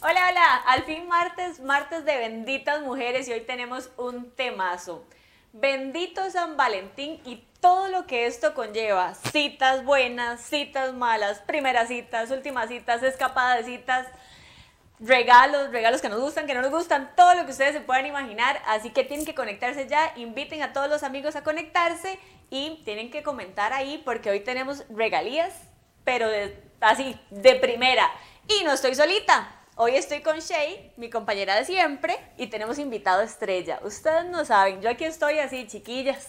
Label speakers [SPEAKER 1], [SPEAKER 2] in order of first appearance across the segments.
[SPEAKER 1] Hola, al fin martes, martes de benditas mujeres y hoy tenemos un temazo. Bendito San Valentín y todo lo que esto conlleva. Citas buenas, citas malas, primeras citas, últimas citas, escapadas de citas, regalos, regalos que nos gustan, que no nos gustan, todo lo que ustedes se puedan imaginar. Así que tienen que conectarse ya, inviten a todos los amigos a conectarse y tienen que comentar ahí porque hoy tenemos regalías, pero de- así, de primera. Y no estoy solita. Hoy estoy con Shay, mi compañera de siempre, y tenemos invitado estrella. Ustedes no saben, yo aquí estoy así, chiquillas,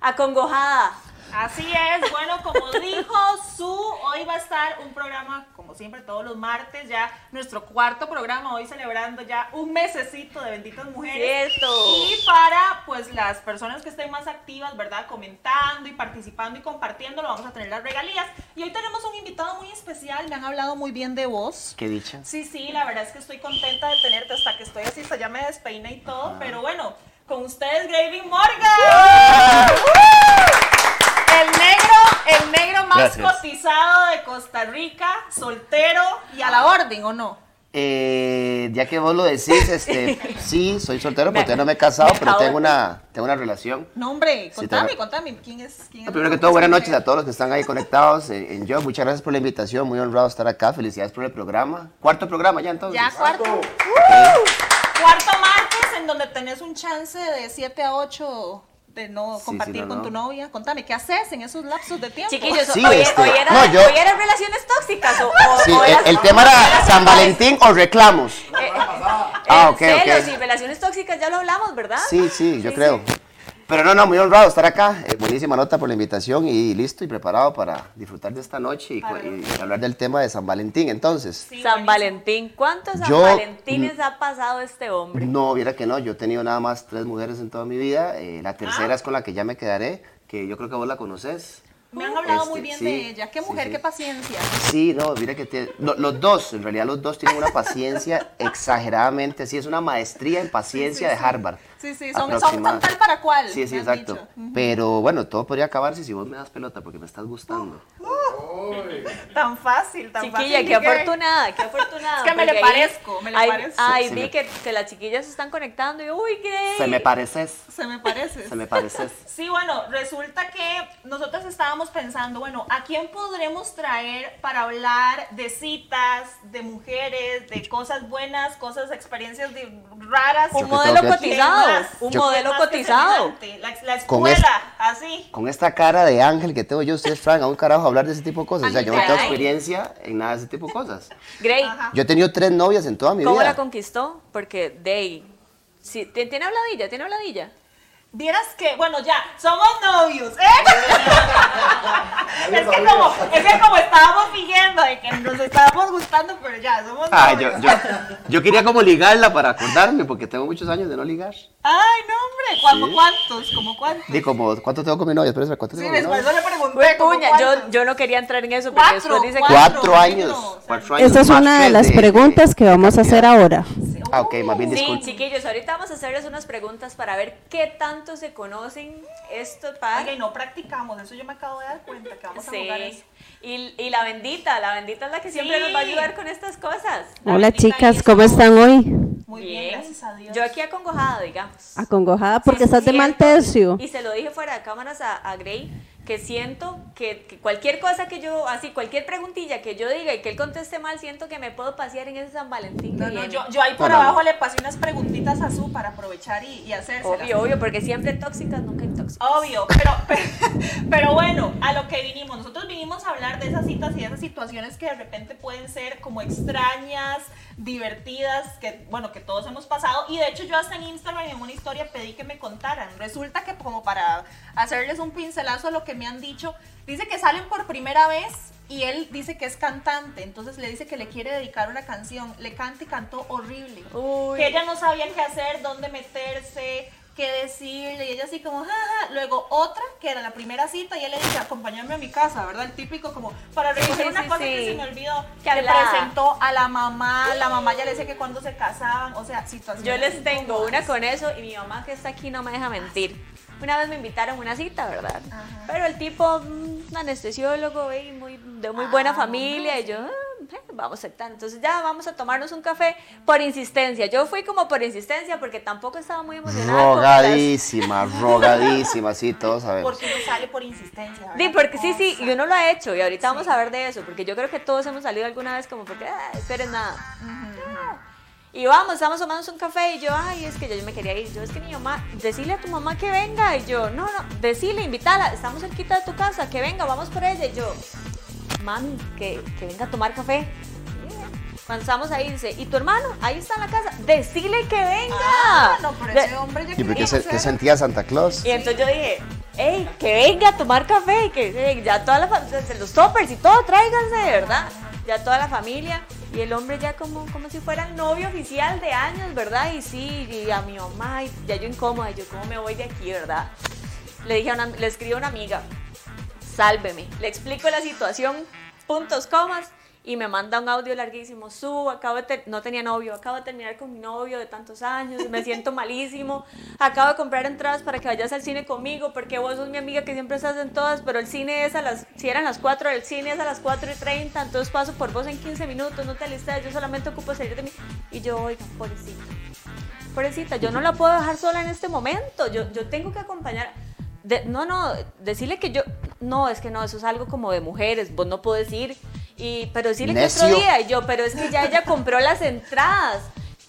[SPEAKER 1] acongojada.
[SPEAKER 2] Así es, bueno, como dijo Su, hoy va a estar un programa, como siempre, todos los martes, ya nuestro cuarto programa, hoy celebrando ya un mesecito de benditas mujeres.
[SPEAKER 1] Cierto.
[SPEAKER 2] Y para pues las personas que estén más activas, ¿verdad? Comentando y participando y compartiendo, lo vamos a tener las regalías. Y hoy tenemos un invitado muy especial, me han hablado muy bien de vos.
[SPEAKER 3] Qué dicha.
[SPEAKER 2] Sí, sí, la verdad es que estoy contenta de tenerte hasta que estoy así, hasta ya me despeiné y todo, pero bueno, con ustedes, Gravy Morgan. El negro, el negro más
[SPEAKER 3] Gracias.
[SPEAKER 2] cotizado de Costa Rica, soltero y a la orden, ¿o no?
[SPEAKER 3] Eh, ya que vos lo decís, este, sí, soy soltero porque todavía no me he casado,
[SPEAKER 1] me
[SPEAKER 3] pero
[SPEAKER 1] acabo
[SPEAKER 3] tengo una, tengo una relación.
[SPEAKER 2] No, hombre,
[SPEAKER 3] Sí,
[SPEAKER 2] contame,
[SPEAKER 3] tengo-
[SPEAKER 2] contame, ¿quién es? Quién es
[SPEAKER 3] Bueno, Primero
[SPEAKER 2] el
[SPEAKER 3] que todo, buenas
[SPEAKER 2] hombre?
[SPEAKER 3] noches a todos los que están ahí conectados en, en Yo. Muchas gracias por la invitación, muy honrado estar acá. Felicidades por el programa. Cuarto programa ya entonces.
[SPEAKER 2] Ya, cuarto. Cuarto martes, en donde tenés un chance de 7 a 8 de no
[SPEAKER 3] Sí,
[SPEAKER 2] compartir
[SPEAKER 3] sí, no,
[SPEAKER 2] con
[SPEAKER 3] no.
[SPEAKER 2] tu novia. Contame, ¿qué haces en esos lapsos de tiempo?
[SPEAKER 1] Chiquillos,
[SPEAKER 3] Sí,
[SPEAKER 1] hoy,
[SPEAKER 3] este,
[SPEAKER 1] hoy era-
[SPEAKER 3] no, yo-
[SPEAKER 1] hoy eran relaciones tóxicas o, o-
[SPEAKER 3] Sí, e,
[SPEAKER 1] o
[SPEAKER 3] el,
[SPEAKER 1] eran-
[SPEAKER 3] el tema era San Valentín o reclamos.
[SPEAKER 1] Eh,
[SPEAKER 3] Ah,
[SPEAKER 1] eh,
[SPEAKER 3] ok,
[SPEAKER 1] celos
[SPEAKER 3] ok.
[SPEAKER 1] y relaciones tóxicas, ya lo hablamos, ¿verdad?
[SPEAKER 3] Sí, Ah, sí, yo creo. Pero no, no, muy honrado estar acá. Eh, buenísima nota por la invitación y listo y preparado para disfrutar de esta noche y, cu- y hablar del tema de San Valentín. Entonces,
[SPEAKER 2] Sí,
[SPEAKER 1] San
[SPEAKER 2] buenísimo.
[SPEAKER 1] Valentín, ¿cuántos San
[SPEAKER 3] Yo-
[SPEAKER 1] Valentines ha pasado este hombre?
[SPEAKER 3] No, viera que no, yo he tenido nada más tres mujeres en toda mi vida, eh, la tercera
[SPEAKER 2] Ah.
[SPEAKER 3] es con la que ya me quedaré, que yo creo que vos la conoces.
[SPEAKER 2] Me han hablado muy
[SPEAKER 3] Este,
[SPEAKER 2] bien
[SPEAKER 3] sí,
[SPEAKER 2] de ella. Qué
[SPEAKER 3] sí,
[SPEAKER 2] mujer,
[SPEAKER 3] sí.
[SPEAKER 2] qué paciencia.
[SPEAKER 3] Sí, no, mira que tiene- lo- los dos, en realidad los dos tienen una paciencia exageradamente, sí, es una maestría en paciencia de Harvard.
[SPEAKER 2] Sí, sí, son- son-
[SPEAKER 3] aproximada.
[SPEAKER 2] son tal para cual,
[SPEAKER 3] Sí, sí,
[SPEAKER 2] me han
[SPEAKER 3] exacto.
[SPEAKER 2] dicho.
[SPEAKER 3] Pero bueno, todo podría acabarse si vos me das pelota porque me estás gustando.
[SPEAKER 2] Tan fácil, tan
[SPEAKER 1] Chiquilla,
[SPEAKER 2] fácil.
[SPEAKER 1] qué afortunada, qué afortunada.
[SPEAKER 2] Es que me le
[SPEAKER 1] porque ahí-
[SPEAKER 2] parezco, me le
[SPEAKER 1] ay,
[SPEAKER 2] parezco.
[SPEAKER 1] Ay,
[SPEAKER 3] Sí,
[SPEAKER 1] vi
[SPEAKER 3] me-
[SPEAKER 1] que, que las chiquillas se están conectando y uy,
[SPEAKER 2] Oh,
[SPEAKER 1] Grey.
[SPEAKER 3] Se me pareces,
[SPEAKER 2] Se me parece.
[SPEAKER 3] se me pareces.
[SPEAKER 2] Sí, bueno, resulta que nosotros estábamos pensando, bueno, ¿a quién podremos traer para hablar de citas, de mujeres, de cosas buenas, cosas, experiencias de- raras?
[SPEAKER 3] Yo
[SPEAKER 1] un
[SPEAKER 3] que
[SPEAKER 1] modelo
[SPEAKER 3] tengo que-
[SPEAKER 2] ¿Qué
[SPEAKER 1] cotizado,
[SPEAKER 2] más?
[SPEAKER 1] un
[SPEAKER 2] ¿Qué
[SPEAKER 3] Yo-
[SPEAKER 1] modelo
[SPEAKER 2] más que
[SPEAKER 1] cotizado.
[SPEAKER 2] semejante? La, la
[SPEAKER 3] Con
[SPEAKER 2] escuela, así.
[SPEAKER 3] Con esta cara de ángel que tengo yo, ustedes, Frank, a un carajo hablar de ese tipo de cosas. O sea, yo no tengo
[SPEAKER 1] Ay.
[SPEAKER 3] experiencia en nada de ese tipo de cosas.
[SPEAKER 1] Grey,
[SPEAKER 2] Ajá.
[SPEAKER 3] Yo he tenido tres novias en toda mi
[SPEAKER 1] ¿cómo la
[SPEAKER 3] vida.
[SPEAKER 1] conquistó? Porque Day, sí, ti- tiene habladilla, tiene habladilla.
[SPEAKER 2] Vieras que, bueno, ya, somos novios, ¿eh? es, que como, es que como estábamos pidiendo de que nos estábamos gustando, pero ya, somos novios.
[SPEAKER 3] Ah, yo, yo, yo quería como ligarla para acordarme, porque tengo muchos años de no ligar.
[SPEAKER 2] Ay, no, hombre, ¿cuánto,
[SPEAKER 3] Sí.
[SPEAKER 2] ¿cuántos? ¿Cómo cuántos?
[SPEAKER 3] De como, ¿cuánto tengo con mi novia? Espérame, ¿cuánto
[SPEAKER 2] Sí,
[SPEAKER 3] tengo con mi
[SPEAKER 2] después
[SPEAKER 3] novia?
[SPEAKER 2] yo le pregunté.
[SPEAKER 1] Güey,
[SPEAKER 2] ¿cómo
[SPEAKER 1] cuña, yo,
[SPEAKER 2] cuántos?
[SPEAKER 1] yo no quería entrar en eso porque
[SPEAKER 2] Cuatro,
[SPEAKER 1] después dice
[SPEAKER 2] cuatro.
[SPEAKER 3] Cuatro años.
[SPEAKER 2] menos.
[SPEAKER 3] Cuatro años.
[SPEAKER 4] Esa es
[SPEAKER 3] más
[SPEAKER 4] una de
[SPEAKER 3] tres
[SPEAKER 4] las preguntas que vamos a hacer ahora.
[SPEAKER 3] Ah, ok, más bien
[SPEAKER 1] Sí,
[SPEAKER 3] disculpe.
[SPEAKER 1] chiquillos, ahorita vamos a hacerles unas preguntas para ver qué tanto se conocen estos par.
[SPEAKER 2] Oiga, y no practicamos, eso yo me acabo de dar cuenta que vamos a jugar
[SPEAKER 1] Sí.
[SPEAKER 2] eso.
[SPEAKER 1] Y, y la bendita, la bendita es la que siempre
[SPEAKER 2] Sí.
[SPEAKER 1] nos va a ayudar con estas cosas.
[SPEAKER 2] Ahorita
[SPEAKER 4] Hola
[SPEAKER 2] ahí
[SPEAKER 4] chicas,
[SPEAKER 2] está.
[SPEAKER 4] ¿cómo están hoy?
[SPEAKER 2] Muy bien, gracias a Dios.
[SPEAKER 1] Yo aquí acongojada, digamos.
[SPEAKER 4] Acongojada Ah, porque
[SPEAKER 1] Sí,
[SPEAKER 4] estás de mal
[SPEAKER 1] siento-
[SPEAKER 4] tercio.
[SPEAKER 1] Y se lo dije fuera de cámaras a, a Gray, que siento que, que cualquier cosa que yo, así, cualquier preguntilla que yo diga y que él conteste mal, siento que me puedo pasear en ese San Valentín.
[SPEAKER 2] No,
[SPEAKER 1] que
[SPEAKER 2] no,
[SPEAKER 1] viene.
[SPEAKER 2] yo, yo ahí por
[SPEAKER 3] No, no,
[SPEAKER 2] abajo le pasé unas preguntitas a Su para aprovechar y, y hacérselas.
[SPEAKER 1] Obvio, obvio, porque siempre tóxicas, nunca intoxicas.
[SPEAKER 2] Obvio, pero, pero, pero bueno, a lo que vinimos. Nosotros vinimos a hablar de esas citas y de esas situaciones que de repente pueden ser como extrañas, divertidas, que bueno, que todos hemos pasado. Y de hecho yo hasta en Instagram en una historia pedí que me contaran. Resulta que como para hacerles un pincelazo a lo que me han dicho, dice que salen por primera vez y él dice que es cantante. Entonces le dice que le quiere dedicar una canción. Le canta y cantó horrible
[SPEAKER 1] Uy.
[SPEAKER 2] que ella no sabía qué hacer, dónde meterse, qué decirle, y ella así como, jaja. Luego otra, que era la primera cita, y él le dice, acompáñame a mi casa, ¿verdad? El típico como, para recoger
[SPEAKER 1] sí,
[SPEAKER 2] una
[SPEAKER 1] sí,
[SPEAKER 2] cosa
[SPEAKER 1] sí.
[SPEAKER 2] que se me olvidó.
[SPEAKER 1] Que
[SPEAKER 2] le
[SPEAKER 1] hablaba.
[SPEAKER 2] presentó a la mamá, la mamá ya le decía que cuando se casaban, o sea, situaciones.
[SPEAKER 1] Yo les tengo
[SPEAKER 2] incómodas.
[SPEAKER 1] una con eso y mi mamá que está aquí no me deja mentir. Una vez me invitaron a una cita, ¿verdad?
[SPEAKER 2] Ajá.
[SPEAKER 1] Pero el tipo, mm, anestesiólogo, ve, y muy, de muy buena
[SPEAKER 2] Ah,
[SPEAKER 1] familia, y yo, ah, bueno, vamos a aceptar. Entonces ya vamos a tomarnos un café por insistencia. Yo fui como por insistencia porque tampoco estaba muy emocionada. con las-
[SPEAKER 3] Rogadísima, rogadísima, sí, todos sabemos.
[SPEAKER 2] Porque uno sale por insistencia. ¿verdad?
[SPEAKER 1] Sí, porque sí,
[SPEAKER 2] Cosa.
[SPEAKER 1] sí, y uno lo ha hecho y ahorita vamos a ver de eso, porque yo creo que todos hemos salido alguna vez como porque, ay, tú eres nada. Ah. Y vamos, estamos tomando un café y yo, ay, es que yo, yo me quería ir, yo es que mi mamá, decile a tu mamá que venga y yo, no, no, decile, invítala, estamos cerquita de tu casa, que venga, vamos por ella y yo, mami, que, que venga a tomar café. Cuando estamos ahí dice, ¿y tu hermano? Ahí está en la casa, decile que venga.
[SPEAKER 2] Ah, no, pero
[SPEAKER 1] De-
[SPEAKER 2] ese hombre ya
[SPEAKER 3] ¿Y por qué
[SPEAKER 2] quería
[SPEAKER 3] se-
[SPEAKER 2] ser-
[SPEAKER 3] qué sentía Santa Claus?
[SPEAKER 1] y entonces yo dije, hey, que venga a tomar café, que eh, ya toda la fa- los toppers y todo, tráiganse, de verdad. Ya toda la familia. Y el hombre ya como, como si fuera el novio oficial de años, ¿verdad? Y sí, y a mi mamá, y ya yo incómoda, y yo cómo me voy de aquí, ¿verdad? Le dije a una- le escribí a una amiga, sálveme. Le explico la situación, puntos, comas, y me manda un audio larguísimo. Su, acabo de ter- no tenía novio, acabo de terminar con mi novio de tantos años, me siento malísimo. Acabo de comprar entradas para que vayas al cine conmigo, porque vos sos mi amiga que siempre estás en todas, pero el cine es a las, si eran las 4, el cine es a las 4 y 30, entonces paso por vos en 15 minutos, no te alistas, yo solamente ocupo salir de mí. Y yo, oiga, pobrecita. Pobrecita, yo no la puedo dejar sola en este momento. Yo, yo tengo que acompañar. De- no, no, decirle que yo. No, es que no, eso es algo como de mujeres. Vos no podés ir. Y, pero decirle que
[SPEAKER 3] Necio.
[SPEAKER 1] otro día. Y yo, pero es que ya ella compró las entradas.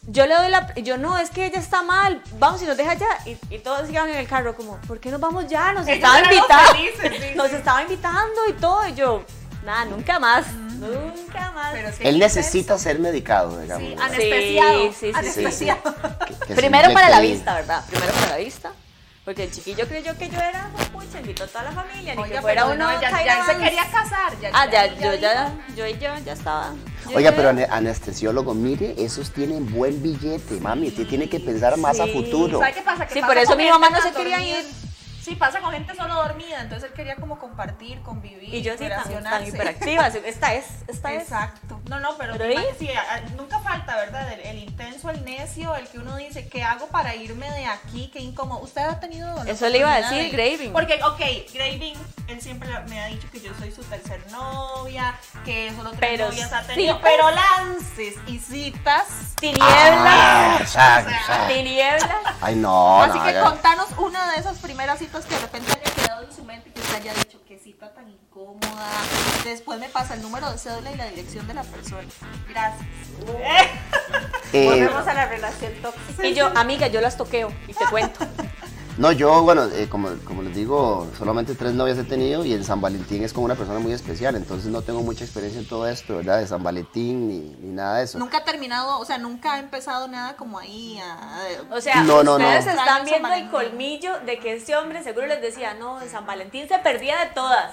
[SPEAKER 1] Yo le doy la. Yo no, es que ella está mal. Vamos y nos deja ya. Y, y todos iban en el carro, como, ¿por qué nos vamos ya? Nos
[SPEAKER 2] Ellos
[SPEAKER 1] estaba
[SPEAKER 2] eran los
[SPEAKER 1] invitando.
[SPEAKER 2] felices, sí,
[SPEAKER 1] Nos
[SPEAKER 2] sí.
[SPEAKER 1] estaba invitando y todo. Y yo, nada, nunca más. Nunca más.
[SPEAKER 2] Pero es que
[SPEAKER 3] Él
[SPEAKER 2] qué
[SPEAKER 3] necesita ser medicado, digamos.
[SPEAKER 2] Sí,
[SPEAKER 3] ¿verdad?
[SPEAKER 2] anestesiado.
[SPEAKER 1] Sí, sí, sí, sí.
[SPEAKER 2] anestesiado.
[SPEAKER 3] Que- que se
[SPEAKER 1] Primero para la
[SPEAKER 3] inyecte
[SPEAKER 1] vista, ¿verdad? Primero para la vista. Porque el chiquillo creyó que yo era, pucha, invitó a toda la familia, ni que
[SPEAKER 2] Oiga,
[SPEAKER 1] fuera
[SPEAKER 2] pero
[SPEAKER 1] uno
[SPEAKER 2] no, ya,
[SPEAKER 1] Jaime
[SPEAKER 2] ya él se
[SPEAKER 1] Vance.
[SPEAKER 2] quería casar. Ya,
[SPEAKER 1] Ah, ya, yo
[SPEAKER 2] dijo.
[SPEAKER 1] ya, yo y yo ya estaba.
[SPEAKER 3] el-
[SPEAKER 1] Yo
[SPEAKER 3] Oiga,
[SPEAKER 1] ya-
[SPEAKER 3] pero ane- anestesiólogo, mire, esos tienen buen billete, mami. Usted tiene que pensar más a
[SPEAKER 1] Sí.
[SPEAKER 3] futuro.
[SPEAKER 2] ¿Sabe qué pasa? Que
[SPEAKER 1] Sí,
[SPEAKER 2] pasa
[SPEAKER 1] por eso
[SPEAKER 2] con
[SPEAKER 1] mi
[SPEAKER 2] gente
[SPEAKER 1] mamá no
[SPEAKER 2] tan
[SPEAKER 1] se quería
[SPEAKER 2] dormida.
[SPEAKER 1] ir.
[SPEAKER 2] Sí, pasa con gente solo dormida, entonces él quería como compartir, convivir,
[SPEAKER 1] Y yo sí tan, tan
[SPEAKER 2] relacionarse.
[SPEAKER 1] hiperactiva. sí, Esta es, esta es.
[SPEAKER 2] Exacto. No, no, pero,
[SPEAKER 1] Pero
[SPEAKER 2] mi ma-
[SPEAKER 1] ahí-
[SPEAKER 2] sí, a- a- nunca falta, ¿verdad? El, el intenso, el necio, el que uno dice, ¿qué hago para irme de aquí? Qué incómodo. ¿Usted ha tenido... la
[SPEAKER 1] Eso le iba a
[SPEAKER 2] oportunidad
[SPEAKER 1] decir,
[SPEAKER 2] de ir?
[SPEAKER 1] Graving.
[SPEAKER 2] Porque, ok, Graving, él siempre la- me ha dicho que yo soy su tercer novia, que solo tres
[SPEAKER 1] Pero
[SPEAKER 2] novias ha
[SPEAKER 1] sí,
[SPEAKER 2] tenido,
[SPEAKER 1] pero-
[SPEAKER 2] pero lances y citas...
[SPEAKER 1] Tinieblas,
[SPEAKER 3] Ah, exacto, exacto.
[SPEAKER 1] tinieblas.
[SPEAKER 3] Ay, no,
[SPEAKER 2] Así
[SPEAKER 3] no,
[SPEAKER 2] que
[SPEAKER 3] haga-
[SPEAKER 2] contanos una de esas primeras citas que de repente haya quedado en su mente y que usted haya dicho que cita tan incómoda. Después me pasa el número de cédula y la dirección de la persona. Gracias.
[SPEAKER 3] eh,
[SPEAKER 2] Volvemos a la relación tóxica.
[SPEAKER 1] Y yo, amiga, yo las toqueo y te cuento.
[SPEAKER 3] No, yo, bueno, eh, como, como les digo, solamente tres novias he tenido y el San Valentín es como una persona muy especial, entonces no tengo mucha experiencia en todo esto, ¿verdad? De San Valentín ni, ni nada de eso.
[SPEAKER 2] Nunca ha terminado, o sea, nunca ha empezado nada como ahí. a-
[SPEAKER 1] O sea,
[SPEAKER 3] No, no, no.
[SPEAKER 1] ustedes
[SPEAKER 2] Extraño
[SPEAKER 1] están
[SPEAKER 2] San
[SPEAKER 1] viendo el
[SPEAKER 2] Valentín.
[SPEAKER 1] colmillo de que ese hombre seguro les decía, no, en San Valentín se perdía de todas.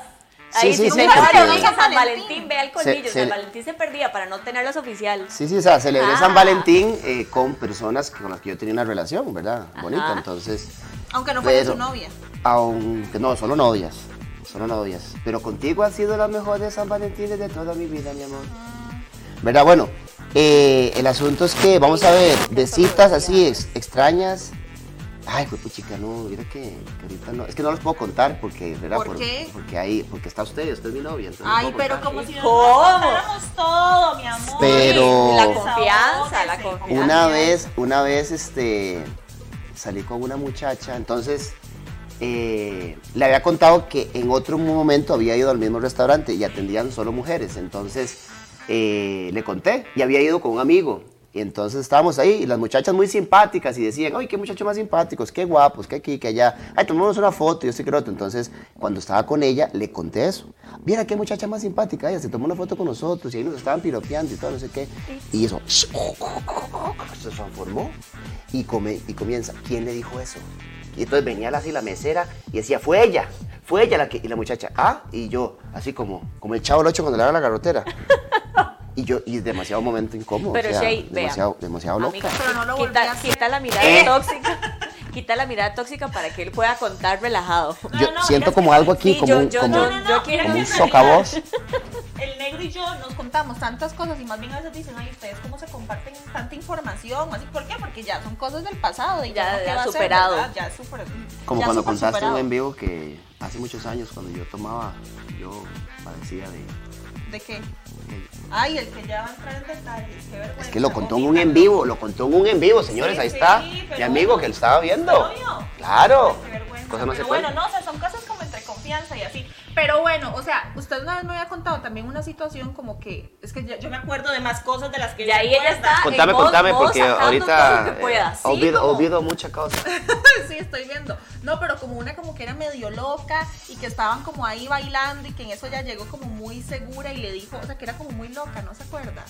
[SPEAKER 3] Sí,
[SPEAKER 1] Ahí
[SPEAKER 3] sí,
[SPEAKER 1] sí,
[SPEAKER 3] sí,
[SPEAKER 1] me
[SPEAKER 3] porque-
[SPEAKER 1] acuerdo que
[SPEAKER 2] San
[SPEAKER 1] San
[SPEAKER 2] Valentín,
[SPEAKER 1] Valentín, vea el colmillo,
[SPEAKER 3] se-
[SPEAKER 1] San Valentín se perdía para no tenerlas oficial.
[SPEAKER 3] Sí, sí, o sea, celebré
[SPEAKER 1] Ah.
[SPEAKER 3] San Valentín eh, con personas con las que yo tenía una relación, ¿verdad? Bonito, entonces,
[SPEAKER 2] aunque no fuera
[SPEAKER 3] pero-
[SPEAKER 2] su novia.
[SPEAKER 3] aunque no, solo novias, solo novias. Pero contigo ha sido la mejor de San Valentín de toda mi vida, mi amor. ¿Verdad? Bueno, eh, el asunto es que, vamos a ver, de citas así ex- extrañas. Ay, pues chica, no, mira que, que ahorita no, es que no los puedo contar porque, ¿verdad?
[SPEAKER 2] ¿Por qué?
[SPEAKER 3] Porque ahí, porque está usted, usted es mi novia, entonces no
[SPEAKER 2] Ay,
[SPEAKER 3] puedo
[SPEAKER 2] pero
[SPEAKER 3] contar.
[SPEAKER 2] como si nos
[SPEAKER 1] ¿Cómo?
[SPEAKER 2] contáramos todo, mi amor.
[SPEAKER 3] Pero-
[SPEAKER 1] La confianza, la
[SPEAKER 2] Desahógese.
[SPEAKER 1] confianza.
[SPEAKER 3] Una vez, una vez, este, salí con una muchacha, entonces eh, le había contado que en otro momento había ido al mismo restaurante y atendían solo mujeres, entonces eh, le conté y había ido con un amigo. Y entonces estábamos ahí y las muchachas muy simpáticas y decían, ay, qué muchachos más simpáticos, qué guapos, qué aquí, qué allá. Ay, tomémonos una foto, yo estoy que lo otro". Entonces, cuando estaba con ella, le conté eso. Mira, qué muchacha más simpática, ella se tomó una foto con nosotros y ahí nos estaban piropeando y todo, no sé qué. Y eso, Ah, se transformó y, come- y comienza. ¿Quién le dijo eso? Y entonces venía la- así la mesera y decía, fue ella, fue ella la que. Y la muchacha, ah, y yo, así como, como el chavo el ocho cuando le dan la garrotera. Y yo, y es demasiado momento incómodo.
[SPEAKER 1] Pero
[SPEAKER 3] o sea,
[SPEAKER 1] Shey, vea.
[SPEAKER 3] demasiado, demasiado loca.
[SPEAKER 1] Amiga,
[SPEAKER 2] Pero no lo volví a
[SPEAKER 1] quita,
[SPEAKER 2] hacer.
[SPEAKER 1] quita la mirada
[SPEAKER 3] ¿Eh?
[SPEAKER 1] tóxica. Quita la mirada tóxica para que él pueda contar relajado.
[SPEAKER 2] No,
[SPEAKER 3] yo
[SPEAKER 2] no,
[SPEAKER 3] siento
[SPEAKER 2] es
[SPEAKER 3] como
[SPEAKER 2] que-
[SPEAKER 3] algo aquí,
[SPEAKER 1] sí,
[SPEAKER 3] como
[SPEAKER 1] yo-
[SPEAKER 3] un,
[SPEAKER 1] yo-
[SPEAKER 3] como,
[SPEAKER 1] yo-
[SPEAKER 3] un-
[SPEAKER 1] yo quiero
[SPEAKER 3] como
[SPEAKER 1] que
[SPEAKER 3] un
[SPEAKER 1] en
[SPEAKER 2] realidad-
[SPEAKER 3] socavoz.
[SPEAKER 2] El negro y yo nos contamos tantas cosas y más bien a veces dicen, ay, ustedes cómo se comparten tanta información, así, ¿por qué? Porque ya son cosas del pasado y
[SPEAKER 1] Ya-
[SPEAKER 2] uno qué
[SPEAKER 1] ya
[SPEAKER 2] va a hacer,
[SPEAKER 1] superado.
[SPEAKER 2] ¿verdad? ya es super- mm,
[SPEAKER 3] Como
[SPEAKER 2] ya
[SPEAKER 3] cuando
[SPEAKER 2] super
[SPEAKER 3] contaste
[SPEAKER 2] superado.
[SPEAKER 3] un en vivo que hace muchos años cuando yo tomaba, yo padecía de...
[SPEAKER 2] ¿De qué?
[SPEAKER 3] de-
[SPEAKER 2] Ay, el que ya va a entrar en detalles, qué vergüenza.
[SPEAKER 3] Es que lo contó en un
[SPEAKER 2] Omítalo.
[SPEAKER 3] en vivo, lo contó en un en vivo, señores,
[SPEAKER 2] Sí,
[SPEAKER 3] ahí
[SPEAKER 2] sí,
[SPEAKER 3] está.
[SPEAKER 2] pero-
[SPEAKER 3] Mi amigo que lo estaba viendo.
[SPEAKER 2] Obvio.
[SPEAKER 3] Claro.
[SPEAKER 2] Qué vergüenza.
[SPEAKER 3] Cosa no se
[SPEAKER 2] Pero
[SPEAKER 3] puede.
[SPEAKER 2] bueno, no, o sea, son cosas como entre confianza y así. Pero bueno, o sea, usted una vez me había contado también una situación como que, es que ya- yo me acuerdo de más cosas de las que
[SPEAKER 1] Y
[SPEAKER 2] ella
[SPEAKER 1] ahí
[SPEAKER 2] se
[SPEAKER 1] ella
[SPEAKER 2] acuerda.
[SPEAKER 1] está-
[SPEAKER 3] Contame,
[SPEAKER 1] vos-
[SPEAKER 3] contame,
[SPEAKER 1] vos
[SPEAKER 3] porque
[SPEAKER 1] sacando todo
[SPEAKER 3] ahorita eh,
[SPEAKER 1] lo que puedas, ¿sí?
[SPEAKER 3] olvido,
[SPEAKER 1] Como-
[SPEAKER 3] olvido mucha cosa.
[SPEAKER 2] sí, estoy viendo. No, pero como una como que era medio loca y que estaban como ahí bailando y que en eso ya llegó como muy segura y le dijo, o sea, que era como muy loca, ¿no se acuerda?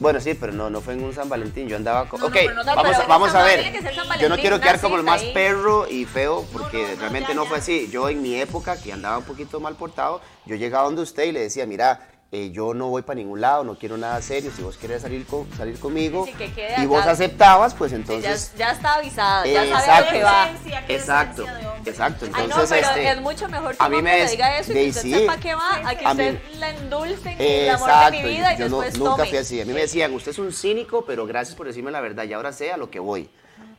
[SPEAKER 3] Bueno, sí, pero no, no fue en un San Valentín. Yo andaba con.
[SPEAKER 2] No, no,
[SPEAKER 3] ok,
[SPEAKER 2] pero no- no,
[SPEAKER 3] vamos,
[SPEAKER 2] pero
[SPEAKER 3] a- vamos a
[SPEAKER 1] San
[SPEAKER 3] ver.
[SPEAKER 1] Valentín tiene que ser San
[SPEAKER 3] Yo no
[SPEAKER 1] Valentín,
[SPEAKER 3] quiero quedar como el
[SPEAKER 1] nazis
[SPEAKER 3] más
[SPEAKER 1] ahí.
[SPEAKER 3] perro y feo,
[SPEAKER 2] ¿eh?
[SPEAKER 3] porque
[SPEAKER 2] No, no, no,
[SPEAKER 3] realmente
[SPEAKER 2] ya,
[SPEAKER 3] no
[SPEAKER 2] ya.
[SPEAKER 3] fue así. Yo en mi época, que andaba un poquito mal portado, yo llegaba donde usted y le decía, mira. eh, yo no voy para ningún lado, no quiero nada serio. Si vos querés salir, con- salir conmigo
[SPEAKER 1] Sí, que quede
[SPEAKER 3] y vos
[SPEAKER 1] acá.
[SPEAKER 3] aceptabas, pues
[SPEAKER 1] Sí, ya-
[SPEAKER 3] entonces.
[SPEAKER 1] ya, está avisada, Ah, ya
[SPEAKER 3] Exacto.
[SPEAKER 1] sabe a lo que va.
[SPEAKER 2] Esencia, qué
[SPEAKER 3] Exacto,
[SPEAKER 2] esencia de hombre.
[SPEAKER 3] exacto.
[SPEAKER 1] Ay, no,
[SPEAKER 3] Entonces,
[SPEAKER 1] pero
[SPEAKER 3] este,
[SPEAKER 1] es mucho mejor que
[SPEAKER 3] a
[SPEAKER 1] un
[SPEAKER 3] mí
[SPEAKER 1] hombre
[SPEAKER 3] me
[SPEAKER 1] le
[SPEAKER 3] des-
[SPEAKER 1] diga eso y
[SPEAKER 3] de-
[SPEAKER 1] que usted
[SPEAKER 3] sí.
[SPEAKER 1] sepa qué va, a que
[SPEAKER 3] A
[SPEAKER 1] usted
[SPEAKER 3] mí-
[SPEAKER 1] la endulce en el amor
[SPEAKER 3] Exacto,
[SPEAKER 1] de mi vida y
[SPEAKER 3] yo no-
[SPEAKER 1] después
[SPEAKER 3] nunca
[SPEAKER 1] tome.
[SPEAKER 3] fui así. A mí me decían, usted es un cínico, pero gracias por decirme la verdad y ahora sé a lo que voy.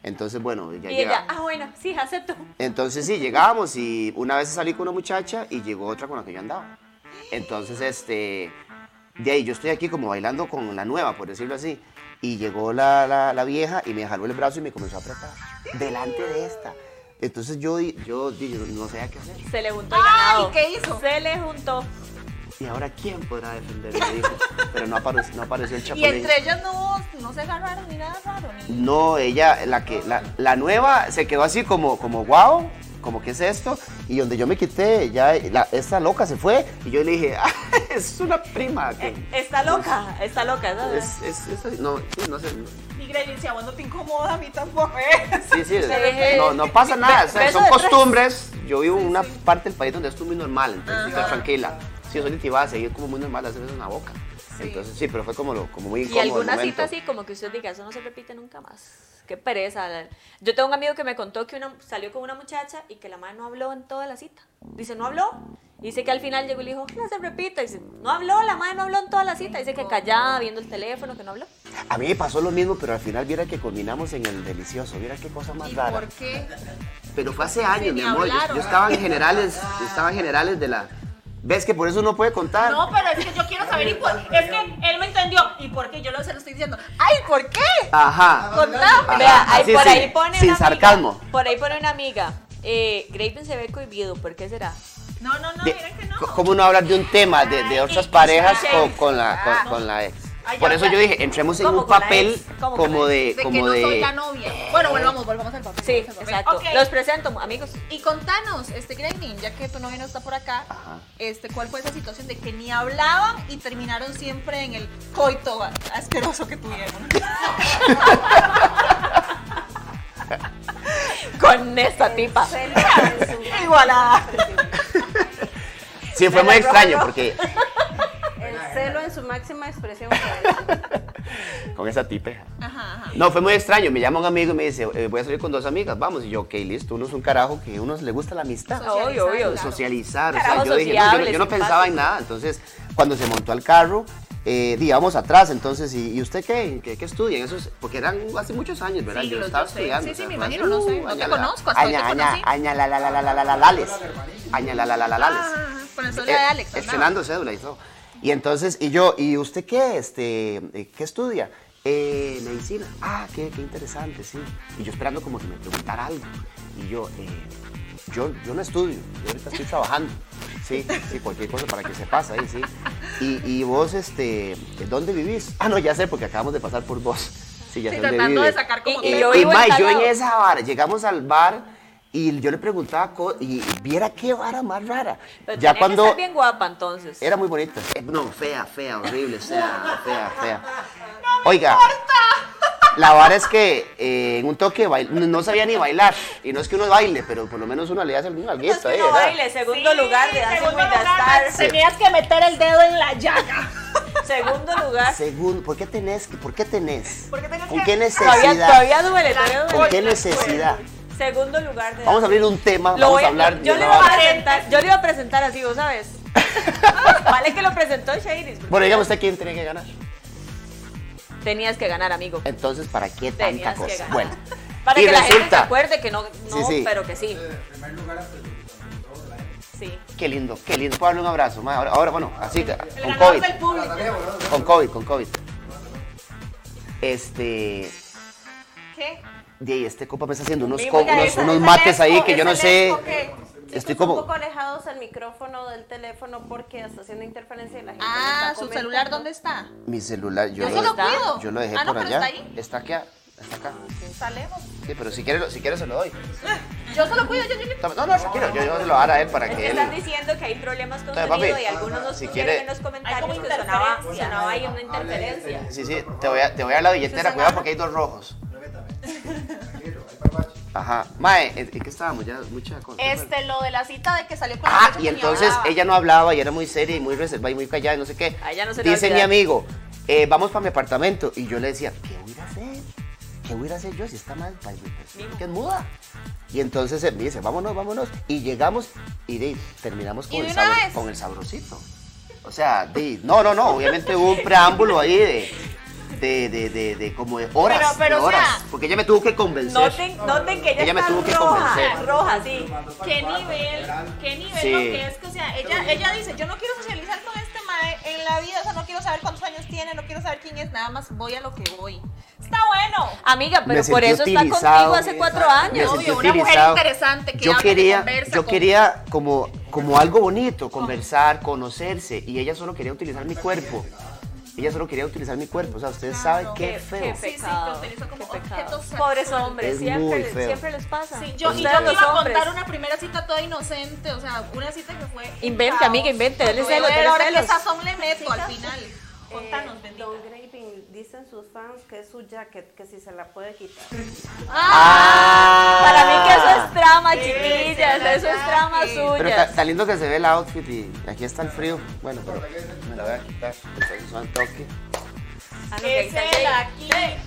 [SPEAKER 3] Entonces, bueno, ya
[SPEAKER 1] Y ella,
[SPEAKER 3] llega.
[SPEAKER 1] ah, bueno, sí, acepto.
[SPEAKER 3] Entonces, sí, llegábamos y una vez salí con una muchacha y llegó otra con la que yo andaba. Entonces, este, de ahí yo estoy aquí como bailando con la nueva, por decirlo así. Y llegó la, la- la vieja y me jaló el brazo y me comenzó a apretar delante de esta. Entonces yo, di- yo, di- yo no sabía qué hacer.
[SPEAKER 1] Se le juntó el
[SPEAKER 2] Ay,
[SPEAKER 1] ganado.
[SPEAKER 2] ¿qué hizo?
[SPEAKER 1] Se le juntó.
[SPEAKER 3] ¿Y ahora quién podrá defenderme? Dijo. Pero no apareció, no apareció el
[SPEAKER 2] Y
[SPEAKER 3] chapulín.
[SPEAKER 2] entre ellas no, no se agarraron ni nada raro. Ni...
[SPEAKER 3] No, ella, la que, la, la nueva se quedó así como, como wow, como que es esto, y donde yo me quité, ya la, esta loca se fue, y yo le dije, "Ah, es una prima,
[SPEAKER 1] Eh,
[SPEAKER 3] que
[SPEAKER 1] Está loca, está loca, ¿sabes?
[SPEAKER 3] es, es, es- no, sí, no sé,
[SPEAKER 2] Y Grey decía, bueno, no te incomoda a mí tampoco. ¿eh?"
[SPEAKER 3] sí, sí,
[SPEAKER 1] deje-
[SPEAKER 3] no, no pasa nada, o sea,
[SPEAKER 1] beso
[SPEAKER 3] son
[SPEAKER 1] de tres.
[SPEAKER 3] costumbres, yo vivo en una parte del país donde esto es muy normal, entonces estoy tranquila, sí, yo soy de Tibás, y es como muy normal hacer eso en la boca, entonces sí, pero fue como, lo, como muy
[SPEAKER 1] Y
[SPEAKER 3] incómodo el
[SPEAKER 1] alguna
[SPEAKER 3] momento.
[SPEAKER 1] cita así, como que usted diga, eso no se repite nunca más. Qué pereza. la- Yo tengo un amigo que me contó que una, salió con una muchacha y que la madre no habló en toda la cita. Dice, no habló. Dice que al final llegó y le dijo, ojalá se repita. Dice, no habló, la madre no habló en toda la cita. Dice que callada, viendo el teléfono, que no habló.
[SPEAKER 3] A mí me pasó lo mismo, pero al final viera que combinamos en el delicioso, viera qué cosa más
[SPEAKER 2] ¿Y
[SPEAKER 3] rara.
[SPEAKER 2] por qué?
[SPEAKER 3] Pero fue hace años,
[SPEAKER 2] ni
[SPEAKER 3] mi amor. Yo,
[SPEAKER 2] hablaron.
[SPEAKER 3] yo estaba en generales, yo estaba en generales de la. ¿Ves que por eso no puede contar?
[SPEAKER 2] No, pero es que yo quiero saber y por Es que él me entendió. ¿Y por qué? Yo lo, se lo estoy diciendo.
[SPEAKER 3] Ah.
[SPEAKER 2] ¡Ay, por qué!
[SPEAKER 3] Ajá.
[SPEAKER 2] Contame.
[SPEAKER 3] Ajá.
[SPEAKER 1] Vea, ahí,
[SPEAKER 3] Sí,
[SPEAKER 1] por
[SPEAKER 3] sí,
[SPEAKER 1] ahí pone
[SPEAKER 3] Ah, sin
[SPEAKER 1] una amiga-
[SPEAKER 3] sarcasmo.
[SPEAKER 1] por ahí pone una amiga. Eh, Graven se ve cohibido, ¿por qué será?
[SPEAKER 2] No, no, no,
[SPEAKER 3] De-
[SPEAKER 2] era que no.
[SPEAKER 3] co- ¿Cómo no hablar de un tema, de, de
[SPEAKER 2] Ay,
[SPEAKER 3] otras
[SPEAKER 2] qué
[SPEAKER 3] parejas
[SPEAKER 2] cliché.
[SPEAKER 3] con, con la, con, con la ex?
[SPEAKER 2] Ay,
[SPEAKER 3] Por
[SPEAKER 2] ya,
[SPEAKER 3] eso
[SPEAKER 2] ya.
[SPEAKER 3] yo dije, entremos en
[SPEAKER 1] ¿Cómo
[SPEAKER 3] un
[SPEAKER 1] con la
[SPEAKER 3] papel
[SPEAKER 1] ex? ¿Cómo con
[SPEAKER 3] como
[SPEAKER 1] la
[SPEAKER 3] de.
[SPEAKER 2] de que
[SPEAKER 3] eh, como
[SPEAKER 2] no soy la
[SPEAKER 3] de.
[SPEAKER 2] novia. Bueno, volvamos, volvamos al papel.
[SPEAKER 1] Sí,
[SPEAKER 2] volvamos al papel.
[SPEAKER 1] exacto.
[SPEAKER 2] Ok.
[SPEAKER 1] Los presento, amigos.
[SPEAKER 2] Y contanos, este Gremlin, ya que tu novia no está por acá,
[SPEAKER 3] Ajá.
[SPEAKER 2] este, ¿cuál fue esa situación de que ni hablaban y terminaron siempre en el coito asqueroso que tuvieron?
[SPEAKER 1] Con esta tipa.
[SPEAKER 2] Igualada.
[SPEAKER 3] Sí, fue
[SPEAKER 4] Me
[SPEAKER 3] muy
[SPEAKER 4] la
[SPEAKER 3] extraño
[SPEAKER 4] robo.
[SPEAKER 3] porque
[SPEAKER 4] El celo en su máxima expresión. Karen.
[SPEAKER 3] con esa tipeja.
[SPEAKER 2] Ajá, ajá.
[SPEAKER 3] No, fue muy extraño. Me llama un amigo y me dice, eh, voy a salir con dos amigas, vamos. Y yo, ok, listo, uno es un carajo que a unos le gusta la amistad.
[SPEAKER 1] Obvio, obvio.
[SPEAKER 2] Claro.
[SPEAKER 3] socializar.
[SPEAKER 1] Carajo
[SPEAKER 3] o sea, yo, dije, no, yo no- yo,
[SPEAKER 1] sociable,
[SPEAKER 3] no pensaba en
[SPEAKER 1] simpático.
[SPEAKER 3] nada. Entonces, cuando se montó al carro, eh, digamos atrás, entonces, ¿y, y usted qué? ¿Qué, qué estudia? Eso es- porque eran hace muchos años, ¿verdad?
[SPEAKER 2] Siglos,
[SPEAKER 3] yo estaba
[SPEAKER 2] yo sé.
[SPEAKER 3] estudiando.
[SPEAKER 2] Sí,
[SPEAKER 3] o sea,
[SPEAKER 2] sí, me
[SPEAKER 3] fue hace-
[SPEAKER 2] imagino, no sé, no te
[SPEAKER 3] añala-
[SPEAKER 2] conozco, hasta hoy te
[SPEAKER 3] aña-
[SPEAKER 2] conocí.
[SPEAKER 3] añala- la- la- la- la- la- la- lales. Añala- la- la- la- la- lales.
[SPEAKER 2] Ah, con el
[SPEAKER 3] Eh,
[SPEAKER 2] solo de Alex. andaba.
[SPEAKER 3] Estrenando cédula y todo. Y entonces, y yo, ¿y usted qué? Este, eh, ¿Qué estudia? Eh, medicina. Ah, qué, qué interesante, sí. Y yo esperando como que me preguntara algo. Y yo, eh, yo, yo no estudio, yo ahorita estoy trabajando. Sí, sí, cualquier cosa para que se pase ahí, sí. Y, y vos, este, ¿dónde vivís? Ah, no, ya sé, porque acabamos de pasar por vos. Sí, ya
[SPEAKER 2] Sí,
[SPEAKER 3] sé dónde
[SPEAKER 2] tratando de
[SPEAKER 3] vive.
[SPEAKER 2] sacar como
[SPEAKER 1] Y- y
[SPEAKER 2] tema.
[SPEAKER 1] yo vivo en
[SPEAKER 3] mae,
[SPEAKER 1] tal
[SPEAKER 3] yo en
[SPEAKER 1] lado.
[SPEAKER 3] esa vara, llegamos al bar y yo le preguntaba co- y, y viera qué vara más rara.
[SPEAKER 1] Pero
[SPEAKER 3] ya
[SPEAKER 1] tenía
[SPEAKER 3] cuando
[SPEAKER 1] que estar bien guapa entonces.
[SPEAKER 3] era muy bonita. Eh, No, fea, fea, horrible, fea, fea, fea. Oiga, la vara es que eh, en un toque bail- no- no sabía ni bailar. Y no es que uno baile, pero por lo menos uno le hace algún alguito ahí,
[SPEAKER 1] no
[SPEAKER 3] eh, ¿verdad?
[SPEAKER 1] baile, segundo
[SPEAKER 2] Sí,
[SPEAKER 1] lugar de Dancing
[SPEAKER 2] segundo
[SPEAKER 1] with the
[SPEAKER 2] lugar,
[SPEAKER 1] Stars.
[SPEAKER 2] Tenías que meter el dedo en la llaga.
[SPEAKER 1] Segundo lugar.
[SPEAKER 3] Segundo, ¿por qué tenés? que- ¿Por qué tenés?
[SPEAKER 2] ¿Por qué tenés
[SPEAKER 3] ¿Con
[SPEAKER 2] que-
[SPEAKER 3] qué
[SPEAKER 1] Todavía,
[SPEAKER 3] necesidad?
[SPEAKER 1] todavía duele, todavía
[SPEAKER 3] ¿Con
[SPEAKER 1] duele.
[SPEAKER 3] qué necesidad?
[SPEAKER 1] Segundo lugar de
[SPEAKER 3] Vamos a abrir un tema,
[SPEAKER 1] Lo
[SPEAKER 3] vamos
[SPEAKER 1] voy
[SPEAKER 3] a hablar
[SPEAKER 1] yo
[SPEAKER 3] de
[SPEAKER 1] le
[SPEAKER 3] la
[SPEAKER 1] iba a
[SPEAKER 3] vara.
[SPEAKER 1] presentar, yo le iba a presentar así, vos sabes, Vale que lo presentó Shadis. porque
[SPEAKER 3] Bueno, dígame usted quién tenía que ganar.
[SPEAKER 1] Tenías que ganar, amigo.
[SPEAKER 3] Entonces, ¿para qué tanta
[SPEAKER 1] Tenías que
[SPEAKER 3] cosa?
[SPEAKER 1] ganar.
[SPEAKER 3] Bueno.
[SPEAKER 1] Para
[SPEAKER 3] y
[SPEAKER 1] que la gente se
[SPEAKER 3] resulta-
[SPEAKER 1] acuerde que no, no
[SPEAKER 3] Sí, Eh, sí.
[SPEAKER 1] pero que sí.
[SPEAKER 5] En primer lugar, hasta el control, la gente.
[SPEAKER 1] Sí.
[SPEAKER 3] Qué lindo, qué lindo. Puedo darle un abrazo. ma? Ahora, ahora, bueno, así, con
[SPEAKER 2] ganador
[SPEAKER 3] COVID.
[SPEAKER 2] del
[SPEAKER 5] A la
[SPEAKER 2] público.
[SPEAKER 5] tarea, boludo.
[SPEAKER 3] Con COVID, con COVID. Este.
[SPEAKER 2] ¿Qué?
[SPEAKER 3] De ahí, este copa me está haciendo unos,
[SPEAKER 1] Mira,
[SPEAKER 3] co-
[SPEAKER 1] oiga,
[SPEAKER 3] unos,
[SPEAKER 1] esa-
[SPEAKER 3] unos
[SPEAKER 1] esa
[SPEAKER 3] mates ahí que yo no sé. Estoy
[SPEAKER 4] Estoy
[SPEAKER 3] como-
[SPEAKER 4] un poco alejados al micrófono del teléfono porque está haciendo interferencia y la gente. me
[SPEAKER 2] Ah,
[SPEAKER 4] está
[SPEAKER 2] su celular,
[SPEAKER 4] comentando.
[SPEAKER 2] ¿dónde está?
[SPEAKER 3] Mi celular, yo,
[SPEAKER 2] Yo
[SPEAKER 3] lo,
[SPEAKER 2] se lo
[SPEAKER 3] dejé-
[SPEAKER 2] cuido.
[SPEAKER 3] yo lo dejé
[SPEAKER 2] Ah, no,
[SPEAKER 3] por
[SPEAKER 2] pero
[SPEAKER 3] allá.
[SPEAKER 2] está ahí.
[SPEAKER 3] Está aquí, está acá.
[SPEAKER 2] Salemos.
[SPEAKER 3] Sí, pero si quiere, si quiere se lo doy.
[SPEAKER 2] Yo se lo cuido, yo, yo, yo.
[SPEAKER 3] Toma- No, no, tranquilo, yo, yo se lo daré a él para
[SPEAKER 1] Es
[SPEAKER 3] que
[SPEAKER 1] que
[SPEAKER 3] él.
[SPEAKER 1] están diciendo que hay problemas con
[SPEAKER 3] Entonces,
[SPEAKER 1] sonido
[SPEAKER 3] papi,
[SPEAKER 1] y algunos nos
[SPEAKER 3] si
[SPEAKER 1] pusieron
[SPEAKER 3] quiere-
[SPEAKER 1] en los
[SPEAKER 2] Hay
[SPEAKER 1] comentarios
[SPEAKER 2] como
[SPEAKER 1] que sonaba,
[SPEAKER 2] interferencia.
[SPEAKER 1] sonaba ahí una
[SPEAKER 5] Habla de
[SPEAKER 1] interferencia.
[SPEAKER 5] este.
[SPEAKER 3] Sí, sí, te voy, a, te voy a dar la billetera,
[SPEAKER 4] Susana.
[SPEAKER 3] cuidado porque hay dos rojos.
[SPEAKER 5] Repétame. Tranquilo, hay parpacho.
[SPEAKER 3] Ajá. Mae, ¿en, en qué estábamos? Ya, mucha cosa.
[SPEAKER 2] Este, lo de la cita de que salió con la
[SPEAKER 3] Ah,
[SPEAKER 2] muchacha
[SPEAKER 3] y
[SPEAKER 2] que ni
[SPEAKER 3] entonces
[SPEAKER 2] hablaba.
[SPEAKER 3] ella no hablaba y era muy seria y muy reservada y muy callada y no sé qué.
[SPEAKER 1] A ella no se le va a
[SPEAKER 3] Dice mi
[SPEAKER 1] olvidar.
[SPEAKER 3] amigo, eh, vamos para mi apartamento. Y yo le decía, ¿qué voy a ir a hacer? ¿Qué voy a ir a hacer yo si está mal? pa-
[SPEAKER 1] Vivo.
[SPEAKER 3] Que es muda. Y entonces él me dice, vámonos, vámonos. Y llegamos y de- terminamos con
[SPEAKER 2] ¿Y de
[SPEAKER 3] el,
[SPEAKER 2] una
[SPEAKER 3] sabor-
[SPEAKER 2] vez?
[SPEAKER 3] con el sabrosito. O sea, de- no, no, no. Obviamente hubo un preámbulo ahí de... De, de, de, de como de horas,
[SPEAKER 2] Pero- pero,
[SPEAKER 3] de
[SPEAKER 2] o sea,
[SPEAKER 3] horas, porque ella me tuvo que convencer.
[SPEAKER 1] Noten, noten que ella,
[SPEAKER 3] Ella me
[SPEAKER 1] está
[SPEAKER 3] tuvo que
[SPEAKER 1] roja,
[SPEAKER 3] convencer.
[SPEAKER 1] roja, sí.
[SPEAKER 2] ¿Qué nivel? ¿Qué nivel
[SPEAKER 3] Sí.
[SPEAKER 2] lo que es? Que, o sea, ella, ella dice, yo no quiero socializar con este mae en la vida, o sea, no quiero saber cuántos años tiene, no quiero saber quién es, nada más voy a lo que voy. Está bueno.
[SPEAKER 1] Amiga,
[SPEAKER 3] Me
[SPEAKER 1] pero por
[SPEAKER 3] sentí
[SPEAKER 1] eso está
[SPEAKER 3] utilizado,
[SPEAKER 1] contigo hace cuatro
[SPEAKER 3] Me
[SPEAKER 1] años.
[SPEAKER 2] Obvio,
[SPEAKER 3] sentí
[SPEAKER 2] una mujer
[SPEAKER 3] utilizado.
[SPEAKER 2] interesante que
[SPEAKER 3] yo
[SPEAKER 2] habla, que
[SPEAKER 3] quería,
[SPEAKER 2] conversa
[SPEAKER 3] Yo
[SPEAKER 2] con-
[SPEAKER 3] quería como, como algo bonito, conversar, conocerse. Y ella solo quería utilizar mi cuerpo. Ella solo quería utilizar mi cuerpo. O sea, ustedes saben
[SPEAKER 2] Claro.
[SPEAKER 3] qué
[SPEAKER 1] Qué-
[SPEAKER 3] feo.
[SPEAKER 1] qué
[SPEAKER 2] Sí, sí,
[SPEAKER 1] pecado,
[SPEAKER 2] te utilizo como
[SPEAKER 1] qué pecado.
[SPEAKER 2] objeto sexual.
[SPEAKER 1] Pobres hombres,
[SPEAKER 3] Es muy
[SPEAKER 1] siempre,
[SPEAKER 3] feo.
[SPEAKER 1] siempre les pasa.
[SPEAKER 2] Sí, yo, y yo
[SPEAKER 1] Ustedes
[SPEAKER 2] te
[SPEAKER 1] los
[SPEAKER 2] iba a
[SPEAKER 1] hombres.
[SPEAKER 2] contar una primera cita toda inocente, o sea, una cita que fue. un
[SPEAKER 1] Invente,
[SPEAKER 2] caos.
[SPEAKER 1] amiga, invente, dele
[SPEAKER 2] Yo
[SPEAKER 1] celos,
[SPEAKER 2] veo
[SPEAKER 1] dele
[SPEAKER 2] ahora
[SPEAKER 1] celos.
[SPEAKER 2] qué sazón le meto al final.
[SPEAKER 4] Eh,
[SPEAKER 2] Contanos, bendita.
[SPEAKER 4] Don Graving, dicen sus fans que es su jacket, que si se la puede quitar.
[SPEAKER 3] Ah.
[SPEAKER 1] Para mí que eso es trama,
[SPEAKER 2] Sí,
[SPEAKER 1] chiquillas,
[SPEAKER 2] sí,
[SPEAKER 1] eso es
[SPEAKER 2] sí.
[SPEAKER 1] trama
[SPEAKER 2] Pero
[SPEAKER 3] Pero está,
[SPEAKER 1] suya.
[SPEAKER 3] está lindo que se ve el outfit y aquí está el frío. Bueno, pero me la voy a quitar. Entonces suena el toque.
[SPEAKER 1] Ah, no, que ahí
[SPEAKER 2] Que
[SPEAKER 1] está
[SPEAKER 2] se
[SPEAKER 1] Jay.
[SPEAKER 2] la quite,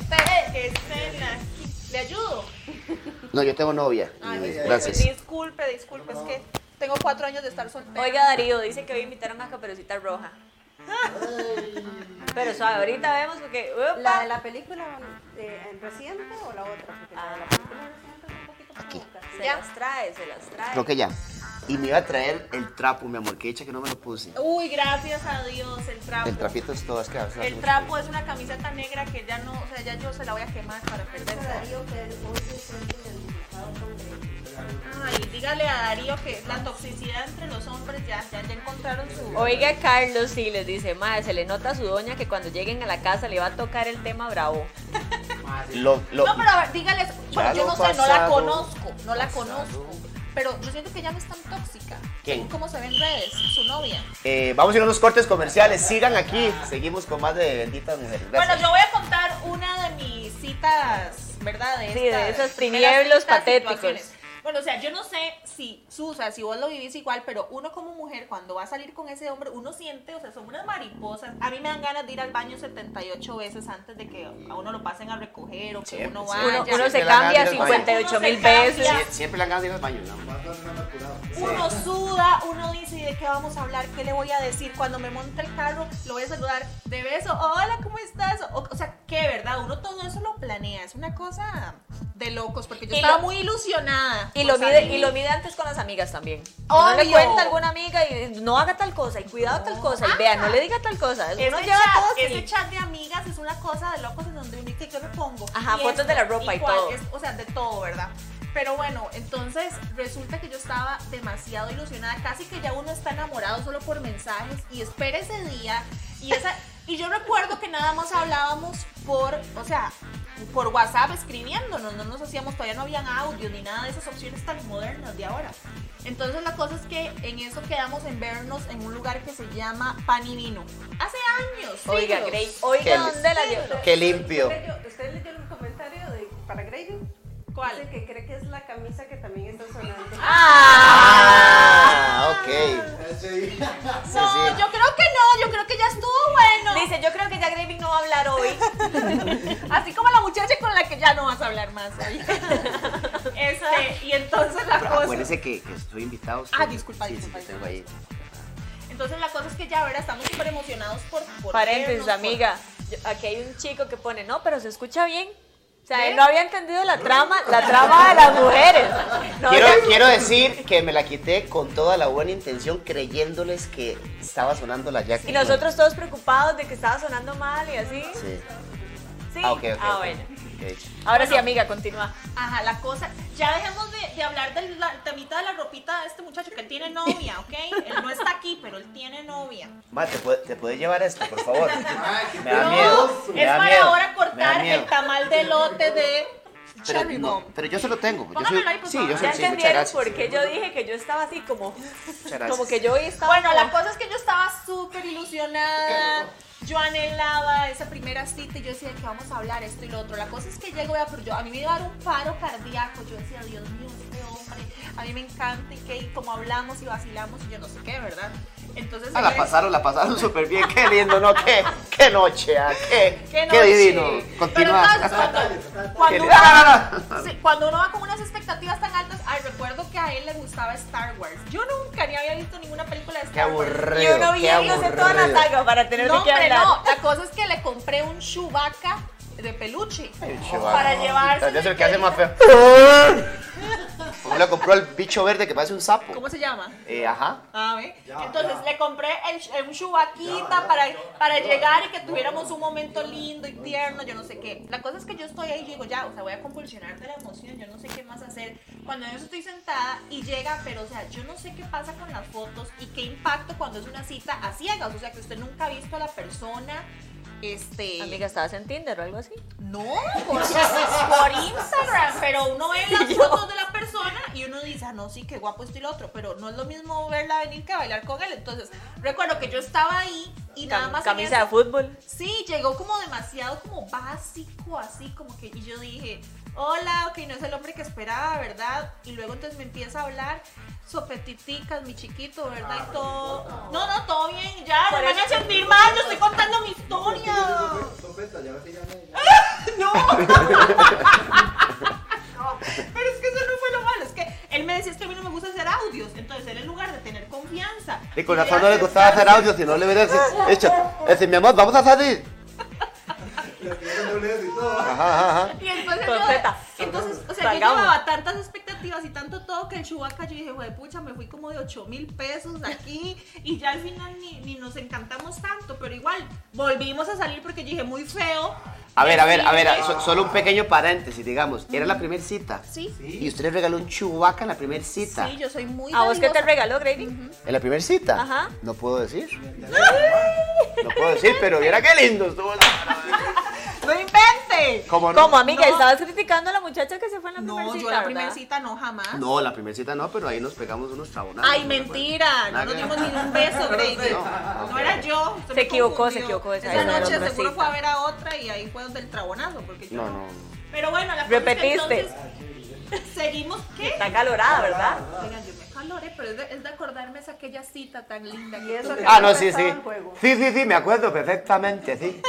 [SPEAKER 2] que se la quite. ¿Le ayudo?
[SPEAKER 3] No, yo tengo novia.
[SPEAKER 2] Ay,
[SPEAKER 3] Eh,
[SPEAKER 2] disculpe,
[SPEAKER 3] Gracias.
[SPEAKER 2] Disculpe, disculpe, es que tengo cuatro años de estar soltera.
[SPEAKER 1] Oiga, Darío, dice que hoy invitaron a Caperucita Roja. Pero suave, ahorita vemos porque... upa.
[SPEAKER 4] ¿La de la película eh, en reciente o la otra? Porque la de la película reciente es un poquito más educativa.
[SPEAKER 1] Se
[SPEAKER 2] Ya.
[SPEAKER 1] las trae, se las trae.
[SPEAKER 3] Creo que ya. Y me iba a traer el trapo, mi amor. Que hecha que no me lo puse.
[SPEAKER 2] Uy, gracias a Dios, el trapo.
[SPEAKER 3] El trapito es todo. Es que a veces hace
[SPEAKER 2] El
[SPEAKER 3] mucho
[SPEAKER 2] trapo es una camiseta negra que ya no, o sea, ya yo se la voy a quemar para
[SPEAKER 4] Dice
[SPEAKER 2] perderse.
[SPEAKER 4] Darío que hoy se siente identificado con Graving.
[SPEAKER 2] Ay, dígale a Darío que la toxicidad entre los hombres ya, ya, ya encontraron su.
[SPEAKER 1] Oiga, Carlos sí les dice, madre, se le nota a su doña que cuando lleguen a la casa le va a tocar el tema bravo.
[SPEAKER 3] frío. Lo, lo,
[SPEAKER 2] No, pero a ver, dígales, bueno, yo no
[SPEAKER 3] lo
[SPEAKER 2] sé, no la
[SPEAKER 3] pasado,
[SPEAKER 2] conozco, no la
[SPEAKER 3] pasado.
[SPEAKER 2] conozco. Pero yo siento que ya no es tan tóxica.
[SPEAKER 3] ¿Quién?
[SPEAKER 2] Según cómo se ve en redes, su novia.
[SPEAKER 3] Eh, vamos a ir a unos cortes comerciales. Sigan aquí. Seguimos con más de Benditas Mujeres. Gracias.
[SPEAKER 2] Bueno, yo voy a contar una de mis citas, ¿verdad? De
[SPEAKER 1] Sí, de
[SPEAKER 2] estas-
[SPEAKER 1] esos
[SPEAKER 2] las
[SPEAKER 1] tinieblos
[SPEAKER 2] citas,
[SPEAKER 1] patéticos.
[SPEAKER 2] situaciones. Bueno, o sea, yo no sé si, Su, o sea, si vos lo vivís igual, pero uno como mujer, cuando va a salir con ese hombre, uno siente, o sea, son unas mariposas. A mí me dan ganas de ir al baño 78 veces antes de que a uno lo pasen a recoger o que
[SPEAKER 3] Siempre,
[SPEAKER 2] uno
[SPEAKER 3] siempre.
[SPEAKER 2] vaya.
[SPEAKER 1] Uno,
[SPEAKER 3] ya.
[SPEAKER 1] uno
[SPEAKER 3] Sí,
[SPEAKER 1] se
[SPEAKER 3] la gana
[SPEAKER 1] cambia
[SPEAKER 3] del baño.
[SPEAKER 1] 58 mil
[SPEAKER 2] Uno se cambia.
[SPEAKER 1] veces.
[SPEAKER 3] Sie- siempre le han ganado de ir al baño, ¿no?
[SPEAKER 5] Más vale una natural.
[SPEAKER 2] Uno suda, uno dice de qué vamos a hablar, qué le voy a decir. Cuando me monte el carro, lo voy a saludar de beso. Hola, ¿cómo estás? O, o sea, qué verdad, uno todo eso lo planea. Es una cosa de locos, porque yo
[SPEAKER 1] Y
[SPEAKER 2] estaba
[SPEAKER 1] lo-
[SPEAKER 2] muy ilusionada.
[SPEAKER 1] Y
[SPEAKER 2] por
[SPEAKER 1] lo, mide,
[SPEAKER 2] salir.
[SPEAKER 1] y lo mide antes con las amigas también. Uno le
[SPEAKER 2] Obvio.
[SPEAKER 1] cuenta a alguna amiga y no haga tal cosa, y cuidado tal cosa, y vea, no le diga tal cosa. Uno
[SPEAKER 2] Ah. Ese,
[SPEAKER 1] lleva
[SPEAKER 2] chat,
[SPEAKER 1] todo así.
[SPEAKER 2] ese chat de amigas es una cosa de locos en donde uno que yo le pongo.
[SPEAKER 1] Ajá,
[SPEAKER 2] Y
[SPEAKER 1] fotos de la ropa y
[SPEAKER 2] cuál
[SPEAKER 1] todo.
[SPEAKER 2] es- o sea, de todo, ¿verdad? Pero bueno, entonces resulta que yo estaba demasiado ilusionada, casi que ya uno está enamorado solo por mensajes y espera ese día. Y, esa, y yo recuerdo que nada más hablábamos por, o sea, por WhatsApp escribiéndonos, no nos hacíamos, todavía no habían audio ni nada de esas opciones tan modernas de ahora. Entonces la cosa es que en eso quedamos en vernos en un lugar que se llama Pan y Vino. Hace años.
[SPEAKER 1] Oiga,
[SPEAKER 2] siglos.
[SPEAKER 1] Grace,
[SPEAKER 3] Qué
[SPEAKER 1] oiga, ¿dónde la
[SPEAKER 2] lindo.
[SPEAKER 1] llevo?
[SPEAKER 3] Qué limpio.
[SPEAKER 4] ¿Usted leyó- ¿Usted leyó el comentario de, para Graving?
[SPEAKER 2] ¿Cuál?
[SPEAKER 4] Dice que cree que es la camisa que también está sonando.
[SPEAKER 3] Ah, ok.
[SPEAKER 5] Ese día.
[SPEAKER 3] Sí,
[SPEAKER 2] No,
[SPEAKER 3] sí.
[SPEAKER 2] yo creo que no, yo creo que ya estuvo bueno.
[SPEAKER 1] Dice, yo creo que ya Graving no va a hablar hoy.
[SPEAKER 2] Así como la muchacha con la que ya no vas a hablar más. ahí. Este, y entonces la
[SPEAKER 3] Pero
[SPEAKER 2] cosa.
[SPEAKER 3] Ah, acuérdese que, que estoy invitado. usted.
[SPEAKER 2] Ah, disculpa,
[SPEAKER 3] Sí, sí,
[SPEAKER 2] disculpa,
[SPEAKER 3] que tengo ahí.
[SPEAKER 2] Entonces la cosa es que ya, ¿verdad? Estamos súper emocionados por... por vernos,
[SPEAKER 1] Paréntesis,
[SPEAKER 2] por-
[SPEAKER 1] amiga. Yo- Aquí hay un chico que pone, no, pero se escucha bien. O sea,
[SPEAKER 2] ¿Ve?
[SPEAKER 1] él no había entendido la trama, la trama de las mujeres. No
[SPEAKER 3] Quiero,
[SPEAKER 1] había-
[SPEAKER 3] quiero decir que me la quité con toda la buena intención, creyéndoles que estaba sonando la Jack.
[SPEAKER 1] Y nosotros todos preocupados de que estaba sonando mal y así.
[SPEAKER 3] Sí.
[SPEAKER 1] Sí.
[SPEAKER 3] Ah, ok, ok.
[SPEAKER 1] Ah,
[SPEAKER 3] ok.
[SPEAKER 1] bueno.
[SPEAKER 3] Ok.
[SPEAKER 1] Ahora sí, amiga, continúa.
[SPEAKER 2] Ajá, la cosa. Ya dejemos de, de hablar del la- temita de la ropita de este muchacho que él tiene novia, ¿ok? Él no está aquí, pero él tiene novia.
[SPEAKER 3] Ma, ¿te, puede- ¿te puedes llevar esto, por favor?
[SPEAKER 5] Ay, qué
[SPEAKER 3] Me da
[SPEAKER 2] no,
[SPEAKER 3] miedo. me
[SPEAKER 2] es
[SPEAKER 3] da
[SPEAKER 2] para
[SPEAKER 3] miedo,
[SPEAKER 2] ahora
[SPEAKER 3] me da
[SPEAKER 2] cortar
[SPEAKER 3] miedo.
[SPEAKER 2] el tamal de lote de
[SPEAKER 3] Pero,
[SPEAKER 2] Cherry
[SPEAKER 3] no,
[SPEAKER 2] Bomb.
[SPEAKER 3] pero yo se lo tengo. Yo
[SPEAKER 2] Póngamelo ahí, por
[SPEAKER 3] sí,
[SPEAKER 2] favor.
[SPEAKER 3] yo se
[SPEAKER 1] Ya
[SPEAKER 3] lo sí, muchas
[SPEAKER 1] entendieron
[SPEAKER 3] gracias.
[SPEAKER 1] por qué yo dije que yo estaba así como,
[SPEAKER 3] Muchas gracias.
[SPEAKER 1] como que yo hoy estaba.
[SPEAKER 2] Bueno, la
[SPEAKER 1] como-
[SPEAKER 2] cosa es que yo estaba súper ilusionada. Yo anhelaba esa primera cita y yo decía que vamos a hablar esto y lo otro. La cosa es que llego, vea, pero yo, a mí me iba a dar un paro cardíaco. Yo decía, Dios mío, este hombre, a mí me encanta y que y como hablamos y vacilamos y yo no sé qué, ¿verdad? Entonces,
[SPEAKER 3] Ah, la
[SPEAKER 2] señores,
[SPEAKER 3] pasaron, la pasaron súper bien. Qué lindo, ¿no? Qué, qué noche, ah, qué,
[SPEAKER 2] Qué
[SPEAKER 3] qué,
[SPEAKER 2] noche.
[SPEAKER 3] divino.
[SPEAKER 2] Pero entonces,
[SPEAKER 3] Continúa.
[SPEAKER 2] cuando,
[SPEAKER 3] Qué
[SPEAKER 2] cuando,
[SPEAKER 3] li-
[SPEAKER 2] uno,
[SPEAKER 3] Ah, no, no, no.
[SPEAKER 2] sí, cuando uno va con unas expectativas tan altas, ay, recuerdo que a él le gustaba Star Wars. Yo nunca ni había visto ninguna película de
[SPEAKER 3] Qué
[SPEAKER 2] Star Wars.
[SPEAKER 3] aburrido.
[SPEAKER 1] Y uno
[SPEAKER 3] qué
[SPEAKER 1] viéndose toda la
[SPEAKER 3] aburrido.
[SPEAKER 1] saga para tener
[SPEAKER 2] No,
[SPEAKER 1] de qué
[SPEAKER 2] hombre,
[SPEAKER 1] hablar.
[SPEAKER 2] no. La cosa es que le compré un Chewbacca de peluche
[SPEAKER 3] Ay,
[SPEAKER 2] para
[SPEAKER 3] Chewbacca.
[SPEAKER 2] llevarse.
[SPEAKER 3] Yo sé que hace más feo. Como le compró el bicho verde que parece un sapo.
[SPEAKER 2] ¿Cómo se llama?
[SPEAKER 3] Eh, ajá.
[SPEAKER 2] Ah, ¿ve?
[SPEAKER 5] Ya,
[SPEAKER 2] Entonces
[SPEAKER 5] ya.
[SPEAKER 2] le compré el, ch- eh, un chubaquita
[SPEAKER 5] ya,
[SPEAKER 2] para,
[SPEAKER 5] ya,
[SPEAKER 2] para
[SPEAKER 5] ya.
[SPEAKER 2] llegar y que tuviéramos un momento lindo y tierno, yo no sé qué. La cosa es que yo estoy ahí y digo, ya, o sea, voy a compulsionar de la emoción, yo no sé qué más hacer. Cuando yo estoy sentada y llega, pero o sea, yo no sé qué pasa con las fotos y qué impacto cuando es una cita a ciegas, o sea, que usted nunca ha visto a la persona. Este.
[SPEAKER 1] Amiga, ¿estabas en Tinder o algo así?
[SPEAKER 2] No, por, por Instagram, pero uno ve las fotos de la persona y uno dice, ah, no, sí, qué guapo esto y lo otro, pero no es lo mismo verla venir que bailar con él. Entonces, recuerdo que yo estaba ahí y nada
[SPEAKER 1] Cam-
[SPEAKER 2] más... en
[SPEAKER 1] camisa
[SPEAKER 2] eso-
[SPEAKER 1] de fútbol.
[SPEAKER 2] Sí, llegó como demasiado como básico, así como que, y yo dije, hola, ok, no es el hombre que esperaba, ¿verdad? Y luego entonces me empieza a hablar, sopetiticas, mi chiquito, ¿verdad?
[SPEAKER 5] Ah,
[SPEAKER 2] y todo... No, no, todo bien, ya,
[SPEAKER 1] Por
[SPEAKER 2] no van a
[SPEAKER 1] eso-
[SPEAKER 2] sentir mal, yo estoy contando mi historia.
[SPEAKER 5] Sopeta, ya ves, ya me- ya.
[SPEAKER 2] No. Pero es que eso no fue lo malo. Es que él me decía, es que a mí no me gusta hacer audios. Entonces él en lugar de tener confianza.
[SPEAKER 3] Y con razón
[SPEAKER 2] de
[SPEAKER 3] no le gustaba hacer
[SPEAKER 2] acercarse-
[SPEAKER 3] audio, si no le hubieras hecho. Decir, mi amor, vamos a salir.
[SPEAKER 5] Le pidieron dobles y todo.
[SPEAKER 3] Ajá, ajá, ajá.
[SPEAKER 2] Y entonces,
[SPEAKER 1] Con
[SPEAKER 2] yo,
[SPEAKER 1] Z.
[SPEAKER 2] entonces, o sea,
[SPEAKER 1] Salgamos.
[SPEAKER 2] yo llevaba tantas expectativas y tanto todo que el Chewbacca yo dije, güey, pucha, me fui como de 8 mil pesos aquí y ya al final ni, ni nos encantamos tanto, pero igual volvimos a salir porque yo dije, muy feo.
[SPEAKER 3] A ver, a ver, a ver,
[SPEAKER 2] Decirle-
[SPEAKER 3] so- solo un pequeño paréntesis, digamos. Era la primera cita.
[SPEAKER 2] Sí,
[SPEAKER 3] Y usted le regaló un chubaca en la primera cita.
[SPEAKER 2] sí, yo soy muy
[SPEAKER 1] ¿A vos qué te
[SPEAKER 2] dadivosa.
[SPEAKER 1] regaló, Grady?
[SPEAKER 3] ¿En la primera cita?
[SPEAKER 1] Ajá.
[SPEAKER 3] No puedo decir. No puedo decir, pero viera qué lindo estuvo.
[SPEAKER 2] ¡No inventes!
[SPEAKER 3] ¿Cómo no?
[SPEAKER 1] Como amiga,
[SPEAKER 2] No.
[SPEAKER 1] estabas criticando a la muchacha que se fue en la
[SPEAKER 2] No,
[SPEAKER 1] primera cita.
[SPEAKER 2] yo la
[SPEAKER 1] ¿verdad?
[SPEAKER 2] primera cita no jamás.
[SPEAKER 3] No, la primera cita no, pero ahí nos pegamos unos chabonados.
[SPEAKER 2] Ay, mentira, no
[SPEAKER 3] Nada
[SPEAKER 2] nos
[SPEAKER 3] que
[SPEAKER 2] dimos
[SPEAKER 3] ver.
[SPEAKER 2] ni un beso, Grady.
[SPEAKER 3] No,
[SPEAKER 2] No era yo. usted
[SPEAKER 1] Se
[SPEAKER 2] me
[SPEAKER 1] equivocó,
[SPEAKER 2] confundió.
[SPEAKER 1] se equivocó, esa
[SPEAKER 2] Esa
[SPEAKER 3] era la
[SPEAKER 2] noche
[SPEAKER 1] otra
[SPEAKER 2] seguro
[SPEAKER 1] cita.
[SPEAKER 2] fue a ver a otra y ahí fue donde el trabonazo, porque yo
[SPEAKER 3] No,
[SPEAKER 2] no.
[SPEAKER 3] no.
[SPEAKER 2] Pero bueno, la cosa es que
[SPEAKER 1] Repetiste.
[SPEAKER 2] entonces, Seguimos, ¿qué?
[SPEAKER 1] Está calorada, ¿verdad?
[SPEAKER 2] Oigan, yo me caloré, pero es de, es de acordarme esa aquella cita tan linda.
[SPEAKER 4] Y
[SPEAKER 2] que
[SPEAKER 4] eso
[SPEAKER 2] tuve.
[SPEAKER 4] que-
[SPEAKER 3] Ah, no, sí, sí.
[SPEAKER 4] Empezaba el juego.
[SPEAKER 3] Sí, sí, sí, me acuerdo perfectamente, sí.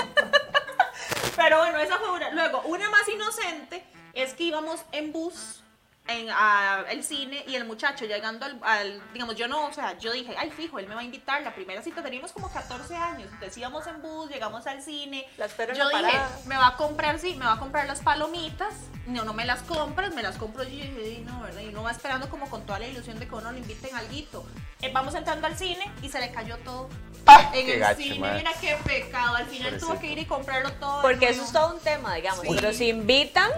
[SPEAKER 2] Pero bueno, esa fue una. Luego, una más inocente es que íbamos en bus en, a- al cine y el muchacho llegando al, al- digamos, yo no, o sea, yo dije, ay, fijo, él me va a invitar, la primera cita, teníamos como 14 años, entonces íbamos en bus, llegamos al cine,
[SPEAKER 1] La espero en
[SPEAKER 2] yo
[SPEAKER 1] la
[SPEAKER 2] dije,
[SPEAKER 1] parada.
[SPEAKER 2] me va a comprar, sí, me va a comprar las palomitas, no, no me las compras, me las compro yo, y yo dije, no, ¿verdad? Y uno va esperando como con toda la ilusión de que uno le inviten alguito. Eh, vamos entrando al cine y se le cayó todo.
[SPEAKER 3] Ah,
[SPEAKER 2] en
[SPEAKER 3] qué
[SPEAKER 2] el
[SPEAKER 3] gacho,
[SPEAKER 2] cine,
[SPEAKER 3] madre.
[SPEAKER 2] mira qué pecado, al final tuvo
[SPEAKER 3] Pobrecito.
[SPEAKER 2] que ir y comprarlo todo. de
[SPEAKER 1] Porque eso
[SPEAKER 2] nuevo.
[SPEAKER 1] es todo un tema, digamos.
[SPEAKER 2] Sí.
[SPEAKER 1] Pero si invitan,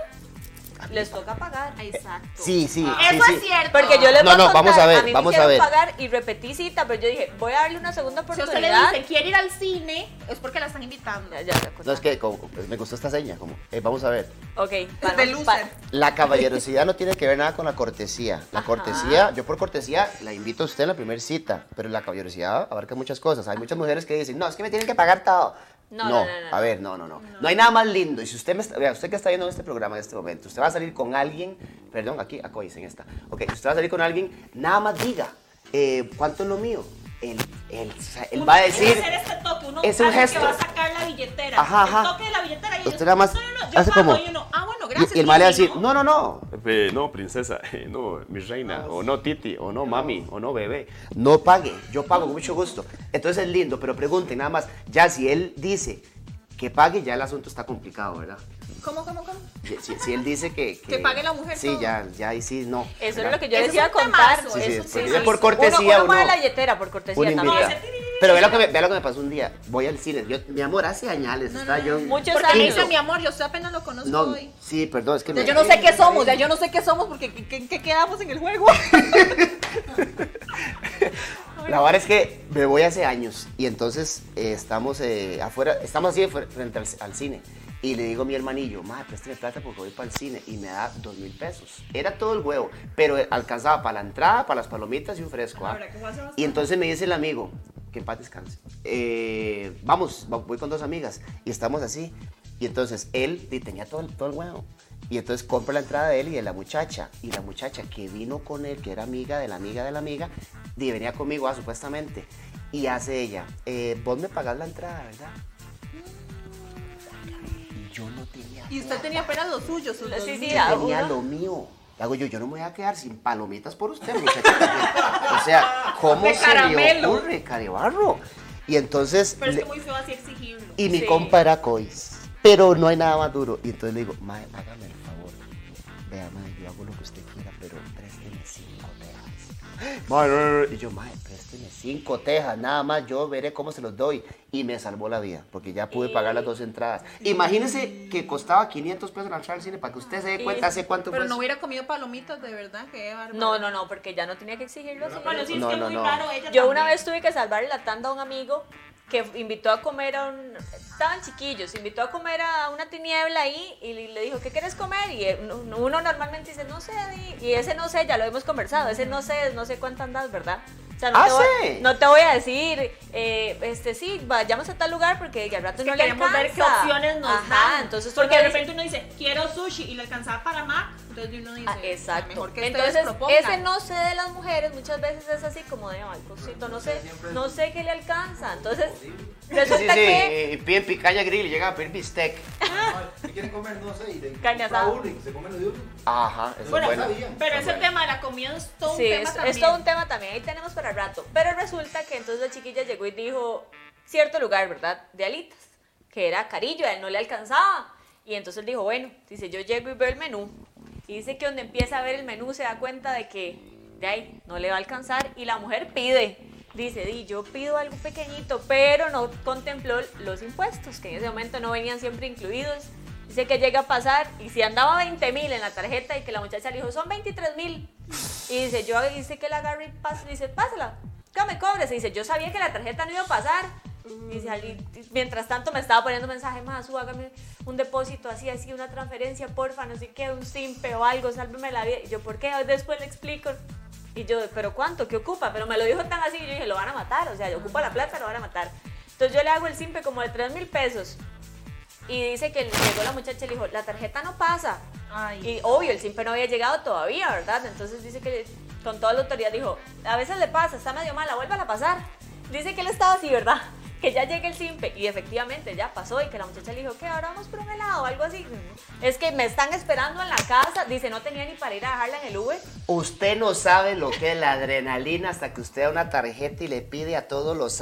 [SPEAKER 1] les toca pagar.
[SPEAKER 2] Exacto.
[SPEAKER 3] Sí, sí, sí,
[SPEAKER 2] Ah. Eso es
[SPEAKER 3] sí.
[SPEAKER 2] cierto.
[SPEAKER 1] Porque yo les
[SPEAKER 3] No,
[SPEAKER 1] voy
[SPEAKER 3] no,
[SPEAKER 1] a contar,
[SPEAKER 3] vamos a ver,
[SPEAKER 1] mí me
[SPEAKER 3] vamos a
[SPEAKER 1] hicieron
[SPEAKER 3] ver.
[SPEAKER 1] pagar y repetí cita, pero yo dije, voy a darle una segunda
[SPEAKER 2] Si a usted le
[SPEAKER 1] oportunidad.
[SPEAKER 2] dice quiere ir al cine, es porque la están invitando.
[SPEAKER 1] Ya, ya, la cosa.
[SPEAKER 3] No, es que como- pues me gustó esta seña, como, eh, vamos a ver.
[SPEAKER 1] Ok, para-
[SPEAKER 2] de loser.
[SPEAKER 1] para-
[SPEAKER 3] La caballerosidad no tiene que ver nada con la cortesía. La cortesía, yo por cortesía la invito a usted en la primera cita, pero la caballerosidad abarca muchas cosas. Hay muchas mujeres que dicen, no, es que me tienen que pagar todo.
[SPEAKER 1] No, no, no, no,
[SPEAKER 3] a ver, no, no, no. No hay nada más lindo. Y si usted me está, vea, usted que está viendo este programa en este momento, usted va a salir con alguien, perdón, aquí, acá dicen esta. Ok, usted va a salir con alguien, nada más diga, eh, ¿cuánto es lo mío? Él, él, o sea, él
[SPEAKER 2] Uno
[SPEAKER 3] va a
[SPEAKER 2] quiere
[SPEAKER 3] decir,
[SPEAKER 2] hacer este toque, uno
[SPEAKER 3] es un
[SPEAKER 2] sabe
[SPEAKER 3] gesto.
[SPEAKER 2] Que va a sacar la billetera.
[SPEAKER 3] Ajá,
[SPEAKER 2] El
[SPEAKER 3] ajá.
[SPEAKER 2] toque de la billetera. Y
[SPEAKER 3] Usted
[SPEAKER 2] ellos,
[SPEAKER 3] nada más
[SPEAKER 2] No, no, no, yo
[SPEAKER 3] hace
[SPEAKER 2] pago",
[SPEAKER 3] como-
[SPEAKER 2] y uno, ah, bueno,
[SPEAKER 3] y-
[SPEAKER 2] gracias.
[SPEAKER 3] y el mal le va a
[SPEAKER 2] sí,
[SPEAKER 3] decir, no, no, no,
[SPEAKER 6] eh, no, princesa, eh, no, mi reina, o no, titi, o no, mami, o no, bebé.
[SPEAKER 3] No pague, yo pago con mucho gusto. Entonces es lindo, pero pregunten nada más, ya si él dice que pague, ya el asunto está complicado, ¿verdad?
[SPEAKER 2] ¿Cómo, cómo, cómo?
[SPEAKER 3] Si, si- si él dice que,
[SPEAKER 2] Que pague la mujer
[SPEAKER 3] Sí,
[SPEAKER 2] todo.
[SPEAKER 3] ya, ya, y sí, no.
[SPEAKER 1] Eso es
[SPEAKER 3] ¿verdad?
[SPEAKER 1] lo que yo
[SPEAKER 2] Eso
[SPEAKER 1] decía
[SPEAKER 2] es un
[SPEAKER 1] contar.
[SPEAKER 2] temazo,
[SPEAKER 3] Sí, sí,
[SPEAKER 1] eso
[SPEAKER 3] porque ya por cortesía
[SPEAKER 1] Uno, uno mueve
[SPEAKER 3] uno-
[SPEAKER 1] la billetera por cortesía
[SPEAKER 3] Una
[SPEAKER 1] también.
[SPEAKER 3] invita. Pero vea lo, que me, vea lo que me pasó un día. Voy al cine. Yo, mi amor, hace añales. está yo.
[SPEAKER 1] Muchos
[SPEAKER 2] Porque me
[SPEAKER 1] años.
[SPEAKER 2] dice mi amor, yo usted apenas lo conozco
[SPEAKER 3] No,
[SPEAKER 2] hoy.
[SPEAKER 3] sí, perdón, es que
[SPEAKER 2] Ya
[SPEAKER 3] me-
[SPEAKER 2] yo no sé qué somos, ya yo no sé qué somos porque ¿qué, qué- qué quedamos en el juego?
[SPEAKER 3] La verdad es que me voy hace años y entonces eh, estamos eh, afuera, estamos así fuera- frente al, al cine. Y le digo a mi hermanillo, madre, préstame plata porque voy para el cine. Y me da dos mil pesos. Era todo el huevo, pero eh, alcanzaba para la entrada, para las palomitas y un fresco. ¿ah?
[SPEAKER 2] Ahora, ¿cómo hacemos?
[SPEAKER 3] Y entonces me dice el amigo, que en paz descanse. eh, vamos, va- voy con dos amigas y estamos así. Y entonces él y tenía todo, el- todo el huevo. Y entonces compra la entrada de él y de la muchacha. Y la muchacha que vino con él, que era amiga de la amiga de la amiga, y venía conmigo, ah, supuestamente. Y hace ella, eh, vos me pagás la entrada, ¿verdad? Y yo no tenía.
[SPEAKER 2] Y usted tenía apenas lo suyo, sus dos
[SPEAKER 1] Sí, sí,
[SPEAKER 2] mil.
[SPEAKER 1] la-
[SPEAKER 3] Yo tenía
[SPEAKER 1] uno.
[SPEAKER 3] lo mío. Hago yo, yo no me voy a quedar sin palomitas por usted, muchacha. o sea, ¿cómo
[SPEAKER 2] De
[SPEAKER 3] se le
[SPEAKER 2] caramelo. Pues
[SPEAKER 3] ocurre, Carebarro? Y entonces,
[SPEAKER 2] Pero es
[SPEAKER 3] le-
[SPEAKER 2] que muy feo así exigirlo.
[SPEAKER 3] y mi
[SPEAKER 1] Sí.
[SPEAKER 3] compa era cois, pero no hay nada más duro. Y entonces le digo, mae, hágame el favor. Vea, mae, yo hago lo que usted quiera, pero présteme cinco tejas. Mae, no, no, no. Y yo, mae, présteme cinco tejas, nada más, yo veré cómo se los doy. Y me salvó la vida, porque ya pude pagar las dos entradas. Imagínense que costaba 500 pesos la entrada al cine, para que usted se dé cuenta hace cuánto
[SPEAKER 2] Pero
[SPEAKER 3] fue
[SPEAKER 2] no
[SPEAKER 3] eso.
[SPEAKER 2] hubiera comido palomitas, de verdad, qué bárbaro.
[SPEAKER 1] No, no, no, porque ya no tenía que exigirlo así.
[SPEAKER 2] Bueno, sí,
[SPEAKER 3] No,
[SPEAKER 2] es que
[SPEAKER 3] no,
[SPEAKER 2] muy
[SPEAKER 3] no.
[SPEAKER 2] raro ella
[SPEAKER 1] Yo una
[SPEAKER 2] también.
[SPEAKER 1] vez tuve que salvar la tanda a un amigo que invitó a comer a un... Estaban chiquillos, invitó a comer a una tiniebla ahí y le le dijo, ¿qué quieres comer? Y eh, uno uno normalmente dice, no sé, Di". y ese no sé, ya lo hemos conversado, ese no sé, es no sé cuánto andas, ¿verdad? O sea, no,
[SPEAKER 3] Ah,
[SPEAKER 1] te, voy,
[SPEAKER 3] sí.
[SPEAKER 1] no te voy a decir, eh, este sí, vayamos a tal lugar porque al rato
[SPEAKER 2] Es
[SPEAKER 1] no
[SPEAKER 2] que
[SPEAKER 1] le
[SPEAKER 2] queremos ver qué
[SPEAKER 1] alcanza.
[SPEAKER 2] opciones nos
[SPEAKER 1] Ajá,
[SPEAKER 2] dan.
[SPEAKER 1] entonces
[SPEAKER 2] porque de
[SPEAKER 1] uno dice-
[SPEAKER 2] repente uno dice, quiero sushi y le alcanzaba para más, entonces uno dice,
[SPEAKER 1] Ah, exacto.
[SPEAKER 2] mejor que
[SPEAKER 1] Entonces,
[SPEAKER 2] ustedes propongan.
[SPEAKER 1] ese no sé de las mujeres muchas veces es así como de, ay, cosito, no sé, no sé qué le alcanza. Entonces,
[SPEAKER 3] Sí, sí,
[SPEAKER 1] resulta
[SPEAKER 3] sí,
[SPEAKER 1] que
[SPEAKER 3] eh, piden picaña grill y llega a pedir bistec.
[SPEAKER 5] Si quieren comer, no sé, y de
[SPEAKER 1] Carne
[SPEAKER 5] compra
[SPEAKER 1] asada.
[SPEAKER 5] uno y se comen lo de uno.
[SPEAKER 3] Ajá, eso
[SPEAKER 2] Bueno,
[SPEAKER 3] es bueno.
[SPEAKER 5] sabía.
[SPEAKER 2] pero
[SPEAKER 5] Está
[SPEAKER 2] ese
[SPEAKER 5] bueno.
[SPEAKER 2] tema de la comida es todo
[SPEAKER 1] sí,
[SPEAKER 2] un tema
[SPEAKER 1] es,
[SPEAKER 2] también.
[SPEAKER 1] es todo un tema también, ahí tenemos para rato. Pero resulta que entonces la chiquilla llegó y dijo, cierto lugar, ¿verdad? De alitas, que era carillo, a él no le alcanzaba. Y entonces dijo, bueno, dice, yo llego y veo el menú. Y dice que donde empieza a ver el menú se da cuenta de que, de ahí, no le va a alcanzar. Y la mujer pide, dice, di, yo pido algo pequeñito, pero no contempló los impuestos, que en ese momento no venían siempre incluidos. Dice que llega a pasar y si andaba 20 mil en la tarjeta y que la muchacha le dijo, son 23 mil. Y dice, yo dice que la Gary pasa, dice, pásala, que me cobres. Y dice, yo sabía que la tarjeta no iba a pasar. Y dice, "Ali- mientras tanto me estaba poniendo mensaje más, "Su, hágame un depósito así, así, una transferencia, porfa, no sé qué, un simpe o algo, sálveme la vida. Y yo, ¿por qué? Después le explico. Y yo, ¿pero cuánto? ¿Qué ocupa? Pero me lo dijo tan así, yo dije, lo van a matar, o sea, ocupa la plata, lo van a matar. Entonces yo le hago el simpe como de 3 mil pesos. Y dice que llegó la muchacha y le dijo, la tarjeta no pasa.
[SPEAKER 2] Ay.
[SPEAKER 1] Y obvio, el simple no había llegado todavía, ¿verdad? Entonces dice que con toda la autoridad dijo, a veces le pasa, está medio mala, vuélvala a pasar. Dice que él estaba así, ¿verdad? Que ya llega el simple y efectivamente ya pasó y que la muchacha le dijo que ahora vamos por un helado o algo así. Es que me están esperando en la casa, dice no tenía ni para ir a dejarla en el Uber.
[SPEAKER 3] Usted no sabe lo que es la adrenalina hasta que usted da una tarjeta y le pide a todos los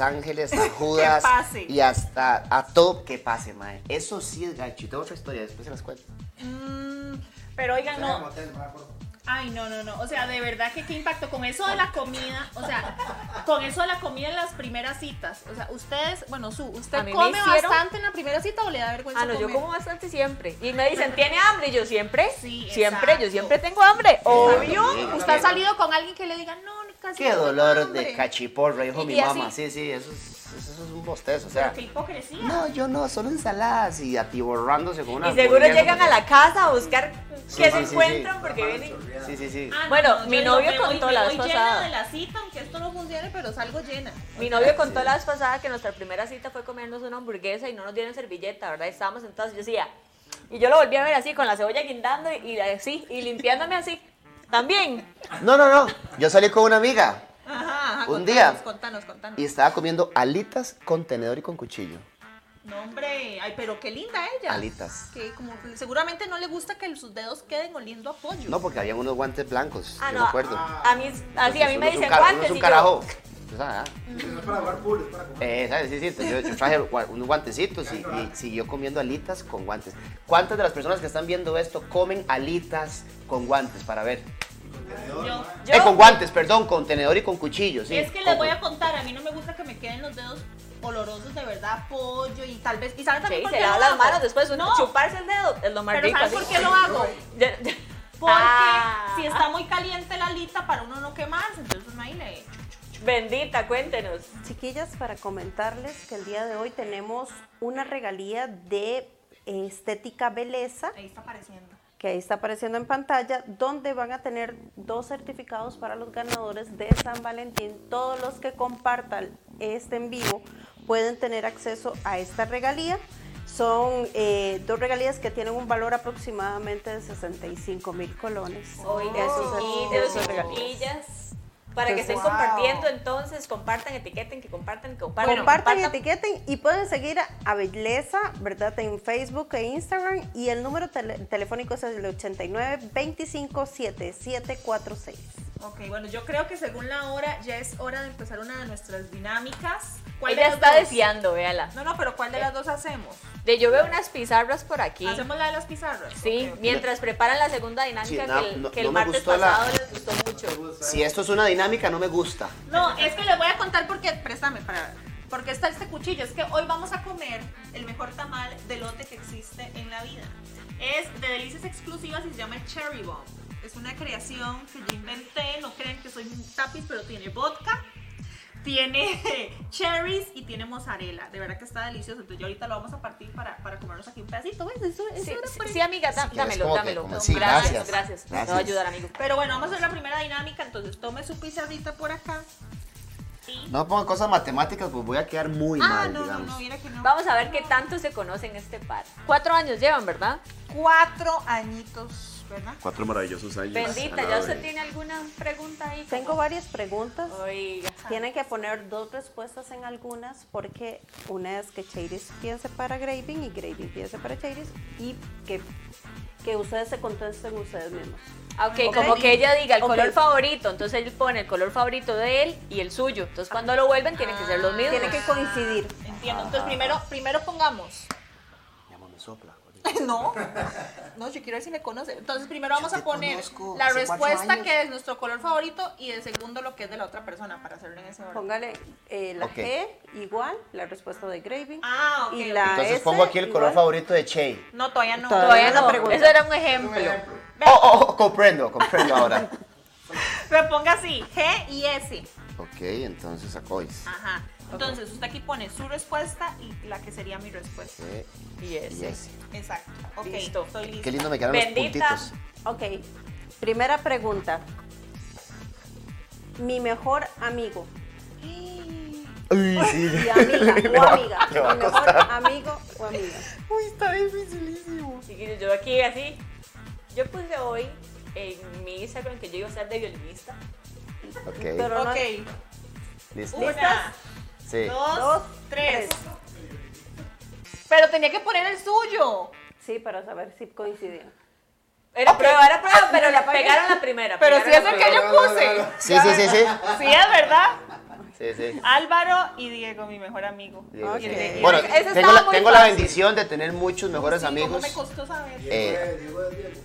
[SPEAKER 3] ángeles, a Judas
[SPEAKER 2] Que pase.
[SPEAKER 3] y hasta a todo que pase, mae. Eso sí es gacho. Y tengo otra historia, después se las cuento.
[SPEAKER 2] Mm, pero oigan,
[SPEAKER 5] Sea en el
[SPEAKER 2] no.
[SPEAKER 5] hotel, mae, por favor.
[SPEAKER 2] Ay, no, no, no. O sea, de verdad que qué impacto con eso de la comida. O sea, con eso de la comida en las primeras citas. O sea, ustedes, bueno, su,
[SPEAKER 1] A
[SPEAKER 2] ¿usted
[SPEAKER 1] mí me
[SPEAKER 2] come
[SPEAKER 1] hicieron-
[SPEAKER 2] bastante en la primera cita o le da vergüenza?
[SPEAKER 1] Ah, no, yo
[SPEAKER 2] comer?
[SPEAKER 1] como bastante siempre. Y me dicen, ¿tiene hambre? Y yo siempre,
[SPEAKER 2] Sí,
[SPEAKER 1] siempre,
[SPEAKER 2] exacto.
[SPEAKER 1] yo siempre tengo hambre. Obvio.
[SPEAKER 3] Sí,
[SPEAKER 2] ¿Usted ha
[SPEAKER 3] sí.
[SPEAKER 2] salido con alguien que le diga, no, casi
[SPEAKER 3] Qué
[SPEAKER 2] no tengo
[SPEAKER 3] dolor
[SPEAKER 2] hambre"?
[SPEAKER 3] de cachiporro, dijo
[SPEAKER 1] Y-
[SPEAKER 3] mi
[SPEAKER 1] y así-
[SPEAKER 3] mamá. Sí, sí, eso es, eso es un bostezo. O sea,
[SPEAKER 2] Pero qué hipocresía.
[SPEAKER 3] no, yo no, solo ensaladas y atiborrándose con una.
[SPEAKER 1] Y seguro
[SPEAKER 3] hamburguesa.
[SPEAKER 1] llegan a la casa a buscar
[SPEAKER 3] Ah, Sí,
[SPEAKER 1] qué
[SPEAKER 3] sí,
[SPEAKER 1] se
[SPEAKER 3] sí, sí.
[SPEAKER 1] encuentran porque
[SPEAKER 5] Mamá
[SPEAKER 1] vienen.
[SPEAKER 5] chorreada.
[SPEAKER 3] Sí, sí, sí.
[SPEAKER 2] Ah, no,
[SPEAKER 1] Bueno,
[SPEAKER 2] no,
[SPEAKER 1] mi
[SPEAKER 2] yo digo,
[SPEAKER 1] novio
[SPEAKER 2] me voy-
[SPEAKER 1] contó
[SPEAKER 2] me
[SPEAKER 1] la
[SPEAKER 2] voy
[SPEAKER 1] vez
[SPEAKER 2] llena
[SPEAKER 1] pasada.
[SPEAKER 2] de la cita, aunque esto no funcione, pero salgo llena.
[SPEAKER 1] Mi novio contó la vez pasada que nuestra primera cita fue comernos una hamburguesa y no nos dieron servilleta, ¿verdad? Estábamos sentados y yo decía, y yo lo volví a ver así, con la cebolla guindando y y así, y limpiándome así. También.
[SPEAKER 3] No, no, no. Yo salí con una amiga
[SPEAKER 2] Ajá, ajá,
[SPEAKER 3] Un
[SPEAKER 2] contanos,
[SPEAKER 3] día.
[SPEAKER 2] Contanos, contanos.
[SPEAKER 3] y estaba comiendo alitas con tenedor y con cuchillo.
[SPEAKER 2] No, hombre, ay, pero qué linda ella.
[SPEAKER 3] Alitas.
[SPEAKER 2] Que como seguramente no le gusta que sus dedos queden oliendo a pollo.
[SPEAKER 3] No, porque había unos guantes blancos,
[SPEAKER 1] Ah,
[SPEAKER 3] yo
[SPEAKER 1] no.
[SPEAKER 3] me acuerdo.
[SPEAKER 1] A mí, así, a mí
[SPEAKER 3] Uno
[SPEAKER 1] me
[SPEAKER 3] es un
[SPEAKER 1] dicen
[SPEAKER 3] ca- uno
[SPEAKER 1] guantes.
[SPEAKER 3] es un
[SPEAKER 1] y yo,
[SPEAKER 3] carajo. Pues, ah,
[SPEAKER 5] No es para jugar pool, es para comer.
[SPEAKER 3] eh, ¿sabes? Sí, sí, yo, yo traje gua- unos guantecitos y, y siguió comiendo alitas con guantes. ¿Cuántas de las personas que están viendo esto comen alitas con guantes para ver?
[SPEAKER 2] Yo-
[SPEAKER 1] Yo-
[SPEAKER 3] Eh, con guantes, perdón, con tenedor y con cuchillo, sí.
[SPEAKER 2] es que les
[SPEAKER 3] con-
[SPEAKER 2] voy a contar, a mí no me gusta que me queden los dedos olorosos de verdad a pollo y tal vez. ¿Y saben
[SPEAKER 1] Sí,
[SPEAKER 2] también por
[SPEAKER 1] se
[SPEAKER 2] qué lo
[SPEAKER 1] lava las
[SPEAKER 2] hago?
[SPEAKER 1] manos después,
[SPEAKER 2] No,
[SPEAKER 1] chuparse el dedo es lo más
[SPEAKER 2] pero
[SPEAKER 1] rico.
[SPEAKER 2] ¿saben por
[SPEAKER 1] así.
[SPEAKER 2] qué lo hago?
[SPEAKER 1] Ya- ya-
[SPEAKER 2] Porque
[SPEAKER 1] Ah.
[SPEAKER 2] si está muy caliente la alita para uno no quemarse, entonces no hay le.
[SPEAKER 1] Bendita, cuéntenos.
[SPEAKER 4] Chiquillas, para comentarles que el día de hoy tenemos una regalía de estética belleza
[SPEAKER 2] Ahí está apareciendo.
[SPEAKER 4] que ahí está apareciendo en pantalla, donde van a tener dos certificados para los ganadores de San Valentín. Todos los que compartan este en vivo pueden tener acceso a esta regalía. Son eh, dos regalías que tienen un valor aproximadamente de 65 mil colones.
[SPEAKER 1] Oigan,
[SPEAKER 4] Esos
[SPEAKER 3] Oh.
[SPEAKER 4] son
[SPEAKER 1] chiquillos,
[SPEAKER 4] esos regalos.
[SPEAKER 1] chiquillas. Para que estén
[SPEAKER 4] Entonces,
[SPEAKER 2] wow.
[SPEAKER 1] compartiendo, entonces, compartan, etiqueten, que compartan, que compartan. que
[SPEAKER 4] compartan,
[SPEAKER 1] compartan.
[SPEAKER 4] etiqueten y pueden seguir a- a Belleza, ¿verdad? En Facebook e Instagram. Y el número tele- telefónico es el 89 25 7746.
[SPEAKER 2] Ok, bueno, yo creo que según la hora ya es hora de empezar una de nuestras dinámicas. de
[SPEAKER 1] Ella
[SPEAKER 2] las
[SPEAKER 1] está
[SPEAKER 2] dos?
[SPEAKER 1] deseando, véala.
[SPEAKER 2] No, no, pero ¿cuál de las dos hacemos?
[SPEAKER 1] De yo veo unas pizarras por aquí.
[SPEAKER 2] ¿Hacemos la de las pizarras?
[SPEAKER 1] Sí,
[SPEAKER 2] Ok, ok.
[SPEAKER 1] mientras preparan la segunda dinámica
[SPEAKER 3] Sí, no,
[SPEAKER 1] que el,
[SPEAKER 3] no-
[SPEAKER 1] que el
[SPEAKER 3] no me
[SPEAKER 1] martes
[SPEAKER 3] gustó la-
[SPEAKER 1] pasado les gustó mucho.
[SPEAKER 3] Si esto es una dinámica, no me gusta.
[SPEAKER 2] No, es que les voy a contar porque, préstame para porque está este cuchillo, es que hoy vamos a comer el mejor tamal de lote que existe en la vida. Es de delicias exclusivas y se llama Cherry Bomb. Es una creación que yo inventé, no creen que soy un tapiz, pero tiene vodka, tiene cherries y tiene mozzarella. De verdad que está delicioso. Entonces, yo ahorita lo vamos a partir para, para comernos aquí un pedacito. ¿Ves? Eso, eso
[SPEAKER 1] Sí,
[SPEAKER 2] era
[SPEAKER 1] sí,
[SPEAKER 2] por ahí.
[SPEAKER 1] sí, amiga, da-
[SPEAKER 3] quieres,
[SPEAKER 1] dámelo,
[SPEAKER 3] como que-
[SPEAKER 1] dámelo.
[SPEAKER 3] como- sí,
[SPEAKER 1] gracias,
[SPEAKER 3] gracias,
[SPEAKER 1] gracias. Me va a
[SPEAKER 3] gracias.
[SPEAKER 1] ayudar, amigo.
[SPEAKER 2] Pero bueno, vamos a hacer la primera dinámica. Entonces, tome su pizarrita por acá. Y...
[SPEAKER 3] No pongan cosas matemáticas, pues voy a quedar muy
[SPEAKER 2] ah,
[SPEAKER 3] mal,
[SPEAKER 2] no, no,
[SPEAKER 3] digamos.
[SPEAKER 2] no, mira que no.
[SPEAKER 1] Vamos a ver qué tanto se conocen este par. Cuatro años llevan, ¿verdad?
[SPEAKER 2] cuatro añitos, ¿verdad?
[SPEAKER 6] Cuatro maravillosos años.
[SPEAKER 1] Bendita,
[SPEAKER 6] al
[SPEAKER 1] ¿ya
[SPEAKER 6] lado
[SPEAKER 1] usted
[SPEAKER 6] de-
[SPEAKER 1] tiene alguna pregunta ahí?
[SPEAKER 4] Tengo varias preguntas.
[SPEAKER 1] Oiga.
[SPEAKER 4] Tienen que poner dos respuestas en algunas porque una es que Cheiris piense para Graving y Graving piense para Cheiris y que, que ustedes se contesten ustedes mismos.
[SPEAKER 1] Ah, Ok,
[SPEAKER 4] Ok.
[SPEAKER 1] como que ella diga el
[SPEAKER 4] Ok.
[SPEAKER 1] color favorito, entonces él pone el color favorito de él y el suyo. Entonces cuando lo vuelven tienen que ser los mismos.
[SPEAKER 4] Tiene que coincidir.
[SPEAKER 2] Entiendo. Entonces, primero, primero pongamos.
[SPEAKER 3] Mi amor, me sopla.
[SPEAKER 2] No, no, yo quiero ver si me conoce. Entonces, primero vamos
[SPEAKER 3] Yo
[SPEAKER 2] a
[SPEAKER 3] te
[SPEAKER 2] poner
[SPEAKER 3] conozco
[SPEAKER 2] la
[SPEAKER 3] hace cuatro
[SPEAKER 2] respuesta
[SPEAKER 3] años.
[SPEAKER 2] que es nuestro color favorito y el segundo lo que es de la otra persona para hacerlo en ese orden.
[SPEAKER 4] Póngale eh, la
[SPEAKER 3] Ok.
[SPEAKER 4] G igual, la respuesta de Graving.
[SPEAKER 2] Ah, ok,
[SPEAKER 4] Y
[SPEAKER 2] ok.
[SPEAKER 4] la
[SPEAKER 3] Entonces
[SPEAKER 4] S
[SPEAKER 3] pongo aquí el color
[SPEAKER 4] igual.
[SPEAKER 3] favorito de Che.
[SPEAKER 2] No, todavía no.
[SPEAKER 1] Todavía
[SPEAKER 4] Todavía no
[SPEAKER 1] no,
[SPEAKER 4] la pregunta.
[SPEAKER 1] eso era un
[SPEAKER 5] Un
[SPEAKER 1] ejemplo.
[SPEAKER 5] ejemplo.
[SPEAKER 3] Oh, oh, oh, comprendo, comprendo ahora.
[SPEAKER 2] Me ponga así, G y S.
[SPEAKER 3] Ok, entonces saco es.
[SPEAKER 2] Ajá. Entonces, usted aquí pone su respuesta y la que sería mi respuesta.
[SPEAKER 3] Eh,
[SPEAKER 1] Y
[SPEAKER 3] y
[SPEAKER 1] ese.
[SPEAKER 3] ese.
[SPEAKER 2] Exacto. Ok,
[SPEAKER 1] Listo.
[SPEAKER 2] estoy lista.
[SPEAKER 3] Qué lindo me quedaron
[SPEAKER 1] Bendita.
[SPEAKER 3] los puntitos.
[SPEAKER 4] Ok, primera pregunta. Mi mejor amigo
[SPEAKER 3] Uy, sí.
[SPEAKER 4] y amiga
[SPEAKER 3] Me
[SPEAKER 4] o
[SPEAKER 3] va-
[SPEAKER 4] amiga.
[SPEAKER 3] me va a
[SPEAKER 4] Mi mejor
[SPEAKER 3] costar.
[SPEAKER 4] amigo o amiga.
[SPEAKER 2] Uy, está dificilísimo.
[SPEAKER 1] Y yo aquí así. Yo puse hoy en mi Instagram que yo iba a ser de violinista.
[SPEAKER 3] Ok,
[SPEAKER 4] Pero no-
[SPEAKER 2] Ok,
[SPEAKER 3] listo.
[SPEAKER 2] una,
[SPEAKER 3] Sí.
[SPEAKER 2] dos,
[SPEAKER 4] Dos,
[SPEAKER 2] tres.
[SPEAKER 4] tres.
[SPEAKER 2] Pero tenía que poner el suyo.
[SPEAKER 4] Sí, para saber si coincidían.
[SPEAKER 1] Era prueba, era prueba, pero la pegaron la primera.
[SPEAKER 2] Pero si es
[SPEAKER 1] pegaron la
[SPEAKER 2] el que yo puse.
[SPEAKER 3] Sí, sí, sí, sí.
[SPEAKER 2] Sí, es verdad.
[SPEAKER 3] Sí, sí.
[SPEAKER 2] Álvaro y Diego, mi mejor amigo.
[SPEAKER 3] Diego,
[SPEAKER 4] Ok.
[SPEAKER 3] sí.
[SPEAKER 4] Ese
[SPEAKER 3] Bueno,
[SPEAKER 1] estaba
[SPEAKER 3] tengo, la,
[SPEAKER 1] muy
[SPEAKER 3] tengo la
[SPEAKER 1] fácil.
[SPEAKER 3] bendición de tener muchos mejores
[SPEAKER 2] Sí, ¿cómo
[SPEAKER 3] amigos.
[SPEAKER 2] me costó saber.
[SPEAKER 5] Diego
[SPEAKER 3] Eh,
[SPEAKER 5] es- Diego es Diego.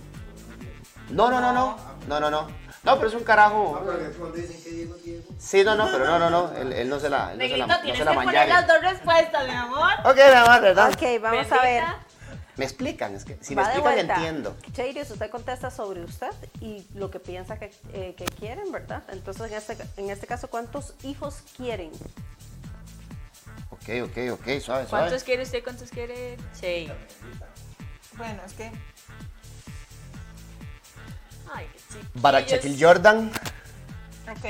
[SPEAKER 3] no, no, no, no. No, no, no. No, pero es un
[SPEAKER 5] Ah,
[SPEAKER 3] carajo.
[SPEAKER 5] pero que cuando dicen que Diego es Diego.
[SPEAKER 3] Sí, no, no, pero no, no, no. Él, él no se la, él no se la,
[SPEAKER 2] Negrito,
[SPEAKER 3] no
[SPEAKER 2] tienes que
[SPEAKER 3] se la
[SPEAKER 2] poner las
[SPEAKER 3] mancharon.
[SPEAKER 2] dos respuestas, mi amor.
[SPEAKER 3] Ok, mi amor, ¿verdad?
[SPEAKER 4] Ok, vamos
[SPEAKER 1] Bendita.
[SPEAKER 4] a ver.
[SPEAKER 3] Me explican, es que Ah. si me
[SPEAKER 4] Va de
[SPEAKER 3] explican
[SPEAKER 4] vuelta.
[SPEAKER 3] entiendo.
[SPEAKER 4] Cheirius, usted contesta sobre usted y lo que piensa que, eh, que quieren, ¿verdad? Entonces, en este, en este caso, ¿cuántos hijos quieren?
[SPEAKER 3] Ok, ok, ok, suave, suave.
[SPEAKER 1] ¿Cuántos quiere usted? ¿Cuántos quiere? Sí.
[SPEAKER 2] Bueno, es que.
[SPEAKER 1] Ay, qué chiquillos.
[SPEAKER 3] Barack Shaquille Jordan.
[SPEAKER 2] Ok.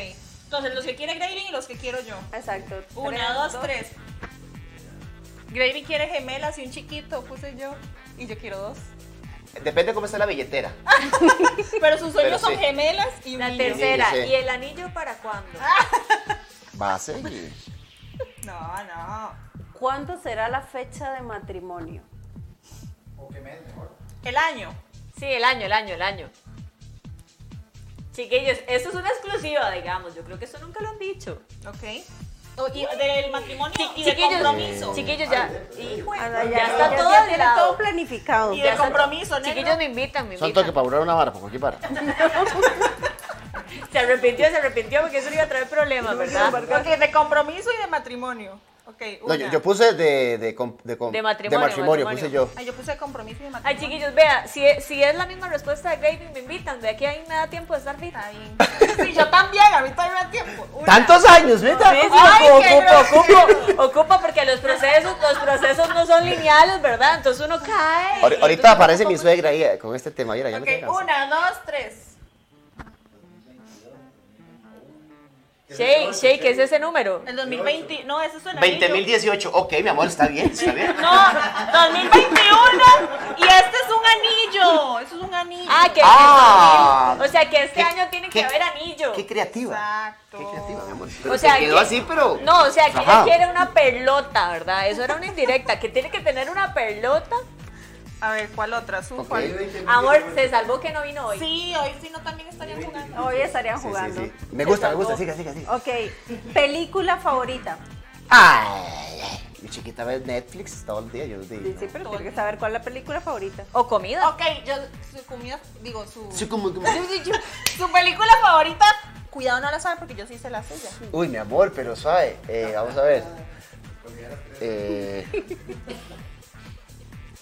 [SPEAKER 2] Entonces, los que quiere Graving y los que quiero yo.
[SPEAKER 4] Exacto.
[SPEAKER 2] Una, dos, tres. Graving quiere gemelas y un chiquito, puse yo. Y yo quiero dos.
[SPEAKER 3] Depende cómo está la billetera.
[SPEAKER 2] Pero sus sueños
[SPEAKER 3] Pero
[SPEAKER 2] son
[SPEAKER 3] sí.
[SPEAKER 2] gemelas y un
[SPEAKER 1] La
[SPEAKER 2] niño.
[SPEAKER 1] tercera.
[SPEAKER 3] Sí, sí.
[SPEAKER 1] ¿Y el anillo para cuándo?
[SPEAKER 3] Va a seguir.
[SPEAKER 2] No, no.
[SPEAKER 4] ¿Cuándo será la fecha de matrimonio?
[SPEAKER 5] O que mes mejor.
[SPEAKER 2] El año.
[SPEAKER 1] Sí, el año, el año, el año. Chiquillos, esto es una exclusiva, digamos. Yo creo que eso nunca lo han dicho.
[SPEAKER 2] Ok. O- Oh, y del matrimonio
[SPEAKER 1] Chi-
[SPEAKER 2] y del compromiso.
[SPEAKER 1] Chiquillos, ya. Hijo de-
[SPEAKER 4] Ana,
[SPEAKER 1] ya está todo
[SPEAKER 4] ya tiene
[SPEAKER 1] hablado.
[SPEAKER 4] todo planificado.
[SPEAKER 2] Y
[SPEAKER 1] Ya
[SPEAKER 2] de
[SPEAKER 1] está-
[SPEAKER 2] compromiso, negro.
[SPEAKER 1] Chiquillos me invitan, me
[SPEAKER 3] Son toque
[SPEAKER 1] invitan.
[SPEAKER 3] para borrar una vara, para cualquier vara.
[SPEAKER 1] Se arrepintió, se arrepintió porque eso le iba a traer problemas, ¿verdad?
[SPEAKER 2] Ah, Ok, de compromiso y de matrimonio. Ok,
[SPEAKER 3] No,
[SPEAKER 2] una.
[SPEAKER 3] yo, yo puse de, de, com- de, com-
[SPEAKER 1] De matrimonio,
[SPEAKER 3] matrimonio,
[SPEAKER 1] matrimonio.
[SPEAKER 3] puse yo.
[SPEAKER 2] Ay, yo puse de compromiso y de matrimonio.
[SPEAKER 1] Ay, chiquillos, vea, si, es- si es la misma respuesta de Gravy, me invitan. De aquí ahí me da tiempo de estar fita.
[SPEAKER 2] Está bien. Sí, yo también, ahorita me da tiempo. Una.
[SPEAKER 3] ¿Tantos años? ¿Mira?
[SPEAKER 1] Sí, sí,
[SPEAKER 2] Ay,
[SPEAKER 1] ocupa,
[SPEAKER 2] qué
[SPEAKER 1] ocupa, ocupa, ocupa, porque los procesos, los procesos no son lineales, ¿verdad? Entonces uno cae.
[SPEAKER 3] Ahori- Ahorita aparece mi suegra ahí eh, con este tema. Mira, ya me
[SPEAKER 2] Ok,
[SPEAKER 3] tengo cansado.
[SPEAKER 2] una, dos, tres.
[SPEAKER 1] Shake, shake, ¿qué es ese número?
[SPEAKER 2] El 2020. No, eso suena.
[SPEAKER 3] 20.018. Ok, mi amor, está bien, está bien.
[SPEAKER 2] No, 2021. Y este es un anillo. Eso es un anillo.
[SPEAKER 1] Ah, que
[SPEAKER 3] Ah.
[SPEAKER 1] o sea que este
[SPEAKER 3] ¿Qué-
[SPEAKER 1] año tiene que
[SPEAKER 3] qué-
[SPEAKER 1] haber anillo.
[SPEAKER 3] Qué creativa.
[SPEAKER 2] Exacto.
[SPEAKER 3] Qué creativa, mi amor.
[SPEAKER 1] O sea,
[SPEAKER 3] se quedó
[SPEAKER 1] que-
[SPEAKER 3] así, pero.
[SPEAKER 1] No, o sea que ella
[SPEAKER 3] Ajá.
[SPEAKER 1] quiere una pelota, ¿verdad? Eso era una indirecta, que tiene que tener una pelota.
[SPEAKER 2] A ver, ¿cuál otra? ¿Su
[SPEAKER 3] Ok.
[SPEAKER 2] cuál?
[SPEAKER 1] Amor, se salvó que no vino hoy.
[SPEAKER 2] Sí, hoy sí no también estarían jugando.
[SPEAKER 4] Hoy estarían
[SPEAKER 3] Sí,
[SPEAKER 4] jugando.
[SPEAKER 3] sí, sí. Me gusta, me gusta, siga, siga, siga.
[SPEAKER 4] Ok, película favorita.
[SPEAKER 3] Ay, ay, mi chiquita ve Netflix todo el día, yo digo.
[SPEAKER 4] Sí, pero tiene que saber cuál es la película favorita.
[SPEAKER 1] O comida.
[SPEAKER 2] Ok, yo, su comida, digo, su,
[SPEAKER 3] Sí, como- como-
[SPEAKER 2] su película favorita, cuidado no la sabe porque yo sí sé la suya.
[SPEAKER 3] Uy, mi amor, pero suave. Eh, vamos a ver. Eh,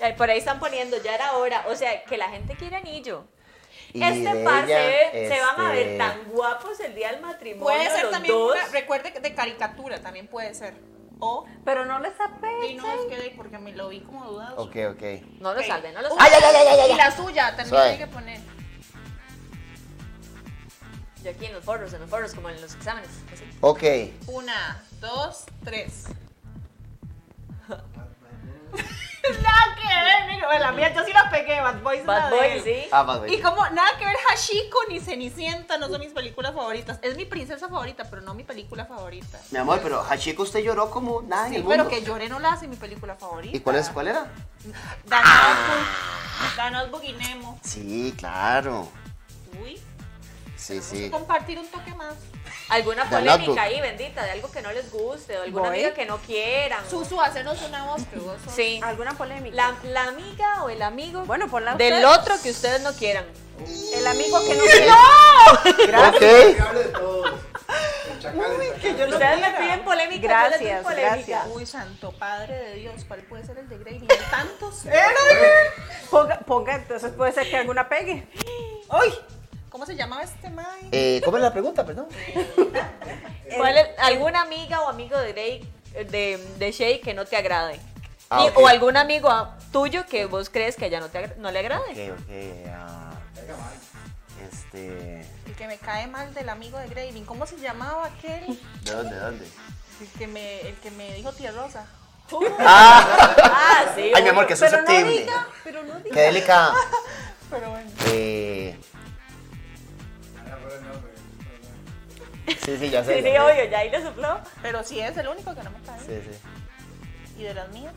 [SPEAKER 1] Ay, Por ahí están poniendo, ya era hora. O sea, que la gente quiere anillo.
[SPEAKER 3] y
[SPEAKER 1] este
[SPEAKER 3] de
[SPEAKER 1] par se,
[SPEAKER 3] ella,
[SPEAKER 1] ve- se van a ver
[SPEAKER 3] este,
[SPEAKER 1] tan guapos el día del matrimonio.
[SPEAKER 2] Puede ser
[SPEAKER 1] los
[SPEAKER 2] también
[SPEAKER 1] dos.
[SPEAKER 2] una, recuerde que de caricatura también puede ser. O,
[SPEAKER 4] Pero no les
[SPEAKER 2] y no es
[SPEAKER 4] apetece.
[SPEAKER 2] que de- porque me lo vi como dudoso.
[SPEAKER 3] Ok, ok.
[SPEAKER 1] No lo
[SPEAKER 2] Ok.
[SPEAKER 1] salve, no lo
[SPEAKER 2] Uy,
[SPEAKER 1] salve.
[SPEAKER 2] Y la suya también
[SPEAKER 3] Suave.
[SPEAKER 2] hay que poner.
[SPEAKER 1] Yo aquí en los foros, en los foros, como en los exámenes. así.
[SPEAKER 3] Ok.
[SPEAKER 2] Una, dos, tres. nada que ver, mira, bueno, la mía yo sí la pegué, Bad Boys.
[SPEAKER 1] Bad
[SPEAKER 2] la de
[SPEAKER 1] Boy,
[SPEAKER 2] él.
[SPEAKER 1] sí.
[SPEAKER 3] Ah, más bien.
[SPEAKER 2] Y como nada que ver Hashiko ni Cenicienta, no son mis películas favoritas. Es mi princesa favorita, pero no mi película favorita.
[SPEAKER 3] Mi amor, pero Hachiko usted lloró como nada en
[SPEAKER 2] Sí,
[SPEAKER 3] el mundo.
[SPEAKER 2] pero que lloré no la hace mi película favorita.
[SPEAKER 3] ¿Y cuál, es, cuál era?
[SPEAKER 2] Danos, Danos Buguinemo.
[SPEAKER 3] Sí, claro.
[SPEAKER 2] Uy,
[SPEAKER 3] Sí,
[SPEAKER 2] vamos a
[SPEAKER 3] sí.
[SPEAKER 2] compartir un toque más.
[SPEAKER 1] Alguna
[SPEAKER 3] Del
[SPEAKER 1] polémica
[SPEAKER 3] notebook.
[SPEAKER 1] ahí, bendita, de algo que no les guste, o alguna
[SPEAKER 4] Voy.
[SPEAKER 1] amiga que no quieran.
[SPEAKER 2] Susu, hacernos una voz que vos sos-
[SPEAKER 1] Sí.
[SPEAKER 4] ¿Alguna polémica?
[SPEAKER 1] La, la amiga o el amigo
[SPEAKER 4] Bueno, ponla
[SPEAKER 1] del
[SPEAKER 4] usted.
[SPEAKER 1] otro que ustedes no quieran.
[SPEAKER 4] El amigo que no quiere.
[SPEAKER 3] Ok.
[SPEAKER 5] hable de todos. Chacales, chacales.
[SPEAKER 2] yo
[SPEAKER 1] Ustedes
[SPEAKER 2] no
[SPEAKER 1] me
[SPEAKER 2] quiera.
[SPEAKER 1] piden polémica, yo les doy
[SPEAKER 4] Gracias,
[SPEAKER 1] polémica.
[SPEAKER 4] gracias.
[SPEAKER 2] Uy, santo padre de Dios, ¿cuál puede ser el de Grey? Hay tantos.
[SPEAKER 4] Ponga, ponga, entonces puede ser que alguna pegue.
[SPEAKER 2] ¡Uy! ¿Cómo se llamaba este May?
[SPEAKER 3] Eh, ¿Cómo es la pregunta, perdón?
[SPEAKER 1] ¿Cuál es- ¿Alguna amiga o amigo de Drake, de, de Shay que no te agrade?
[SPEAKER 3] Ah,
[SPEAKER 1] Y-
[SPEAKER 3] ok.
[SPEAKER 1] O algún amigo ah, tuyo que vos crees que a ella no, te agra- no le agrade.
[SPEAKER 3] Ok, ok. ah, este.
[SPEAKER 2] El que me cae mal del amigo de Grey. ¿Cómo se llamaba aquel?
[SPEAKER 3] ¿De dónde? ¿De dónde?
[SPEAKER 2] El que me, el que me dijo tía Rosa.
[SPEAKER 1] Ah, sí.
[SPEAKER 3] Ay, mi amor, que
[SPEAKER 4] Pero no
[SPEAKER 3] susceptible.
[SPEAKER 4] diga, pero no diga.
[SPEAKER 3] Qué delicada.
[SPEAKER 2] Pero bueno.
[SPEAKER 3] Eh. Sí, sí, ya sé.
[SPEAKER 1] Sí, sí,
[SPEAKER 3] ya sé.
[SPEAKER 1] obvio, ya ahí le sopló.
[SPEAKER 2] Pero sí es el único que no me cae.
[SPEAKER 3] Sí, sí.
[SPEAKER 2] ¿Y de las mías?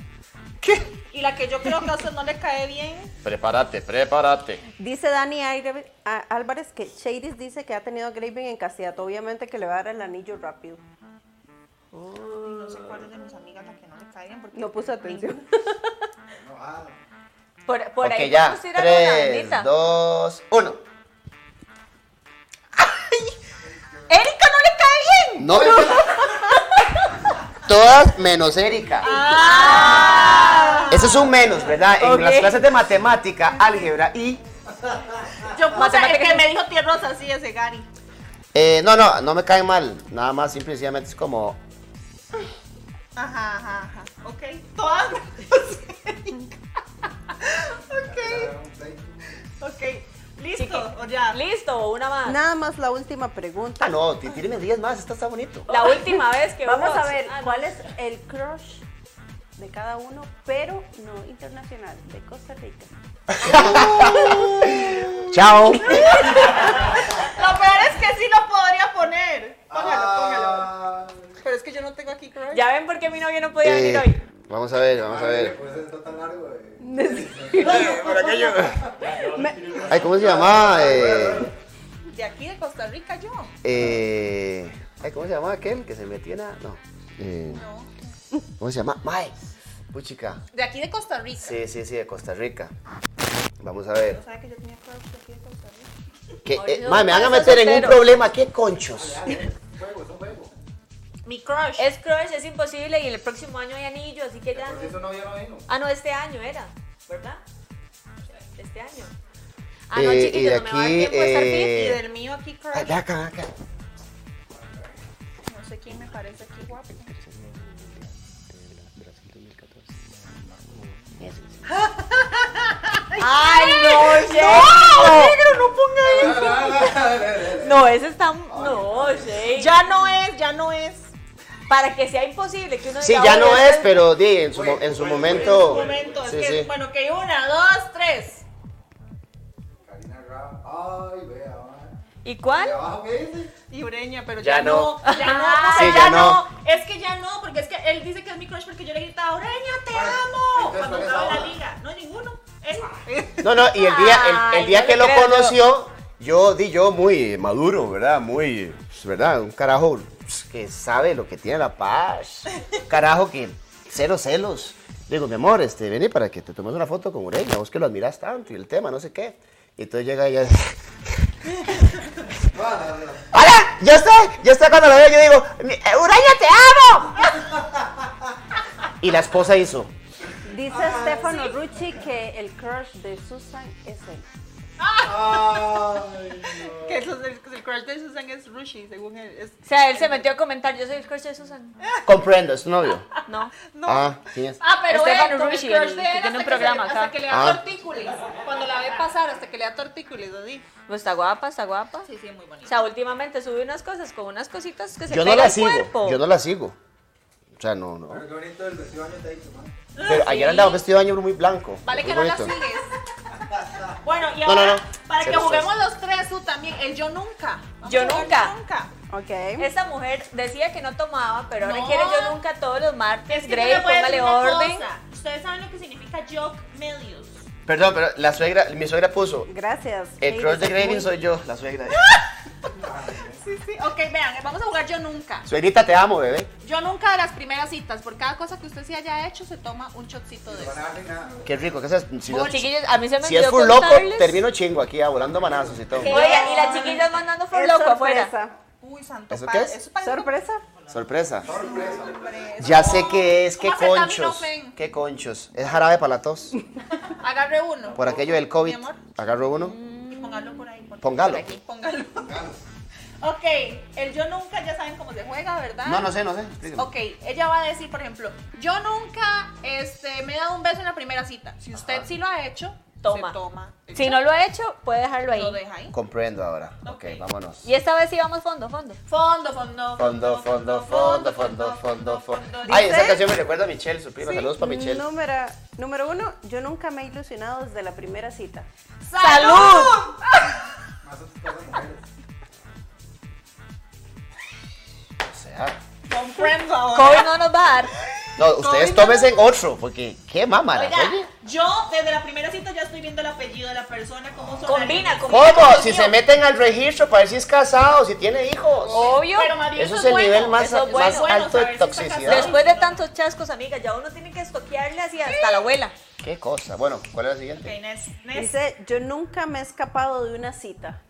[SPEAKER 2] ¿Qué? Y la que yo creo que a usted no le cae bien.
[SPEAKER 6] Prepárate, prepárate.
[SPEAKER 4] Dice Dani Aire- a- Álvarez que Shadis dice que ha tenido a Graven en caseato. Obviamente que le va a dar el anillo rápido.
[SPEAKER 2] No sé cuál es de mis amigas la que no le cae bien. Porque
[SPEAKER 4] No puse atención.
[SPEAKER 1] Por, por
[SPEAKER 3] ok,
[SPEAKER 1] ahí
[SPEAKER 3] ya.
[SPEAKER 1] podemos ir a alguna
[SPEAKER 3] Tres,
[SPEAKER 1] bendita.
[SPEAKER 3] dos, uno.
[SPEAKER 2] ¡Erika no le cae bien!
[SPEAKER 3] No. Todas menos Erika.
[SPEAKER 1] Ah.
[SPEAKER 3] Eso es un menos, ¿verdad? En las clases de matemática, álgebra y.
[SPEAKER 2] Yo puse el
[SPEAKER 1] Matemáticas.
[SPEAKER 2] que me dijo tía Rosa, sí, ese Gary.
[SPEAKER 3] Eh, no, no, no me cae mal. Nada más, simple y sencillamente es como.
[SPEAKER 2] Ajá, ajá, ajá. Ok. Todas. ok, ok. Listo, o ya.
[SPEAKER 1] Listo, una más.
[SPEAKER 4] Nada más la última
[SPEAKER 3] Ah,
[SPEAKER 4] pregunta.
[SPEAKER 3] no, tí- tíreme 10 más, esta está bonito.
[SPEAKER 1] La última vez que
[SPEAKER 4] Vamos
[SPEAKER 1] hubo-
[SPEAKER 4] a ver
[SPEAKER 1] Ah, no.
[SPEAKER 4] cuál es el crush de cada uno, pero no internacional, de Costa Rica.
[SPEAKER 3] Chao.
[SPEAKER 2] Lo peor es que sí lo podría poner. Póngalo, póngalo.
[SPEAKER 5] Ah,
[SPEAKER 2] Pero es que yo no tengo aquí Croy.
[SPEAKER 1] Ya ven por qué mi novio no podía venir
[SPEAKER 3] Eh,
[SPEAKER 1] hoy.
[SPEAKER 3] vamos a ver, vamos a ver.
[SPEAKER 5] Pues está tan largo. eh.
[SPEAKER 3] Ay, ¿cómo se llamaba? Eh,
[SPEAKER 2] De aquí de Costa Rica yo.
[SPEAKER 3] eh, ay, ¿cómo se llamaba aquel que se metía en la- No. Eh,
[SPEAKER 2] No.
[SPEAKER 3] ¿Cómo se llama? Mae. Puchica.
[SPEAKER 2] De aquí de Costa Rica.
[SPEAKER 3] Sí, sí, sí, de Costa Rica. Vamos a ver.
[SPEAKER 2] No sabe que yo tenía Croy de aquí de Costa Rica.
[SPEAKER 3] ¿Qué,
[SPEAKER 1] Ay,
[SPEAKER 3] eh,
[SPEAKER 1] Dios,
[SPEAKER 3] mae, me van a
[SPEAKER 1] mae, sos
[SPEAKER 3] meter en un
[SPEAKER 1] soltero.
[SPEAKER 3] problema. ¿Qué conchos?
[SPEAKER 2] Mi crush.
[SPEAKER 1] Es crush, es imposible y el próximo año hay anillo, así que ya.
[SPEAKER 5] Por si eso no había no vino.
[SPEAKER 1] Ah, no, este año era, ¿verdad? Este año. Ah, no,
[SPEAKER 3] Eh, y
[SPEAKER 1] chiquillos,
[SPEAKER 3] de
[SPEAKER 1] no me va a dar
[SPEAKER 3] aquí,
[SPEAKER 1] tiempo de estar
[SPEAKER 3] eh,
[SPEAKER 1] bien.
[SPEAKER 2] Y del mío aquí crush.
[SPEAKER 3] Ay, ya, acá, acá.
[SPEAKER 2] No sé quién me parece aquí guapo.
[SPEAKER 1] ¡Ay, no, Shea!
[SPEAKER 2] Pero no ponga eso.
[SPEAKER 1] No, ese está. No, Shea.
[SPEAKER 2] Ya no es, ya no es.
[SPEAKER 1] Para que sea imposible que uno
[SPEAKER 3] Sí,
[SPEAKER 1] diga,
[SPEAKER 3] ya no
[SPEAKER 1] "Oye,
[SPEAKER 3] es,
[SPEAKER 1] este-
[SPEAKER 3] pero di, en su, mo- en su
[SPEAKER 2] Un
[SPEAKER 3] momento.
[SPEAKER 2] momento,
[SPEAKER 3] Sí,
[SPEAKER 2] es que,
[SPEAKER 3] sí.
[SPEAKER 2] bueno, que una, dos, tres.
[SPEAKER 5] Karina Raba. Ay, vea, va.
[SPEAKER 1] ¿Y
[SPEAKER 5] ¿Y
[SPEAKER 1] cuál?
[SPEAKER 5] abajo qué dice?
[SPEAKER 2] Y Ureña, pero
[SPEAKER 3] Ya
[SPEAKER 2] ya, no. Ya no,
[SPEAKER 1] Ah,
[SPEAKER 2] José,
[SPEAKER 3] sí, ya
[SPEAKER 2] ya
[SPEAKER 3] no.
[SPEAKER 2] no. Es que ya no, porque es que él dice que es mi crush porque yo le gritaba, Ureña, te
[SPEAKER 5] Bueno,
[SPEAKER 2] amo.
[SPEAKER 5] entonces,
[SPEAKER 2] Cuando
[SPEAKER 5] ¿cuál es
[SPEAKER 2] estaba en la
[SPEAKER 5] ahora?
[SPEAKER 2] liga. No, ninguno. Él.
[SPEAKER 3] No, no, y el día, el, el
[SPEAKER 1] Ay,
[SPEAKER 3] día
[SPEAKER 1] no
[SPEAKER 3] que
[SPEAKER 1] le
[SPEAKER 3] lo
[SPEAKER 1] creo yo.
[SPEAKER 3] conoció, yo di yo muy maduro, ¿verdad? Muy, ¿verdad? Un carajo pss, que sabe lo que tiene la paz. Un carajo que cero celos. Digo, mi amor, este, vení para que te tomes una foto con Ureña, vos que lo admiras tanto y el tema, no sé qué. Y entonces llega ella. ¡Hola! ¡Ya está! ¡Ya está cuando la veo! Yo digo, "Mi- eh, ¡Ureña, te amo! Y la esposa hizo.
[SPEAKER 4] Dice Stefano Rucci que el crush de Susan es él.
[SPEAKER 5] Ay,
[SPEAKER 2] Que eso es el, el crush de Susan es Rushi, según él. Es-
[SPEAKER 1] O sea, él se metió a comentar, yo soy el crush de Susan.
[SPEAKER 3] Comprendo, es su novio.
[SPEAKER 1] No.
[SPEAKER 2] no.
[SPEAKER 3] Ah, ¿quién es?
[SPEAKER 2] Ah, pero
[SPEAKER 1] Estefano
[SPEAKER 2] él, con
[SPEAKER 1] Rushi,
[SPEAKER 2] el crush
[SPEAKER 1] el
[SPEAKER 2] de
[SPEAKER 1] que
[SPEAKER 2] él
[SPEAKER 1] tiene
[SPEAKER 2] hasta
[SPEAKER 1] un
[SPEAKER 2] que
[SPEAKER 1] programa
[SPEAKER 2] se-
[SPEAKER 1] acá.
[SPEAKER 2] Hasta que le da
[SPEAKER 3] Ah.
[SPEAKER 2] tortícolis. Cuando la ve pasar, hasta que le da tortícolis, así.
[SPEAKER 1] Pues está guapa, está guapa.
[SPEAKER 2] Sí, sí, muy bonito.
[SPEAKER 1] O sea, últimamente sube unas cosas con unas cositas que se
[SPEAKER 3] Yo no
[SPEAKER 1] pega
[SPEAKER 3] la
[SPEAKER 1] al
[SPEAKER 3] sigo.
[SPEAKER 1] cuerpo.
[SPEAKER 3] Yo no la sigo. O sea, no, no.
[SPEAKER 5] pero qué bonito el vestido de baño te hizo, man.
[SPEAKER 3] Pero ayer andaba vestido de baño muy blanco.
[SPEAKER 2] Vale
[SPEAKER 3] muy
[SPEAKER 2] que no la
[SPEAKER 3] bonito.
[SPEAKER 2] sigues. Bueno, y
[SPEAKER 3] No,
[SPEAKER 2] ahora,
[SPEAKER 3] no, no.
[SPEAKER 2] para
[SPEAKER 3] Se
[SPEAKER 2] que
[SPEAKER 3] los
[SPEAKER 2] juguemos los tres, tú también, el yo nunca. Vamos
[SPEAKER 1] Yo
[SPEAKER 2] a jugar
[SPEAKER 1] nunca.
[SPEAKER 2] yo nunca.
[SPEAKER 4] Ok.
[SPEAKER 1] Esta mujer decía que no tomaba, pero ahora
[SPEAKER 2] No.
[SPEAKER 1] quiere yo nunca todos los martes.
[SPEAKER 2] Es que yo
[SPEAKER 1] Grey,
[SPEAKER 2] le voy a decir
[SPEAKER 1] póngale
[SPEAKER 2] una
[SPEAKER 1] orden.
[SPEAKER 2] cosa. Ustedes saben lo que significa joke Melius.
[SPEAKER 3] Perdón, pero la suegra, mi suegra puso.
[SPEAKER 4] Gracias.
[SPEAKER 3] El
[SPEAKER 4] Heidi,
[SPEAKER 3] crush de
[SPEAKER 4] sos
[SPEAKER 3] Graving
[SPEAKER 4] muy-
[SPEAKER 3] soy yo, la suegra.
[SPEAKER 2] Sí, sí. Ok, vean, vamos a jugar yo nunca.
[SPEAKER 3] Suegrita, te amo, bebé.
[SPEAKER 2] Yo nunca de las primeras citas. Por cada cosa que usted se haya hecho, se toma un shotcito de
[SPEAKER 5] No van
[SPEAKER 2] eso.
[SPEAKER 5] a dar ni nada.
[SPEAKER 3] Qué rico. Que seas, si, no-
[SPEAKER 1] Bueno, chiquillos, a mí se me
[SPEAKER 3] si es
[SPEAKER 1] olvidó
[SPEAKER 3] full loco,
[SPEAKER 1] contarles.
[SPEAKER 3] termino chingo aquí, ah, volando manazos y todo.
[SPEAKER 1] Oigan, y las chiquillas mandando
[SPEAKER 4] Es
[SPEAKER 1] por loco afuera.
[SPEAKER 4] sorpresa.
[SPEAKER 2] Uy, santo
[SPEAKER 3] ¿Eso
[SPEAKER 2] padre.
[SPEAKER 3] qué es?
[SPEAKER 2] Eso parece
[SPEAKER 4] ¿Sorpresa?
[SPEAKER 3] Sorpresa.
[SPEAKER 5] Sorpresa.
[SPEAKER 3] Ya sé qué es, qué conchos.
[SPEAKER 2] Acetaminofén.
[SPEAKER 3] Qué conchos. Es jarabe para la tos.
[SPEAKER 2] como- Agarre uno.
[SPEAKER 3] Por aquello del COVID.
[SPEAKER 2] Mi amor. Mm.
[SPEAKER 3] Agarro uno.
[SPEAKER 2] Y póngalo por ahí. por-
[SPEAKER 3] Póngalo.
[SPEAKER 2] por aquí, Póngalo. ok, el yo nunca ya saben cómo se juega, ¿verdad?
[SPEAKER 3] No, no sé, no sé. explíqueme.
[SPEAKER 2] Ok, ella va a decir, por ejemplo, yo nunca este, me he dado un beso en la primera cita. Si usted sí lo ha hecho,
[SPEAKER 1] Toma.
[SPEAKER 2] se toma.
[SPEAKER 1] Si no lo ha hecho, puede dejarlo
[SPEAKER 2] Lo
[SPEAKER 1] ahí.
[SPEAKER 2] deja ahí.
[SPEAKER 3] Comprendo ahora.
[SPEAKER 2] Ok.
[SPEAKER 3] ok, vámonos.
[SPEAKER 1] Y esta vez sí vamos fondo, fondo.
[SPEAKER 2] Fondo, fondo,
[SPEAKER 3] Fondo, fondo, fondo, fondo, fondo, fondo. Ay, esa canción me recuerda a Michelle, su prima. Saludos para Michelle.
[SPEAKER 4] Número, número uno, yo nunca me he ilusionado desde la primera cita.
[SPEAKER 2] ¡Salud!
[SPEAKER 5] Más otras mujeres.
[SPEAKER 3] O sea,
[SPEAKER 2] Comprendo ahora.
[SPEAKER 1] COVID no nos va a dar.
[SPEAKER 3] no, ustedes tómense en otro, porque qué mamá,
[SPEAKER 2] Oiga,
[SPEAKER 3] oye.
[SPEAKER 2] yo desde la primera cita ya estoy viendo el apellido de la persona, cómo son.
[SPEAKER 1] Combina,
[SPEAKER 2] con
[SPEAKER 3] ¿Cómo? Si se meten al registro para ver si es casado, si tiene hijos.
[SPEAKER 1] Obvio.
[SPEAKER 2] Pero María,
[SPEAKER 3] Eso es el nivel más,
[SPEAKER 1] eso es bueno.
[SPEAKER 3] más alto de toxicidad.
[SPEAKER 1] Después de tantos chascos, amiga, ya uno tiene que estoquearle así hasta la abuela.
[SPEAKER 3] Qué cosa. Bueno, ¿cuál es la
[SPEAKER 2] Ok,
[SPEAKER 3] siguiente?
[SPEAKER 2] Nes, Nes.
[SPEAKER 4] Dice, yo nunca me he escapado de una cita.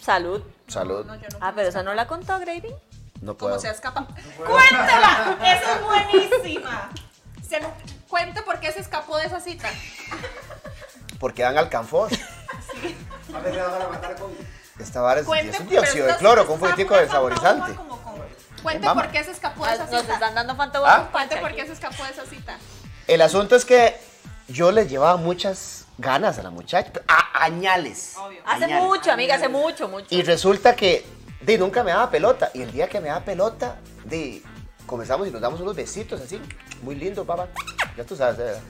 [SPEAKER 1] Salud.
[SPEAKER 3] Salud.
[SPEAKER 2] No, yo no.
[SPEAKER 1] Ah, pero esa no la contó
[SPEAKER 2] Pues,
[SPEAKER 1] Grady.
[SPEAKER 3] No
[SPEAKER 2] ¿Cómo
[SPEAKER 3] puedo.
[SPEAKER 2] se escapa? ¡Cuéntala! ¡Esa es buenísima! Se no- Cuente por qué se escapó de esa cita.
[SPEAKER 3] Porque dan al canfor.
[SPEAKER 5] A veces van a matar con.
[SPEAKER 3] Esta vara es,
[SPEAKER 2] Cuente
[SPEAKER 3] es un
[SPEAKER 2] pero
[SPEAKER 3] dióxido de
[SPEAKER 2] esta-
[SPEAKER 3] cloro con un
[SPEAKER 2] esta-
[SPEAKER 3] poquitico
[SPEAKER 2] una
[SPEAKER 3] de saborizante.
[SPEAKER 2] fantasma como con- Cuente
[SPEAKER 3] Mama.
[SPEAKER 2] por qué se escapó de esa
[SPEAKER 1] Nos
[SPEAKER 2] cita.
[SPEAKER 1] están dando fantasmas.
[SPEAKER 3] Ah.
[SPEAKER 2] Cuente por qué se escapó de esa cita.
[SPEAKER 3] El asunto es que yo les llevaba muchas ganas a la muchacha. A añales.
[SPEAKER 2] Obvio.
[SPEAKER 1] Hace
[SPEAKER 3] Añales.
[SPEAKER 1] mucho, amiga, hace mucho, mucho.
[SPEAKER 3] Y resulta que di, nunca me daba pelota. Y el día que me daba pelota, di, comenzamos y nos damos unos besitos así, muy lindos, papá. Ya tú sabes, de verdad.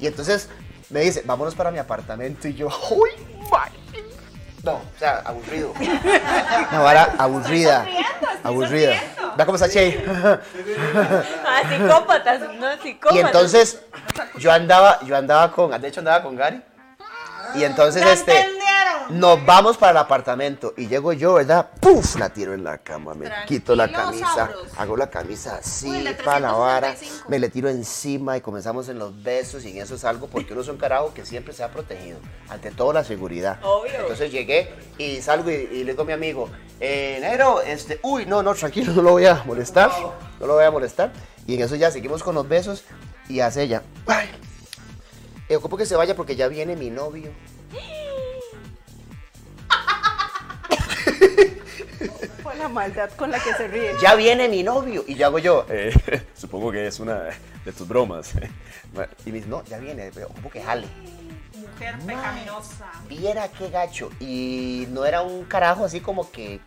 [SPEAKER 3] Y entonces me dice, vámonos para mi apartamento. Y yo, ¡uy, mae". No, o sea, aburrido. Una vara aburrida.
[SPEAKER 2] Estoy sonriendo, estoy
[SPEAKER 3] Aburrida.
[SPEAKER 2] sonriendo.
[SPEAKER 3] Vea cómo está Che.
[SPEAKER 1] Ah, psicópatas, no psicópatas.
[SPEAKER 3] Y entonces yo andaba, yo andaba con, de hecho andaba con Gary. Y entonces
[SPEAKER 2] ¡La
[SPEAKER 3] este,
[SPEAKER 2] entendieron!
[SPEAKER 3] nos vamos para el apartamento y llego yo, ¿verdad? Puf, la tiro en la cama, me
[SPEAKER 2] Tranquilo,
[SPEAKER 3] quito la camisa,
[SPEAKER 2] sabroso.
[SPEAKER 3] hago la camisa así,
[SPEAKER 2] Uy, la
[SPEAKER 3] para la vara,
[SPEAKER 2] 365.
[SPEAKER 3] me le tiro encima y comenzamos en los besos y en eso salgo porque uno es un carajo que siempre se ha protegido, ante todo la seguridad.
[SPEAKER 1] Obvio.
[SPEAKER 3] Entonces llegué y salgo y, y le digo a mi amigo, eh, negro, este, uy, no, no, tranquilo, no lo voy a molestar, no lo voy a molestar. Y en eso ya seguimos con los besos y hace ella, ay, eh, ocupo que se vaya porque ya viene mi novio.
[SPEAKER 4] Fue la maldad con la que se ríe.
[SPEAKER 3] Ya viene mi novio. Y yo hago yo,
[SPEAKER 6] Eh, supongo que es una de tus bromas. Bueno,
[SPEAKER 3] Y me dice, no, ya viene, pero como que jale.
[SPEAKER 2] Mujer pecaminosa.
[SPEAKER 3] Viera qué gacho. Y no era un carajo así como que.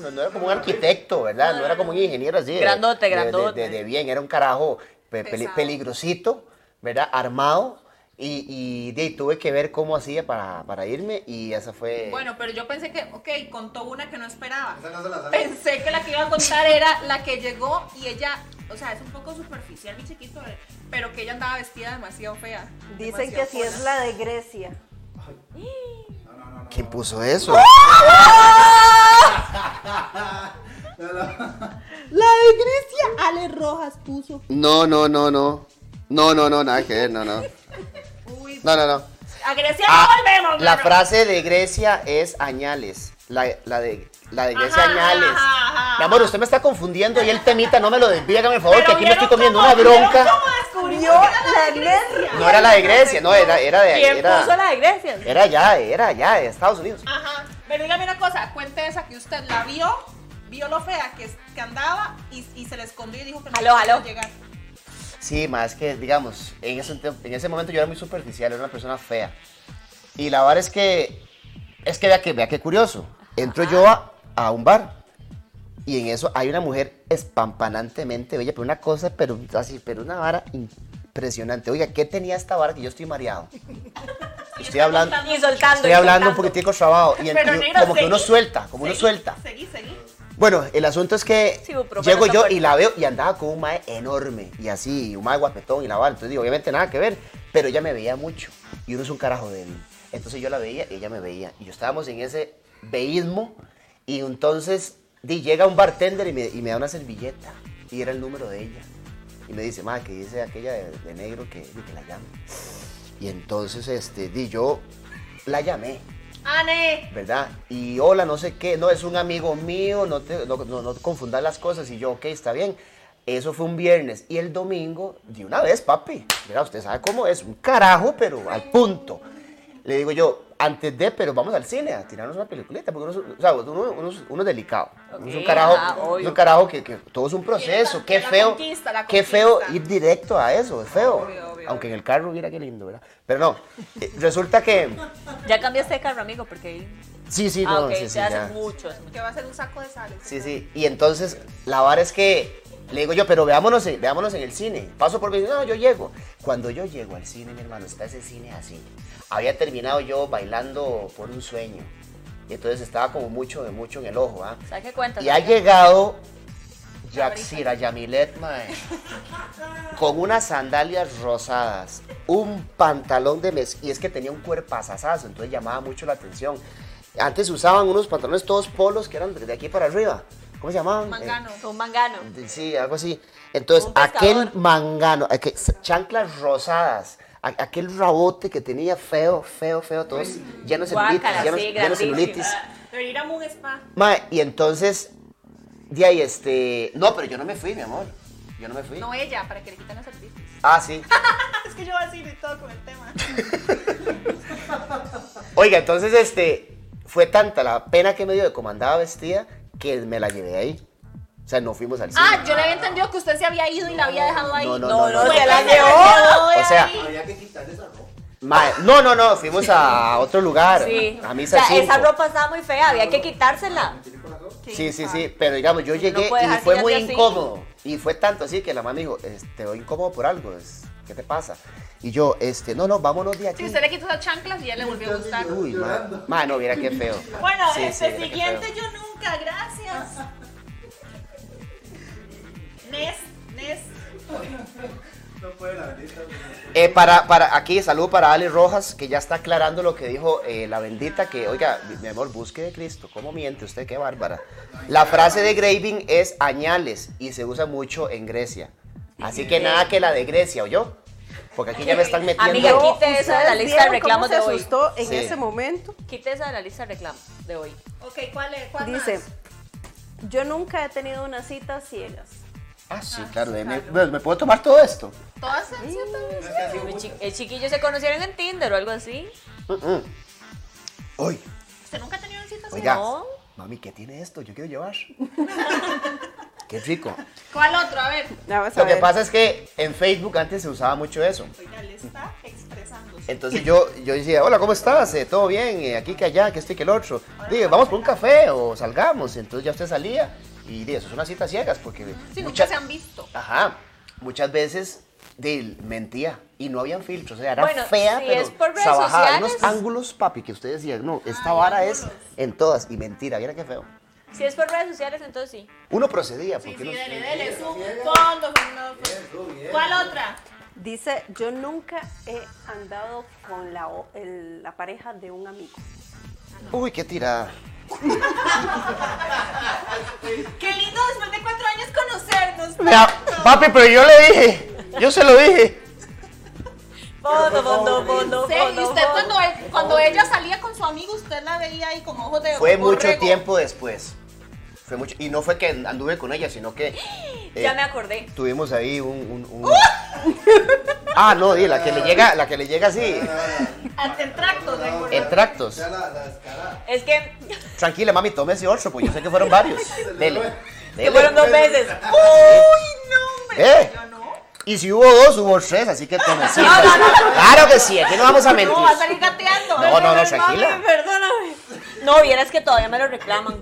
[SPEAKER 3] No, no era como un arquitecto, ¿verdad? No era como un ingeniero así. de-
[SPEAKER 1] Grandote,
[SPEAKER 3] de- de-
[SPEAKER 1] grandote.
[SPEAKER 3] De, de bien, era un carajo pe- peli- peligrosito, ¿verdad? Armado. Y, y de ahí tuve que ver cómo hacía para, para irme. Y esa fue.
[SPEAKER 2] Bueno, pero yo pensé que, ok, contó una que no esperaba.
[SPEAKER 5] Esa no se la sabe.
[SPEAKER 2] Pensé que la que iba a contar era la que llegó y ella, o sea, es un poco superficial, mi chiquito, eh, pero que ella andaba vestida demasiado fea.
[SPEAKER 4] Dicen que
[SPEAKER 2] demasiado
[SPEAKER 4] así es
[SPEAKER 2] fona.
[SPEAKER 4] la de Grecia.
[SPEAKER 5] No, no, no, no.
[SPEAKER 3] ¿Quién puso eso?
[SPEAKER 5] No, no.
[SPEAKER 4] La de Grecia, Ale Rojas puso.
[SPEAKER 3] No, no, no, no. No, no, no, nada que ver, no, no.
[SPEAKER 2] Uy,
[SPEAKER 3] No, no, no.
[SPEAKER 2] a Grecia
[SPEAKER 3] Ah,
[SPEAKER 2] no volvemos.
[SPEAKER 3] La
[SPEAKER 2] no, no.
[SPEAKER 3] frase de Grecia es añales. La, la de, la de Grecia
[SPEAKER 2] Ajá,
[SPEAKER 3] añales.
[SPEAKER 2] ajá, ajá,
[SPEAKER 3] Mi amor, usted me está confundiendo y el temita no me lo desvíe, hágame el favor,
[SPEAKER 2] Pero
[SPEAKER 3] "Oh, que aquí me estoy
[SPEAKER 2] ¿vieron
[SPEAKER 3] comiendo
[SPEAKER 2] cómo-
[SPEAKER 3] una bronca.
[SPEAKER 2] ¿vieron cómo descubrió
[SPEAKER 4] Yo,
[SPEAKER 2] que era la de
[SPEAKER 4] la neta.
[SPEAKER 2] Grecia?
[SPEAKER 3] No era la de Grecia, no, era, era de
[SPEAKER 1] ¿Quién
[SPEAKER 3] era,
[SPEAKER 1] puso la de Grecia?
[SPEAKER 3] Era ya, era ya, de Estados Unidos.
[SPEAKER 2] Ajá. Pero dígame una cosa, cuente esa que usted la vio, vio lo fea que, que andaba y, y se le escondió y dijo que no
[SPEAKER 1] Aló, aló.
[SPEAKER 2] iba a llegar.
[SPEAKER 3] Sí, más que, digamos, en ese, ente- en ese momento yo era muy superficial, era una persona fea. Y la verdad es que, es que vea que, vea qué curioso. Entro yo a, a un bar y en eso hay una mujer espampanantemente bella, pero una cosa, pero así, pero una vara impresionante. Oiga, ¿qué tenía esta vara que yo estoy mareado? Estoy hablando,
[SPEAKER 1] Y soltando.
[SPEAKER 3] estoy
[SPEAKER 1] y
[SPEAKER 3] hablando un
[SPEAKER 1] soltando.
[SPEAKER 3] poquitico trabado y en-
[SPEAKER 2] Pero,
[SPEAKER 3] y
[SPEAKER 2] negro,
[SPEAKER 3] como que
[SPEAKER 2] seguí,
[SPEAKER 3] uno suelta, como uno
[SPEAKER 2] seguí,
[SPEAKER 3] suelta.
[SPEAKER 2] Seguí, seguí.
[SPEAKER 3] Bueno, el asunto es que
[SPEAKER 1] Sí, pero
[SPEAKER 3] llego
[SPEAKER 1] bueno,
[SPEAKER 3] yo
[SPEAKER 1] está
[SPEAKER 3] y la veo y andaba con un mae enorme y así, y un mae guapetón y la vara. Entonces digo, obviamente nada que ver, pero ella me veía mucho y uno es un carajo débil. Entonces yo la veía y ella me veía y yo estábamos en ese veísmo y entonces di, llega un bartender y me, y me da una servilleta y era el número de ella. Y me dice, mae, que dice aquella de, de negro que, de que la llame. Y entonces este, di, yo la llamé.
[SPEAKER 2] Ane.
[SPEAKER 3] ¿verdad? Y hola, no sé qué, no, es un amigo mío, no, te, no, no- no confundas las cosas. Y yo, ok, está bien. Eso fue un viernes. Y el domingo, de una vez, papi, ¿verdad? Usted sabe cómo es, un carajo, pero al punto. Le digo yo, antes de, pero vamos al cine a tirarnos una peliculita, porque uno, es- o sea, uno, uno es- uno es delicado. Uno es un
[SPEAKER 1] Ok,
[SPEAKER 3] carajo,
[SPEAKER 1] ah,
[SPEAKER 3] uno es
[SPEAKER 1] obvio.
[SPEAKER 3] un carajo que, que todo es un proceso.
[SPEAKER 2] la-
[SPEAKER 3] Qué
[SPEAKER 2] la
[SPEAKER 3] feo,
[SPEAKER 2] conquista, la
[SPEAKER 3] qué feo
[SPEAKER 2] conquista.
[SPEAKER 3] ir directo a eso, es feo.
[SPEAKER 2] Obvio, obvio,
[SPEAKER 3] Aunque en el carro hubiera qué lindo, ¿verdad? Pero no, eh, resulta que,
[SPEAKER 1] Ya cambiaste de carro, amigo, porque.
[SPEAKER 3] sí, sí,
[SPEAKER 1] ah,
[SPEAKER 3] no,
[SPEAKER 1] ok,
[SPEAKER 3] sí, sí,
[SPEAKER 1] se hace
[SPEAKER 3] ya.
[SPEAKER 1] mucho. hace mucho.
[SPEAKER 2] Que va a ser un saco de sales.
[SPEAKER 3] Sí, sí. Y entonces, la vara es que le digo yo, pero veámonos, en- veámonos en el cine. Paso por dice, no, yo llego. Cuando yo llego al cine, mi hermano, está ese cine así. Había terminado yo bailando por un sueño. Y entonces estaba como mucho, de mucho en el ojo, ¿ah?
[SPEAKER 1] ¿Sabes qué cuentas?
[SPEAKER 3] Y ha llegado Yaxira Yamilet, mae, con unas sandalias rosadas, un pantalón de mes, y es que tenía un cuerpazazazo, entonces llamaba mucho la atención. Antes usaban unos pantalones todos polos que eran de aquí para arriba. ¿Cómo se llamaban?
[SPEAKER 2] Mangano.
[SPEAKER 1] Un mangano.
[SPEAKER 3] Eh, sí, algo así. Entonces,
[SPEAKER 1] Un pescador.
[SPEAKER 3] aquel mangano, aquel- chanclas rosadas, a- aquel rabote que tenía feo, feo, feo, todos llenos de celulitis,
[SPEAKER 1] Guácala, sí,
[SPEAKER 3] llenos- llenos de
[SPEAKER 1] grandísimo.
[SPEAKER 3] celulitis.
[SPEAKER 2] Pero ir a un spa.
[SPEAKER 3] Mae, y entonces, de ahí este. No, pero yo no me fui, mi amor. Yo no me fui.
[SPEAKER 2] No ella, para que le quiten los servicios.
[SPEAKER 3] Ah, sí.
[SPEAKER 2] Es que yo así de todo con el tema.
[SPEAKER 3] Oiga, entonces, este. Fue tanta la pena que me dio de cómo andaba vestida que me la llevé de ahí. O sea, no fuimos al cine.
[SPEAKER 2] Ah, yo le había entendido que usted se había ido y la había dejado ahí. Pues,
[SPEAKER 3] No, no,
[SPEAKER 1] No, no,
[SPEAKER 3] no,
[SPEAKER 1] se
[SPEAKER 3] no.
[SPEAKER 1] la llevó.
[SPEAKER 2] de
[SPEAKER 3] O sea,
[SPEAKER 2] ahí.
[SPEAKER 5] Había que quitarle esa ropa.
[SPEAKER 3] Mae, no, no, no, fuimos a otro lugar.
[SPEAKER 1] Sí.
[SPEAKER 3] A
[SPEAKER 1] o
[SPEAKER 3] misa
[SPEAKER 1] sea, esa
[SPEAKER 3] cinco.
[SPEAKER 1] ropa estaba muy fea, había que quitársela.
[SPEAKER 5] ¿Tiene corazón?
[SPEAKER 3] Sí, sí, sí, pero digamos, yo llegué
[SPEAKER 1] puede
[SPEAKER 3] y
[SPEAKER 1] dejar
[SPEAKER 3] fue
[SPEAKER 1] niñas
[SPEAKER 3] muy
[SPEAKER 1] así.
[SPEAKER 3] incómodo. Y fue tanto así que la mamá me dijo, "Es- te veo incómodo por algo, es- ¿qué te pasa? Y yo, este, no, no, vámonos de aquí.
[SPEAKER 2] Si usted le quitó esas chanclas y ya le volvió a gustar.
[SPEAKER 3] Uy, mano, mano, mira qué feo.
[SPEAKER 2] Bueno,
[SPEAKER 3] Sí, sí,
[SPEAKER 2] este
[SPEAKER 3] mira qué
[SPEAKER 2] siguiente
[SPEAKER 3] feo.
[SPEAKER 2] yo nunca, gracias.
[SPEAKER 5] No puede la bendita. pero-
[SPEAKER 3] Eh, para, para, aquí, saludo para Ale Rojas, que ya está aclarando lo que dijo eh, la bendita, que, oiga, mi- mi amor, busque de Cristo. ¿Cómo miente usted? Qué bárbara. La frase de Graving es añales y se usa mucho en Grecia. Así que nada que la de Grecia, ¿oyó? Porque aquí ya me están metiendo.
[SPEAKER 1] Amiga, quite esa de la lista
[SPEAKER 4] ¿Ustedes
[SPEAKER 1] de
[SPEAKER 4] vieron
[SPEAKER 1] reclamos
[SPEAKER 4] cómo
[SPEAKER 1] de
[SPEAKER 4] se
[SPEAKER 1] hoy.
[SPEAKER 4] asustó en
[SPEAKER 3] Sí.
[SPEAKER 4] ese momento?
[SPEAKER 1] Quite esa de la lista de reclamos de hoy.
[SPEAKER 2] Ok, ¿cuál es? ¿Cuál
[SPEAKER 4] Dice,
[SPEAKER 2] más?
[SPEAKER 4] yo nunca he tenido una cita a ciegas.
[SPEAKER 3] Ah, sí, claro, déjeme- pues, ¿me, me puedo tomar todo esto?
[SPEAKER 2] Todas
[SPEAKER 3] "Mm".
[SPEAKER 2] han sido
[SPEAKER 5] No es que ha sido
[SPEAKER 1] Los
[SPEAKER 5] mucho.
[SPEAKER 1] chi- eh, chiquillos se conocieron en Tinder o algo así.
[SPEAKER 3] Uy,
[SPEAKER 2] ¿Usted nunca ha tenido una cita así?
[SPEAKER 3] oiga,
[SPEAKER 1] No.
[SPEAKER 3] mami, ¿qué tiene esto? Yo quiero llevar. Qué rico.
[SPEAKER 2] ¿Cuál otro? A ver.
[SPEAKER 4] Vamos a
[SPEAKER 3] Lo que
[SPEAKER 4] ver.
[SPEAKER 3] pasa es que en Facebook antes se usaba mucho eso.
[SPEAKER 2] Oiga, le está expresándose.
[SPEAKER 3] Entonces yo, yo decía, hola, ¿cómo estás? Eh, ¿Todo bien? Eh, aquí que allá, que esto y que el otro. Dije, vamos por un café o salgamos. Entonces ya usted salía y dije, eso es una cita ciegas porque
[SPEAKER 2] Si nunca
[SPEAKER 3] muchas,
[SPEAKER 2] se han visto.
[SPEAKER 3] ajá, muchas veces de, mentía y no habían filtros. O sea, era
[SPEAKER 1] Bueno,
[SPEAKER 3] fea,
[SPEAKER 1] si
[SPEAKER 3] pero
[SPEAKER 1] es por redes
[SPEAKER 3] trabajada. Unos
[SPEAKER 1] sociales-
[SPEAKER 3] ángulos, papi, que ustedes decían, no, esta vara es en todas. Y mentira, mira qué feo.
[SPEAKER 1] Si es por redes sociales, entonces sí.
[SPEAKER 3] Uno procedía
[SPEAKER 2] Sí,
[SPEAKER 3] porque
[SPEAKER 2] sí,
[SPEAKER 3] uno-
[SPEAKER 2] dele, dele. Su fondo. no, pues. ¿Cuál otra?
[SPEAKER 4] Dice, yo nunca he andado con la, o- el- la pareja de un amigo.
[SPEAKER 3] Uy, qué tirada.
[SPEAKER 2] Qué lindo después de cuatro años conocernos.
[SPEAKER 3] Vea, papi, pero yo le dije, yo se lo dije.
[SPEAKER 1] Fondo, fondo, fondo,
[SPEAKER 2] Sí, y
[SPEAKER 1] fondo,
[SPEAKER 2] usted
[SPEAKER 1] fondo.
[SPEAKER 2] cuando, él- cuando ella salía con su amigo, usted la veía ahí con ojos de
[SPEAKER 3] Fue
[SPEAKER 2] borrego.
[SPEAKER 3] mucho tiempo después. Fue mucho, y no fue que anduve con ella, sino que eh,
[SPEAKER 1] Ya me ¡Uh! acordé.
[SPEAKER 3] tuvimos ahí un... un- un- ah, no, di, la que le llega, la que le llega así.
[SPEAKER 2] Antetractos, recuerdo.
[SPEAKER 3] En tractos.
[SPEAKER 5] Ya la, la escala.
[SPEAKER 1] Es que,
[SPEAKER 3] Tranquila, mami, tome ese otro, pues yo sé que fueron varios. Dele.
[SPEAKER 1] que
[SPEAKER 3] dele.
[SPEAKER 1] fueron dos veces.
[SPEAKER 2] ¡Uy, no, hombre!
[SPEAKER 3] ¿Eh?
[SPEAKER 2] Yo no.
[SPEAKER 3] Y si hubo dos, hubo tres, así que tome sí.
[SPEAKER 1] No, no, no.
[SPEAKER 3] Claro que sí, aquí no vamos a mentir.
[SPEAKER 2] No, va a salir gateando.
[SPEAKER 3] No, no, no,
[SPEAKER 1] Ay,
[SPEAKER 3] tranquila.
[SPEAKER 1] mami, perdóname. No, vieras que todavía me lo reclaman.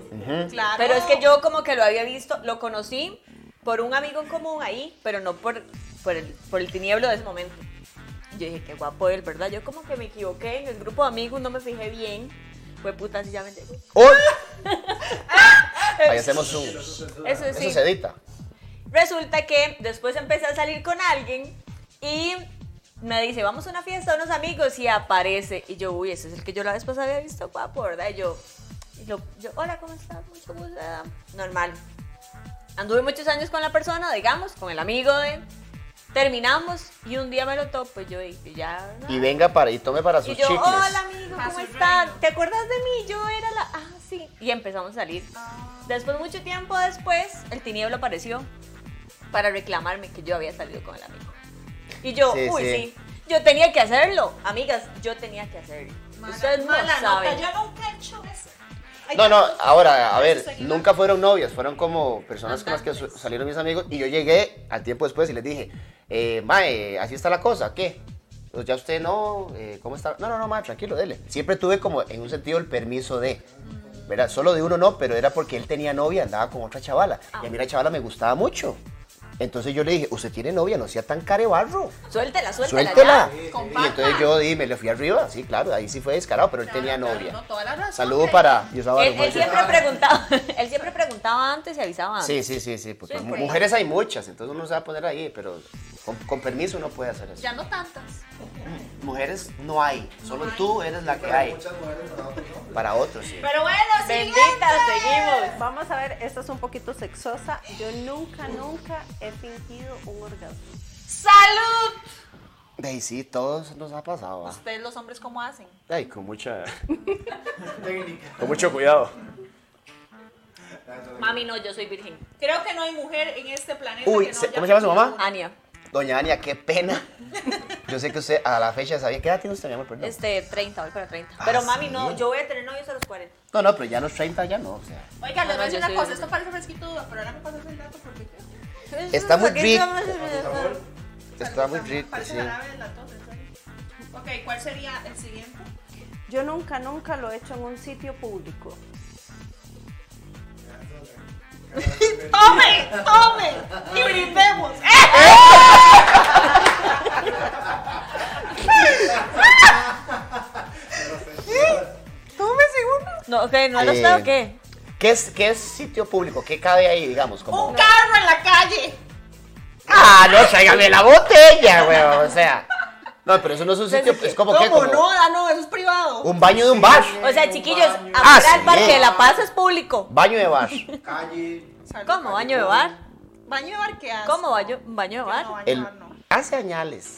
[SPEAKER 2] Claro.
[SPEAKER 1] Pero es que yo como que lo había visto, lo conocí por un amigo en común ahí, pero no por, por, el, por el tinieblo de ese momento. Yo dije, qué guapo él, ¿verdad? Yo como que me equivoqué en el grupo de amigos, no me fijé bien. Fue puta, si ya me enteré.
[SPEAKER 3] Hoy. Ahí hacemos un... Eso
[SPEAKER 1] Eso sí.
[SPEAKER 3] se edita.
[SPEAKER 1] Resulta que después empecé a salir con alguien y me dice, vamos a una fiesta, unos amigos, y aparece. Y yo, uy, ese es el que yo la vez pasada había visto, guapo, ¿verdad? Y yo, y yo, yo, hola, ¿cómo estás? Mucho gusto. ah, Normal. Anduve muchos años con la persona, digamos, con el amigo de... Terminamos y un día me lo topo y yo y ya... ¿verdad?
[SPEAKER 3] Y venga para, y tome para
[SPEAKER 1] Y
[SPEAKER 3] sus
[SPEAKER 1] yo,
[SPEAKER 3] chicles.
[SPEAKER 1] hola amigo,
[SPEAKER 2] A
[SPEAKER 1] ¿cómo
[SPEAKER 2] sus
[SPEAKER 1] estás?
[SPEAKER 2] reinos.
[SPEAKER 1] ¿Te acuerdas de mí? Yo era la... Ah, sí. Y empezamos a salir. Después, mucho tiempo después, el tinieblo apareció para reclamarme que yo había salido con el amigo. Y yo,
[SPEAKER 3] Sí,
[SPEAKER 1] uy, sí.
[SPEAKER 3] sí.
[SPEAKER 1] Yo tenía que hacerlo. Amigas, yo tenía que hacerlo.
[SPEAKER 2] Mala-
[SPEAKER 1] Ustedes no
[SPEAKER 2] mala
[SPEAKER 1] saben.
[SPEAKER 2] nota. Yo nunca he hecho eso. Ay,
[SPEAKER 3] No, ah, no,
[SPEAKER 2] yo-
[SPEAKER 3] ahora, a ver,
[SPEAKER 2] Seguimos.
[SPEAKER 3] nunca fueron novias, fueron como personas con las que su- salieron mis amigos y yo llegué al tiempo después y les dije, eh, mae, así está la cosa, ¿qué? Pues ya usted no, eh, ¿cómo está? No, no, no, mae, tranquilo, dele. Siempre tuve como en un sentido el permiso de, ¿verdad? Solo de uno no, pero era porque él tenía novia, andaba con otra chavala y a mí la chavala me gustaba mucho. Entonces yo le dije, usted tiene novia, no sea tan carebarro.
[SPEAKER 1] Suéltela, suéltela.
[SPEAKER 3] Suéltela.
[SPEAKER 1] ya.
[SPEAKER 2] Con
[SPEAKER 3] Y
[SPEAKER 2] pata.
[SPEAKER 3] entonces yo di, me le fui arriba, sí, claro, ahí sí fue descarado, pero él
[SPEAKER 2] Claro,
[SPEAKER 3] tenía
[SPEAKER 2] claro,
[SPEAKER 3] novia.
[SPEAKER 2] no, toda la razón,
[SPEAKER 3] Saludo
[SPEAKER 2] eh.
[SPEAKER 3] para yo estaba
[SPEAKER 1] Él,
[SPEAKER 3] los
[SPEAKER 1] él
[SPEAKER 3] jueces.
[SPEAKER 1] siempre preguntaba, él siempre preguntaba antes y avisaba antes.
[SPEAKER 3] Sí, sí, sí, sí, porque
[SPEAKER 1] Sí,
[SPEAKER 3] mu-
[SPEAKER 1] pues.
[SPEAKER 3] mujeres hay muchas, entonces uno se va a poner ahí, pero con, con permiso uno puede hacer eso.
[SPEAKER 2] Ya no tantas.
[SPEAKER 3] Mujeres no hay, solo
[SPEAKER 2] hay.
[SPEAKER 3] tú eres la que
[SPEAKER 5] Para
[SPEAKER 3] hay,
[SPEAKER 5] muchas mujeres, para otros hombres.
[SPEAKER 3] para otros. sí.
[SPEAKER 2] Pero bueno, siguiente.
[SPEAKER 1] Bendita, seguimos.
[SPEAKER 4] Vamos a ver, esta es un poquito sexosa. Yo nunca, nunca he fingido un orgasmo.
[SPEAKER 2] ¡Salud!
[SPEAKER 3] De ahí sí, todos nos ha pasado. ¿ah? ¿va?
[SPEAKER 2] ¿Ustedes los hombres cómo hacen?
[SPEAKER 6] Ay, con mucha,
[SPEAKER 5] Técnica.
[SPEAKER 6] con mucho cuidado.
[SPEAKER 1] Mami, no, yo soy virgen.
[SPEAKER 2] Creo que no hay mujer en este planeta
[SPEAKER 3] Uy,
[SPEAKER 2] que no
[SPEAKER 3] se-
[SPEAKER 2] haya
[SPEAKER 3] ¿cómo se llama su
[SPEAKER 2] fingido
[SPEAKER 3] mamá?
[SPEAKER 2] una.
[SPEAKER 1] Ania,
[SPEAKER 3] Doña Ania, qué pena. Yo sé que usted a la fecha sabía, ¿qué edad tiene usted, mi amor? Perdón.
[SPEAKER 1] este, 30, voy para 30.
[SPEAKER 3] Ah,
[SPEAKER 1] Pero mami,
[SPEAKER 3] sí.
[SPEAKER 1] no, yo voy a tener novios a los 40.
[SPEAKER 3] No, no, pero ya a los 30 ya no, o sea.
[SPEAKER 2] Oiga, les voy
[SPEAKER 1] No,
[SPEAKER 2] a
[SPEAKER 1] no,
[SPEAKER 2] decir
[SPEAKER 1] yo
[SPEAKER 2] una
[SPEAKER 1] soy
[SPEAKER 2] cosa,
[SPEAKER 1] virgen.
[SPEAKER 2] esto parece fresquito, pero ahora me pasa el dato porque
[SPEAKER 3] Está muy rico. Está
[SPEAKER 2] Parece
[SPEAKER 3] muy
[SPEAKER 2] jarabe-
[SPEAKER 3] rico,
[SPEAKER 2] parece
[SPEAKER 3] sí.
[SPEAKER 2] jarabe de la tos, en serio. Ok, ¿cuál sería el siguiente?
[SPEAKER 4] Yo nunca, nunca lo he hecho en un sitio público.
[SPEAKER 2] ¡Tome! ¡Tome! ¡Y brindemos! ¡Eh!
[SPEAKER 1] No, ok, ¿no lo
[SPEAKER 3] Eh,
[SPEAKER 1] está o qué?
[SPEAKER 3] ¿Qué es, ¿Qué es sitio público? ¿Qué cabe ahí, digamos?
[SPEAKER 2] ¡Un
[SPEAKER 3] Como,
[SPEAKER 2] carro en la calle!
[SPEAKER 3] Ah, no, tráigame la botella, weón. O sea. No, pero eso no es un sitio.
[SPEAKER 1] Entonces,
[SPEAKER 3] Es como que.
[SPEAKER 2] ¿Cómo?
[SPEAKER 3] Como
[SPEAKER 2] No, ah, no, eso es privado.
[SPEAKER 3] Un baño de un bar.
[SPEAKER 1] O sea, chiquillos,
[SPEAKER 5] Baño.
[SPEAKER 1] afuera
[SPEAKER 3] Ah,
[SPEAKER 1] del Parque
[SPEAKER 3] sí.
[SPEAKER 1] de la Paz es público.
[SPEAKER 3] Baño de bar.
[SPEAKER 5] Calle.
[SPEAKER 1] ¿Cómo? ¿Baño de bar?
[SPEAKER 2] Baño de bar, ¿qué haces?
[SPEAKER 1] ¿Cómo baño, baño de
[SPEAKER 2] Yo
[SPEAKER 1] bar?
[SPEAKER 2] no, baño de
[SPEAKER 3] El,
[SPEAKER 2] bar no.
[SPEAKER 3] hace añales.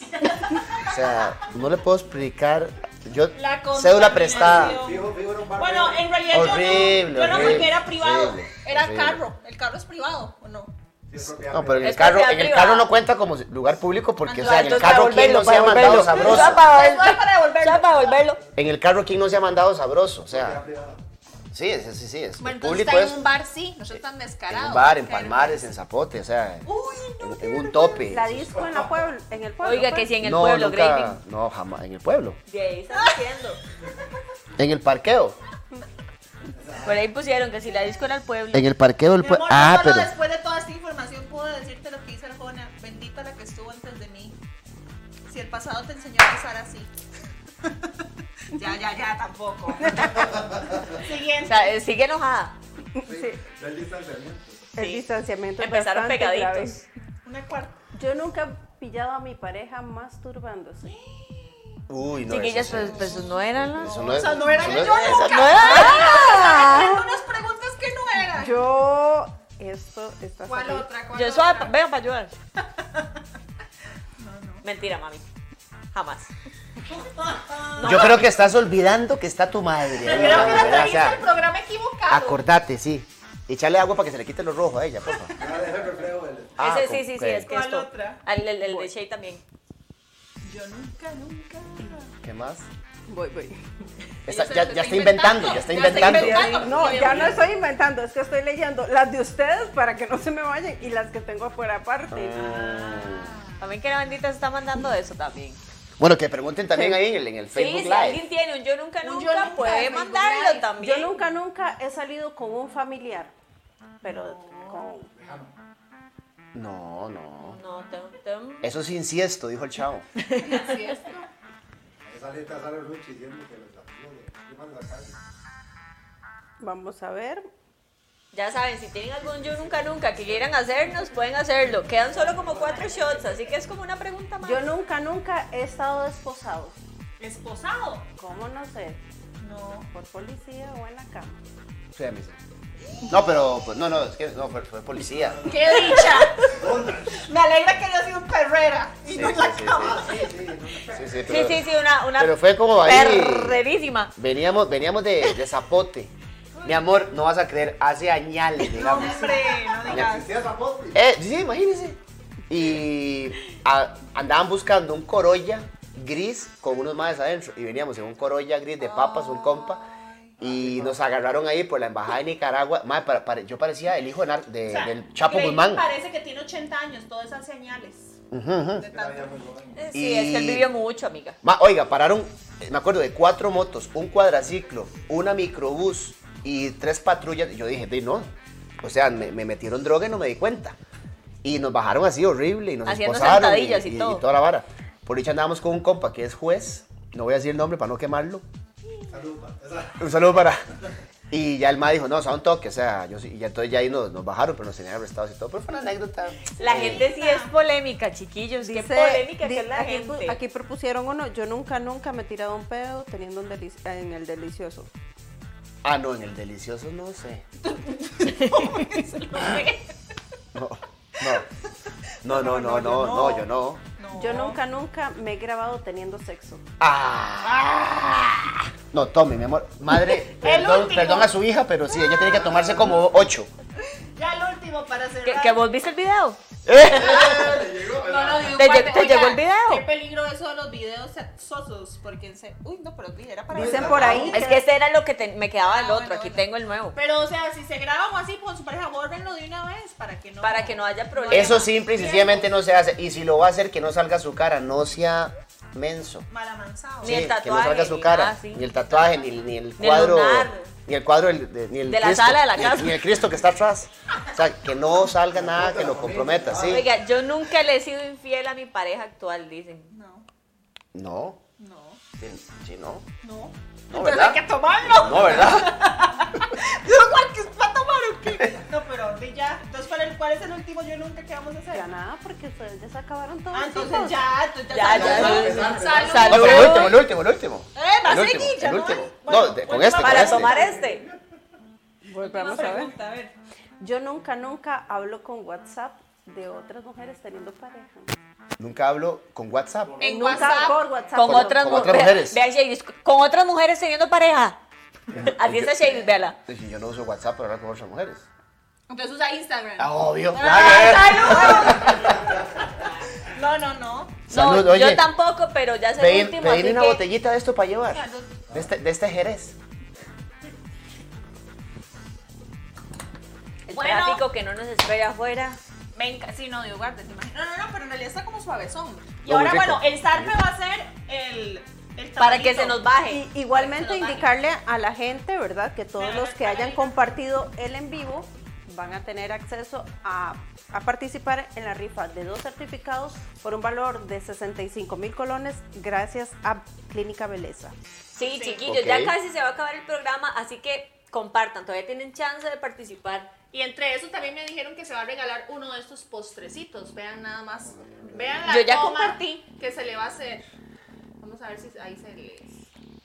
[SPEAKER 3] O sea, no le puedo explicar. Yo.
[SPEAKER 2] La
[SPEAKER 3] Cédula prestada.
[SPEAKER 2] contaminación.
[SPEAKER 5] Fijo, fijo, era un bar.
[SPEAKER 2] Bueno, en realidad
[SPEAKER 3] Horrible,
[SPEAKER 2] yo no, yo no
[SPEAKER 3] horrible,
[SPEAKER 2] porque era privado,
[SPEAKER 3] horrible,
[SPEAKER 2] era
[SPEAKER 3] horrible.
[SPEAKER 2] carro, el carro es privado o no.
[SPEAKER 5] Sí, es propiedad
[SPEAKER 3] No, pero en el
[SPEAKER 1] Es
[SPEAKER 3] carro,
[SPEAKER 1] propiedad
[SPEAKER 3] en el
[SPEAKER 1] privada.
[SPEAKER 3] carro no cuenta como lugar público porque, o sea, en el
[SPEAKER 1] Entonces, para
[SPEAKER 3] carro quién no
[SPEAKER 1] devolverlo,
[SPEAKER 3] se ha
[SPEAKER 1] para
[SPEAKER 3] mandado
[SPEAKER 1] devolverlo.
[SPEAKER 3] sabroso.
[SPEAKER 1] Ya para devolverlo.
[SPEAKER 2] Ya para devolverlo.
[SPEAKER 1] Ya para devolverlo.
[SPEAKER 3] En el carro quién no se ha mandado sabroso. O
[SPEAKER 5] privada,
[SPEAKER 3] sea,
[SPEAKER 5] privada.
[SPEAKER 3] sí, es- sí, sí, es.
[SPEAKER 2] Bueno,
[SPEAKER 3] El
[SPEAKER 2] entonces
[SPEAKER 3] público
[SPEAKER 2] está
[SPEAKER 3] es eh,
[SPEAKER 2] en un bar sí, no soy tan
[SPEAKER 3] en
[SPEAKER 2] descarado.
[SPEAKER 3] un bar, en
[SPEAKER 2] Pero-
[SPEAKER 3] Palmares, en Zapote, o sea,
[SPEAKER 2] Uy, no.
[SPEAKER 3] en, en un tope.
[SPEAKER 4] La disco en, la pueblo, en el pueblo.
[SPEAKER 1] Oiga,
[SPEAKER 4] pues.
[SPEAKER 1] que si en el
[SPEAKER 3] no,
[SPEAKER 1] pueblo,
[SPEAKER 3] nunca-
[SPEAKER 1] Graving.
[SPEAKER 3] No, jamás, en el pueblo.
[SPEAKER 1] De ahí están haciendo.
[SPEAKER 3] En el parqueo.
[SPEAKER 1] Por ahí pusieron que si la disco era el pueblo.
[SPEAKER 3] En el parqueo del
[SPEAKER 2] Mi amor,
[SPEAKER 3] pueblo.
[SPEAKER 2] no
[SPEAKER 3] Ah,
[SPEAKER 2] solo
[SPEAKER 3] pero.
[SPEAKER 2] después de toda esta información puedo decirte lo que hizo Arjona, bendita la que estuvo antes de mí. Si el pasado te enseñó a pasar así. ya, ya, ya, tampoco.
[SPEAKER 1] O
[SPEAKER 2] Siguiente.
[SPEAKER 1] sea, eh, sigue enojada.
[SPEAKER 5] Sí, del distanciamiento.
[SPEAKER 4] El distanciamiento es
[SPEAKER 1] Empezaron
[SPEAKER 4] bastante
[SPEAKER 1] pegaditos.
[SPEAKER 2] Una cuarta.
[SPEAKER 4] grave. Yo nunca he pillado a mi pareja masturbándose.
[SPEAKER 3] Uy, no.
[SPEAKER 1] Chiquillas,
[SPEAKER 3] eso sí.
[SPEAKER 1] pues, pues no eran las.
[SPEAKER 3] Eso
[SPEAKER 2] o sea,
[SPEAKER 3] es-
[SPEAKER 2] no era
[SPEAKER 3] eso
[SPEAKER 2] yo
[SPEAKER 3] es-
[SPEAKER 2] nunca.
[SPEAKER 1] ¡No eran!
[SPEAKER 2] Haciendo unas preguntas que no eran.
[SPEAKER 4] Yo, esto está
[SPEAKER 2] ¿Cuál
[SPEAKER 4] saliendo.
[SPEAKER 2] otra? ¿Cuál
[SPEAKER 1] Yo
[SPEAKER 2] otra?
[SPEAKER 1] suave, venga para ayudar. Mentira, mami. Jamás.
[SPEAKER 3] Yo creo que estás olvidando que está tu madre.
[SPEAKER 2] Creo
[SPEAKER 3] ahí,
[SPEAKER 2] que la
[SPEAKER 3] ¿verdad? O
[SPEAKER 2] trajiste
[SPEAKER 3] sea,
[SPEAKER 2] al programa equivocado.
[SPEAKER 3] acordate, sí. Echale agua para que se le quite lo rojo a ella, porfa.
[SPEAKER 5] Ya deja el reflejo del.
[SPEAKER 3] Ah,
[SPEAKER 1] Ese
[SPEAKER 3] con-
[SPEAKER 1] sí, sí, sí,
[SPEAKER 3] ok.
[SPEAKER 1] es que
[SPEAKER 2] ¿Cuál
[SPEAKER 1] esto.
[SPEAKER 2] otra?
[SPEAKER 1] El, el, el de Shea también.
[SPEAKER 2] Yo nunca, nunca.
[SPEAKER 3] ¿Qué más?
[SPEAKER 4] Voy, voy.
[SPEAKER 3] Está-
[SPEAKER 2] se
[SPEAKER 3] ya,
[SPEAKER 2] las
[SPEAKER 3] ya
[SPEAKER 2] está
[SPEAKER 3] está inventando, ya está inventando.
[SPEAKER 2] inventando.
[SPEAKER 4] No, ya no estoy inventando, es que estoy leyendo las de ustedes para que no se me vayan y las que tengo afuera aparte.
[SPEAKER 3] Ah. Mm.
[SPEAKER 1] También que la bendita se está mandando eso también.
[SPEAKER 3] Bueno, que pregunten también ahí en el, en el Facebook
[SPEAKER 1] sí, si alguien
[SPEAKER 3] Live.
[SPEAKER 1] tiene un yo nunca
[SPEAKER 2] Un
[SPEAKER 1] nunca,
[SPEAKER 2] yo nunca,
[SPEAKER 1] puede
[SPEAKER 2] Facebook
[SPEAKER 1] mandarlo
[SPEAKER 2] Live.
[SPEAKER 1] también.
[SPEAKER 4] Yo nunca, nunca he salido con un familiar, pero con...
[SPEAKER 3] No, no.
[SPEAKER 1] No, tengo, tengo-
[SPEAKER 3] Eso es inciesto, dijo el chavo.
[SPEAKER 5] Esa letra sale Ruchi diciendo que los amigos de primas de la calle.
[SPEAKER 4] Vamos a ver.
[SPEAKER 1] Ya saben, si tienen algún yo nunca nunca que quieran hacernos, pueden hacerlo. Quedan solo como cuatro shots, así que es como una pregunta más.
[SPEAKER 4] Yo nunca, nunca he estado desposado.
[SPEAKER 2] Esposado.
[SPEAKER 4] ¿Cómo no sé?
[SPEAKER 2] No.
[SPEAKER 4] ¿Por policía o en la cama?
[SPEAKER 3] Sí, a mí sí. No, pero, pues, no, no, es que no, fue, fue policía.
[SPEAKER 2] ¡Qué dicha! Me alegra que yo soy un perrera y
[SPEAKER 3] Sí,
[SPEAKER 2] no
[SPEAKER 3] sí,
[SPEAKER 2] en la
[SPEAKER 3] sí,
[SPEAKER 2] cama.
[SPEAKER 3] sí. Sí, sí,
[SPEAKER 1] sí,
[SPEAKER 3] pero,
[SPEAKER 1] sí, sí, una, una
[SPEAKER 3] pero fue como ahí.
[SPEAKER 1] perrerísima.
[SPEAKER 3] Veníamos, veníamos de, de Zapote. Mi amor, no vas a creer, hace añales,
[SPEAKER 2] No,
[SPEAKER 3] digamos.
[SPEAKER 2] hombre, no digas.
[SPEAKER 5] Existía Zapote.
[SPEAKER 3] Eh, sí, sí, imagínense. Y a- andaban buscando un corolla gris con unos madres adentro. Y veníamos en un corolla gris de papas, un compa. Y nos agarraron ahí por la embajada de Nicaragua. Madre, para- para- yo parecía el hijo de nar- de-
[SPEAKER 2] O sea,
[SPEAKER 3] del Chapo
[SPEAKER 2] Grady
[SPEAKER 3] Guzmán.
[SPEAKER 2] Parece que tiene 80 años, todas esas señales. De
[SPEAKER 5] Era
[SPEAKER 2] tanto-
[SPEAKER 5] ya muy joven.
[SPEAKER 1] Eh, Sí, es que él
[SPEAKER 3] Y-
[SPEAKER 1] vivió mucho, amiga.
[SPEAKER 3] Ma, oiga, pararon, eh, me acuerdo, de cuatro motos, un cuadraciclo, una microbús y tres patrullas. Y Yo dije, de no. O sea, me, me metieron droga y no me di cuenta. Y nos bajaron así horrible y nos
[SPEAKER 1] Haciendo
[SPEAKER 3] esposaron
[SPEAKER 1] sentadillas y todo.
[SPEAKER 3] toda la vara. Por dicha andábamos con un compa que es juez, no voy a decir el nombre para no quemarlo.
[SPEAKER 5] Salud, pa. Esa-
[SPEAKER 3] Un saludo para... Y ya el ma dijo, no, o sea, un toque, o sea, yo, sí- y ya entonces ya ahí nos, nos bajaron, pero nos tenían arrestados y todo, pero fue una anécdota.
[SPEAKER 1] La
[SPEAKER 3] eh,
[SPEAKER 1] gente sí es polémica, chiquillos. Qué polémica
[SPEAKER 4] di-
[SPEAKER 1] que es la
[SPEAKER 4] aquí,
[SPEAKER 1] gente.
[SPEAKER 4] pu- aquí propusieron uno, yo nunca, nunca me he tirado un pedo teniendo un delici- en el delicioso.
[SPEAKER 3] Ah, no, en el delicioso no sé. No, no, no, no, no, no, no, yo no.
[SPEAKER 2] No.
[SPEAKER 4] Yo nunca, nunca me he grabado teniendo sexo.
[SPEAKER 3] Ah. No, tome, mi amor. Madre, perdón,
[SPEAKER 2] último.
[SPEAKER 3] perdón a su hija, pero sí, ella tiene que tomarse como ocho.
[SPEAKER 2] Ya el último para cerrar.
[SPEAKER 1] ¿Que, que vos viste el video?
[SPEAKER 2] No, no, digo,
[SPEAKER 1] ¿Te
[SPEAKER 2] guarda-
[SPEAKER 1] lle- te llegó el video?
[SPEAKER 2] Qué peligro eso de los videos sexosos, porque en se... Uy, no, pero era para...
[SPEAKER 4] Dicen por ahí
[SPEAKER 1] Es que ese era lo que te- me quedaba el
[SPEAKER 2] Ah,
[SPEAKER 1] otro.
[SPEAKER 2] bueno,
[SPEAKER 1] Aquí
[SPEAKER 2] bueno.
[SPEAKER 1] tengo el nuevo.
[SPEAKER 2] Pero, o sea, si se graban o así con su pareja, bórrenlo de una vez para que no...
[SPEAKER 1] Para que no haya problema.
[SPEAKER 3] Eso simple y sencillamente no se hace. Y si lo va a hacer, que no salga su cara, no sea menso.
[SPEAKER 2] Malamanzado.
[SPEAKER 1] Ni el
[SPEAKER 3] que no
[SPEAKER 1] tatuaje,
[SPEAKER 3] salga su
[SPEAKER 1] ni
[SPEAKER 3] cara,
[SPEAKER 1] nada, sí.
[SPEAKER 3] ni el tatuaje, ni, ni el cuadro,
[SPEAKER 1] lunar.
[SPEAKER 3] ni el cuadro del- de, ni el
[SPEAKER 1] De la
[SPEAKER 3] Cristo,
[SPEAKER 1] sala de la
[SPEAKER 3] ni-
[SPEAKER 1] casa.
[SPEAKER 3] ni el Cristo que está atrás. O sea, que no salga nada que lo comprometa, sí.
[SPEAKER 1] Oiga, yo nunca le he sido infiel a mi pareja actual, dicen.
[SPEAKER 2] No,
[SPEAKER 3] No,
[SPEAKER 2] no,
[SPEAKER 3] sí, no.
[SPEAKER 2] no.
[SPEAKER 3] No,
[SPEAKER 2] Pero hay
[SPEAKER 3] ¿verdad?
[SPEAKER 2] que tomarlo.
[SPEAKER 3] No, ¿verdad?
[SPEAKER 2] Yo igual que va a tomar No, pero di ya. Entonces, ¿cuál es, ¿cuál es el último yo nunca que vamos a hacer?
[SPEAKER 4] Ya nada, porque ustedes ya se acabaron todos.
[SPEAKER 2] Ah, entonces
[SPEAKER 4] chicos.
[SPEAKER 2] ya, entonces
[SPEAKER 1] Ya,
[SPEAKER 2] ya.
[SPEAKER 1] ya.
[SPEAKER 7] Salud.
[SPEAKER 1] Salud.
[SPEAKER 3] No,
[SPEAKER 7] Salud.
[SPEAKER 3] pero el último, el último, el último.
[SPEAKER 2] Eh, va
[SPEAKER 3] El
[SPEAKER 2] a
[SPEAKER 3] último,
[SPEAKER 2] seguir, ya
[SPEAKER 3] el
[SPEAKER 2] no
[SPEAKER 3] último.
[SPEAKER 2] hay.
[SPEAKER 3] No, de- con este, con
[SPEAKER 1] Para
[SPEAKER 3] este.
[SPEAKER 1] tomar este.
[SPEAKER 4] Volvamos a ver.
[SPEAKER 2] Pregunta, a ver.
[SPEAKER 4] Yo nunca, nunca hablo con WhatsApp de otras mujeres teniendo pareja.
[SPEAKER 3] Nunca hablo con WhatsApp.
[SPEAKER 7] En
[SPEAKER 4] nunca
[SPEAKER 7] WhatsApp.
[SPEAKER 4] por WhatsApp.
[SPEAKER 1] Con
[SPEAKER 4] no.
[SPEAKER 1] otras,
[SPEAKER 3] con
[SPEAKER 1] mu-
[SPEAKER 3] otras
[SPEAKER 1] vea-
[SPEAKER 3] mujeres.
[SPEAKER 1] vea Jadis, con otras mujeres teniendo pareja. Así está Jadis, véala.
[SPEAKER 3] Dije, Pues Yo no uso WhatsApp para hablar con otras mujeres.
[SPEAKER 7] Entonces usa Instagram.
[SPEAKER 3] Ah, obvio.
[SPEAKER 2] No, no, no.
[SPEAKER 1] No,
[SPEAKER 3] Salud, oye.
[SPEAKER 1] yo tampoco, pero ya es el
[SPEAKER 3] Pedir,
[SPEAKER 1] último.
[SPEAKER 3] pedirle
[SPEAKER 1] así
[SPEAKER 3] una
[SPEAKER 1] que-
[SPEAKER 3] botellita de esto para llevar. De este, de este Jerez.
[SPEAKER 1] El
[SPEAKER 7] Bueno.
[SPEAKER 1] tráfico que no nos espera afuera.
[SPEAKER 7] Me enca- sí, no, digo, guarda, te imaginas.
[SPEAKER 2] No, no, no, pero en realidad está como suavezón. Y
[SPEAKER 3] No,
[SPEAKER 2] ahora,
[SPEAKER 3] muy rico.
[SPEAKER 2] bueno, el zarpe va a ser el. el
[SPEAKER 1] Para que
[SPEAKER 2] tamalito.
[SPEAKER 1] se nos baje.
[SPEAKER 4] Y- igualmente
[SPEAKER 7] Se lo dan.
[SPEAKER 4] indicarle a la gente, ¿verdad? Que todos
[SPEAKER 2] Pero
[SPEAKER 4] los que hayan compartido el en vivo van a tener acceso a, a participar en la rifa de dos certificados por un valor de 65 mil colones gracias a Clínica Beleza.
[SPEAKER 1] Sí,
[SPEAKER 2] Sí.
[SPEAKER 1] chiquillos,
[SPEAKER 3] Ok.
[SPEAKER 1] ya casi se va a acabar el programa, así que compartan, todavía tienen chance de participar.
[SPEAKER 7] Y entre eso también me dijeron que se va a regalar uno de estos postrecitos. Vean nada más. Vean la
[SPEAKER 1] Yo ya
[SPEAKER 7] toma
[SPEAKER 1] compartí.
[SPEAKER 7] que se le va a hacer. Vamos a ver si ahí se le.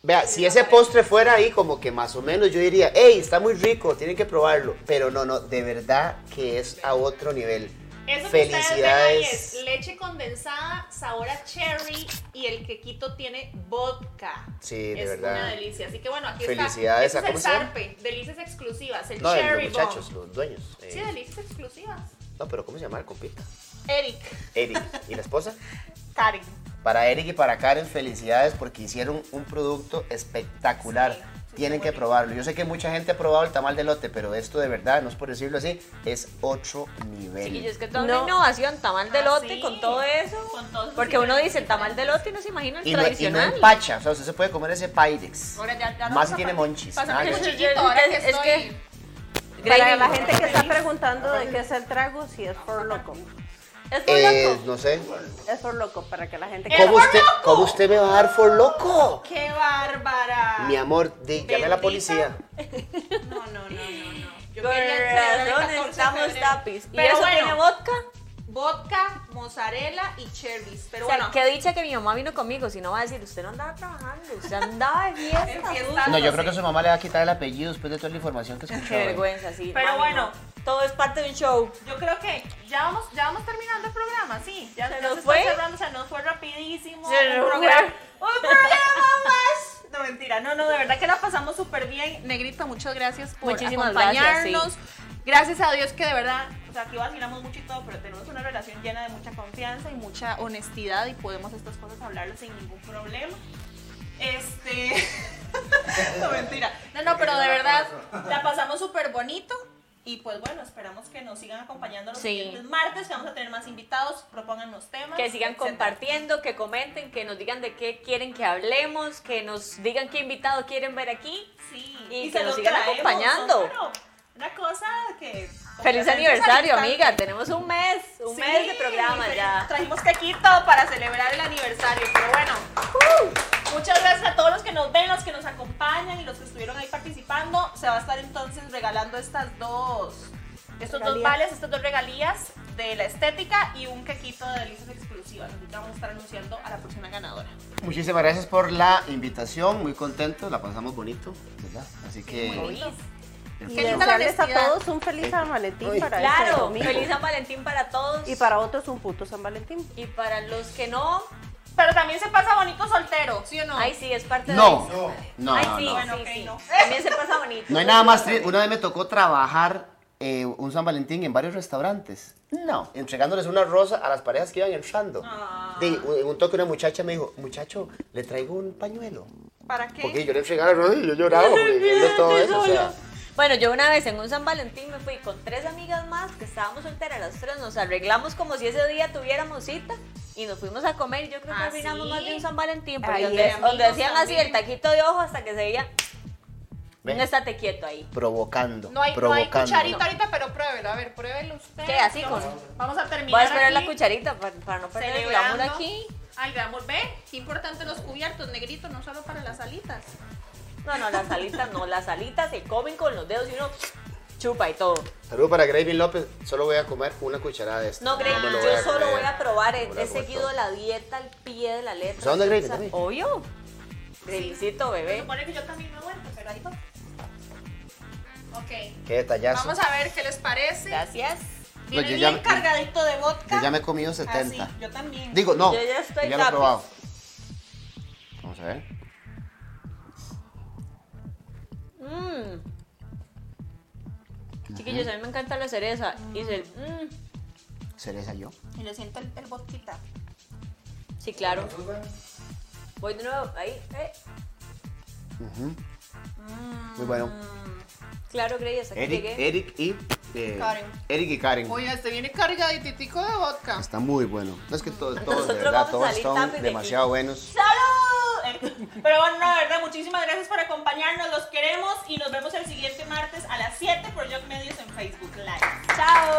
[SPEAKER 3] Vea, si ese postre fuera ahí, como que más o menos yo diría, hey, está muy rico, tienen que probarlo. Pero no, no, de verdad que es a otro nivel.
[SPEAKER 7] Eso que ustedes ven ahí es
[SPEAKER 3] Felicidades.
[SPEAKER 7] leche condensada, sabor a cherry y el quequito tiene vodka.
[SPEAKER 3] Sí, de
[SPEAKER 7] es
[SPEAKER 3] verdad.
[SPEAKER 7] una delicia. Así que bueno, aquí
[SPEAKER 3] Felicidades
[SPEAKER 7] está.
[SPEAKER 3] a-
[SPEAKER 7] Ese es el
[SPEAKER 3] ¿cómo se llama?
[SPEAKER 7] zarpe, delicias exclusivas, el
[SPEAKER 3] No, de
[SPEAKER 7] cherry
[SPEAKER 3] los
[SPEAKER 7] bomb.
[SPEAKER 3] muchachos, los dueños. eh,
[SPEAKER 7] Sí, delicias exclusivas.
[SPEAKER 3] no, pero ¿cómo se llama el compita?
[SPEAKER 7] Eric,
[SPEAKER 3] Eric. ¿Y la esposa?
[SPEAKER 7] Karen.
[SPEAKER 3] Para Eric y para Karen, felicidades porque hicieron un producto espectacular.
[SPEAKER 7] Sí, sí,
[SPEAKER 3] Tienen
[SPEAKER 7] qué
[SPEAKER 3] que
[SPEAKER 7] bonito.
[SPEAKER 3] probarlo. Yo sé que mucha gente ha probado el tamal de lote, pero esto de verdad, no es por decirlo así, es otro nivel.
[SPEAKER 1] Chiquillos, que toda
[SPEAKER 4] No.
[SPEAKER 1] una innovación, tamal de
[SPEAKER 2] Ah,
[SPEAKER 1] lote
[SPEAKER 2] sí.
[SPEAKER 1] con todo eso.
[SPEAKER 2] Con todos esos
[SPEAKER 1] porque uno
[SPEAKER 2] ingredientes
[SPEAKER 1] dice tamal de lote y no se imagina el
[SPEAKER 3] y, no, y no
[SPEAKER 1] tradicional.
[SPEAKER 3] empacha, o sea, usted se puede comer ese Pyrex.
[SPEAKER 7] Ahora ya, ya no
[SPEAKER 3] Más
[SPEAKER 7] pasa
[SPEAKER 3] si tiene
[SPEAKER 7] pa-
[SPEAKER 3] monchis.
[SPEAKER 7] Pásame
[SPEAKER 3] nada
[SPEAKER 7] el
[SPEAKER 3] que-
[SPEAKER 7] cuchillito, ahora que
[SPEAKER 1] Es- es
[SPEAKER 7] estoy.
[SPEAKER 1] que-
[SPEAKER 4] Para
[SPEAKER 1] Gravy.
[SPEAKER 4] la gente que está preguntando de qué es el trago, si es por loco.
[SPEAKER 1] Es muy
[SPEAKER 3] Eh,
[SPEAKER 1] loco.
[SPEAKER 3] no sé.
[SPEAKER 4] Es por loco, para que la gente...
[SPEAKER 7] ¡El
[SPEAKER 3] ¿Cómo
[SPEAKER 7] for
[SPEAKER 3] usted,
[SPEAKER 7] loco!
[SPEAKER 3] ¿Cómo usted me va a dar for loco?
[SPEAKER 2] ¡Qué bárbara!
[SPEAKER 3] Mi amor, di, llame a la
[SPEAKER 2] Bendita.
[SPEAKER 3] policía.
[SPEAKER 2] No, no, no, no, no. Yo
[SPEAKER 1] Con
[SPEAKER 2] quería celebrar el
[SPEAKER 1] razón
[SPEAKER 2] 14 de
[SPEAKER 1] estamos
[SPEAKER 2] febrero.
[SPEAKER 1] tapis. ¿Y
[SPEAKER 2] Pero
[SPEAKER 1] eso
[SPEAKER 2] bueno,
[SPEAKER 1] tiene vodka?
[SPEAKER 2] vodka, mozzarella y cherries. Pero
[SPEAKER 1] O sea,
[SPEAKER 2] bueno,
[SPEAKER 1] qué dicha que mi mamá vino conmigo, si no va a decir, usted no andaba trabajando, usted andaba de
[SPEAKER 2] en
[SPEAKER 1] fiesta.
[SPEAKER 2] fiesta
[SPEAKER 3] No, yo
[SPEAKER 2] sé.
[SPEAKER 3] creo que su mamá le va a quitar el apellido después de toda la información que escuchó. ¿eh?
[SPEAKER 1] Qué vergüenza, sí.
[SPEAKER 2] Pero
[SPEAKER 1] mami,
[SPEAKER 2] bueno.
[SPEAKER 1] no. todo es parte de un show.
[SPEAKER 2] Yo creo que ya vamos, ya vamos terminando el programa, sí. Ya
[SPEAKER 1] Se
[SPEAKER 2] ya
[SPEAKER 1] nos
[SPEAKER 2] está
[SPEAKER 1] fue.
[SPEAKER 2] cerrando, se nos fue rapidísimo.
[SPEAKER 1] Se
[SPEAKER 2] un
[SPEAKER 1] nos
[SPEAKER 2] programa,
[SPEAKER 1] fue.
[SPEAKER 2] un programa más. No, mentira. No, no, de verdad que la pasamos súper bien. Negrito, muchas gracias por
[SPEAKER 1] Muchísimas
[SPEAKER 2] acompañarnos.
[SPEAKER 1] gracias,
[SPEAKER 2] Gracias a Dios que de verdad, o sea, aquí vacilamos mucho y todo, pero tenemos una relación llena de mucha confianza y mucha honestidad y podemos estas cosas hablarlas sin ningún problema. Este. no, mentira. No, no, pero de verdad la pasamos súper bonito. Y pues bueno, esperamos que nos sigan acompañando los
[SPEAKER 1] Sí.
[SPEAKER 2] siguientes martes, que vamos a tener más invitados, propónganos temas.
[SPEAKER 1] Que sigan
[SPEAKER 2] etcétera.
[SPEAKER 1] compartiendo, que comenten, que nos digan de qué quieren que hablemos, que nos digan qué invitado quieren ver aquí.
[SPEAKER 2] Sí,
[SPEAKER 1] Y
[SPEAKER 2] y,
[SPEAKER 1] que
[SPEAKER 2] se
[SPEAKER 1] nos
[SPEAKER 2] los
[SPEAKER 1] sigan
[SPEAKER 2] traemos,
[SPEAKER 1] acompañando.
[SPEAKER 2] ¿no? Pero una cosa que... pues,
[SPEAKER 1] Feliz
[SPEAKER 2] complacencias
[SPEAKER 1] aniversario,
[SPEAKER 2] al instante.
[SPEAKER 1] amiga. Tenemos un mes, un
[SPEAKER 2] Sí,
[SPEAKER 1] mes de programa
[SPEAKER 2] tra-
[SPEAKER 1] ya.
[SPEAKER 2] Trajimos caquito para celebrar el aniversario, pero bueno. Muchas gracias a todos los que nos ven, los que nos acompañan y los que estuvieron ahí participando. Se va a estar entonces regalando estas dos, estos dos
[SPEAKER 4] Regalías.
[SPEAKER 2] vales, estas dos regalías de la estética y un caquito de delicias exclusivas. Así que vamos a estar anunciando a la próxima ganadora.
[SPEAKER 3] Muchísimas gracias por la invitación, muy contentos, la pasamos bonito, ¿verdad? Así que... el
[SPEAKER 4] Y
[SPEAKER 7] Qué linda
[SPEAKER 3] futuro-
[SPEAKER 7] la
[SPEAKER 4] desearles a
[SPEAKER 7] honestidad.
[SPEAKER 4] todos un feliz San Valentín
[SPEAKER 3] Ay.
[SPEAKER 4] para este
[SPEAKER 1] Claro,
[SPEAKER 4] domingo.
[SPEAKER 1] feliz San Valentín para todos.
[SPEAKER 4] Y para otros un puto San Valentín.
[SPEAKER 1] Y para los que no,
[SPEAKER 2] Pero también se pasa bonito soltero.
[SPEAKER 7] ¿Sí o no?
[SPEAKER 1] ay sí, es parte
[SPEAKER 3] No,
[SPEAKER 1] de
[SPEAKER 8] No,
[SPEAKER 3] no,
[SPEAKER 1] Ay
[SPEAKER 3] no,
[SPEAKER 1] sí,
[SPEAKER 3] no.
[SPEAKER 2] Bueno,
[SPEAKER 1] sí,
[SPEAKER 2] ok,
[SPEAKER 1] sí.
[SPEAKER 2] no.
[SPEAKER 1] También se pasa bonito.
[SPEAKER 3] No hay nada más triste. Una vez me tocó trabajar eh, un San Valentín en varios restaurantes. No. Entregándoles una rosa a las parejas que iban entrando. Sí, un- en un toque una muchacha me dijo, muchacho, le traigo un pañuelo.
[SPEAKER 2] ¿Para qué?
[SPEAKER 3] Porque yo le entregaba la rosa y yo lloraba porque viendo todo eso. O sea,
[SPEAKER 1] Bueno, yo una vez en un San Valentín me fui con tres amigas más que estábamos solteras las tres, nos arreglamos como si ese día tuviéramos cita y nos fuimos a comer. Yo creo que
[SPEAKER 2] ¿Ah,
[SPEAKER 1] arruinamos
[SPEAKER 2] sí?
[SPEAKER 1] más de un San Valentín, porque
[SPEAKER 4] Ay,
[SPEAKER 1] donde,
[SPEAKER 4] amigos
[SPEAKER 1] donde hacían así
[SPEAKER 2] también.
[SPEAKER 1] el taquito de ojo hasta que se veía
[SPEAKER 3] ve,
[SPEAKER 1] un estate quieto ahí.
[SPEAKER 3] Provocando.
[SPEAKER 7] No hay, no hay
[SPEAKER 3] provocando.
[SPEAKER 7] cucharita ahorita, pero pruébelo. A ver, pruébelo usted.
[SPEAKER 1] ¿Qué, así
[SPEAKER 7] Vamos-
[SPEAKER 1] con-
[SPEAKER 7] Vamos a terminar.
[SPEAKER 1] Voy a esperar la
[SPEAKER 7] aquí
[SPEAKER 1] cucharita para, para no perder el
[SPEAKER 7] celebrando
[SPEAKER 1] glamour aquí.
[SPEAKER 7] Al glamour. Ve, qué importante los cubiertos, negrito, no solo para las alitas.
[SPEAKER 1] No, no, las alitas no, las alitas se comen con los dedos y uno chupa y todo.
[SPEAKER 3] Saludo para Gravy López. Solo voy a comer una cucharada de esto.
[SPEAKER 1] No, Greg,
[SPEAKER 3] me lo
[SPEAKER 1] yo solo
[SPEAKER 3] comer.
[SPEAKER 1] voy a probar.
[SPEAKER 3] No me lo
[SPEAKER 1] He
[SPEAKER 3] como
[SPEAKER 1] seguido
[SPEAKER 3] todo.
[SPEAKER 1] la dieta al pie de la letra.
[SPEAKER 3] ¿Sabes dónde es Greg
[SPEAKER 1] O sea,
[SPEAKER 3] también?
[SPEAKER 1] Obvio. Gregcito,
[SPEAKER 7] Se
[SPEAKER 1] bebé.
[SPEAKER 7] supone que yo también me vuelvo, pero ahí va. Ok.
[SPEAKER 3] Qué detallazo.
[SPEAKER 7] Vamos a ver qué les parece.
[SPEAKER 1] Gracias.
[SPEAKER 2] Viene
[SPEAKER 3] yo ya-
[SPEAKER 2] bien Ah, cargadito de vodka.
[SPEAKER 3] Yo ya me he comido 70.
[SPEAKER 2] Así, yo también.
[SPEAKER 3] Digo, no.
[SPEAKER 1] Yo ya estoy
[SPEAKER 3] lo he
[SPEAKER 1] capis.
[SPEAKER 3] probado. Vamos a ver.
[SPEAKER 1] Mm. Chiquillos, a mí me encanta la cereza. Y dice, mm,
[SPEAKER 3] Cereza yo.
[SPEAKER 2] Y le siento el, el vodquita.
[SPEAKER 1] sí, claro.
[SPEAKER 5] pues,
[SPEAKER 1] Voy de nuevo. Ahí, eh.
[SPEAKER 3] Muy bueno.
[SPEAKER 1] Ah, Claro, Grey, hasta aquí
[SPEAKER 3] Eric,
[SPEAKER 1] llegué.
[SPEAKER 3] Eric y. eh,
[SPEAKER 2] Karen.
[SPEAKER 3] Eric y Karen.
[SPEAKER 7] Oye, este viene cargadititico de vodka.
[SPEAKER 3] Está muy bueno. No es que todos, todos, de
[SPEAKER 1] Nosotros
[SPEAKER 3] verdad,
[SPEAKER 1] vamos a
[SPEAKER 3] todos
[SPEAKER 1] salir tapis de
[SPEAKER 3] son
[SPEAKER 1] aquí.
[SPEAKER 3] demasiado buenos.
[SPEAKER 2] ¡Salud! Pero bueno, la verdad, muchísimas gracias por acompañarnos. Los queremos y nos vemos el siguiente martes a las 7 por Jog Medios en Facebook Live. ¡Chao!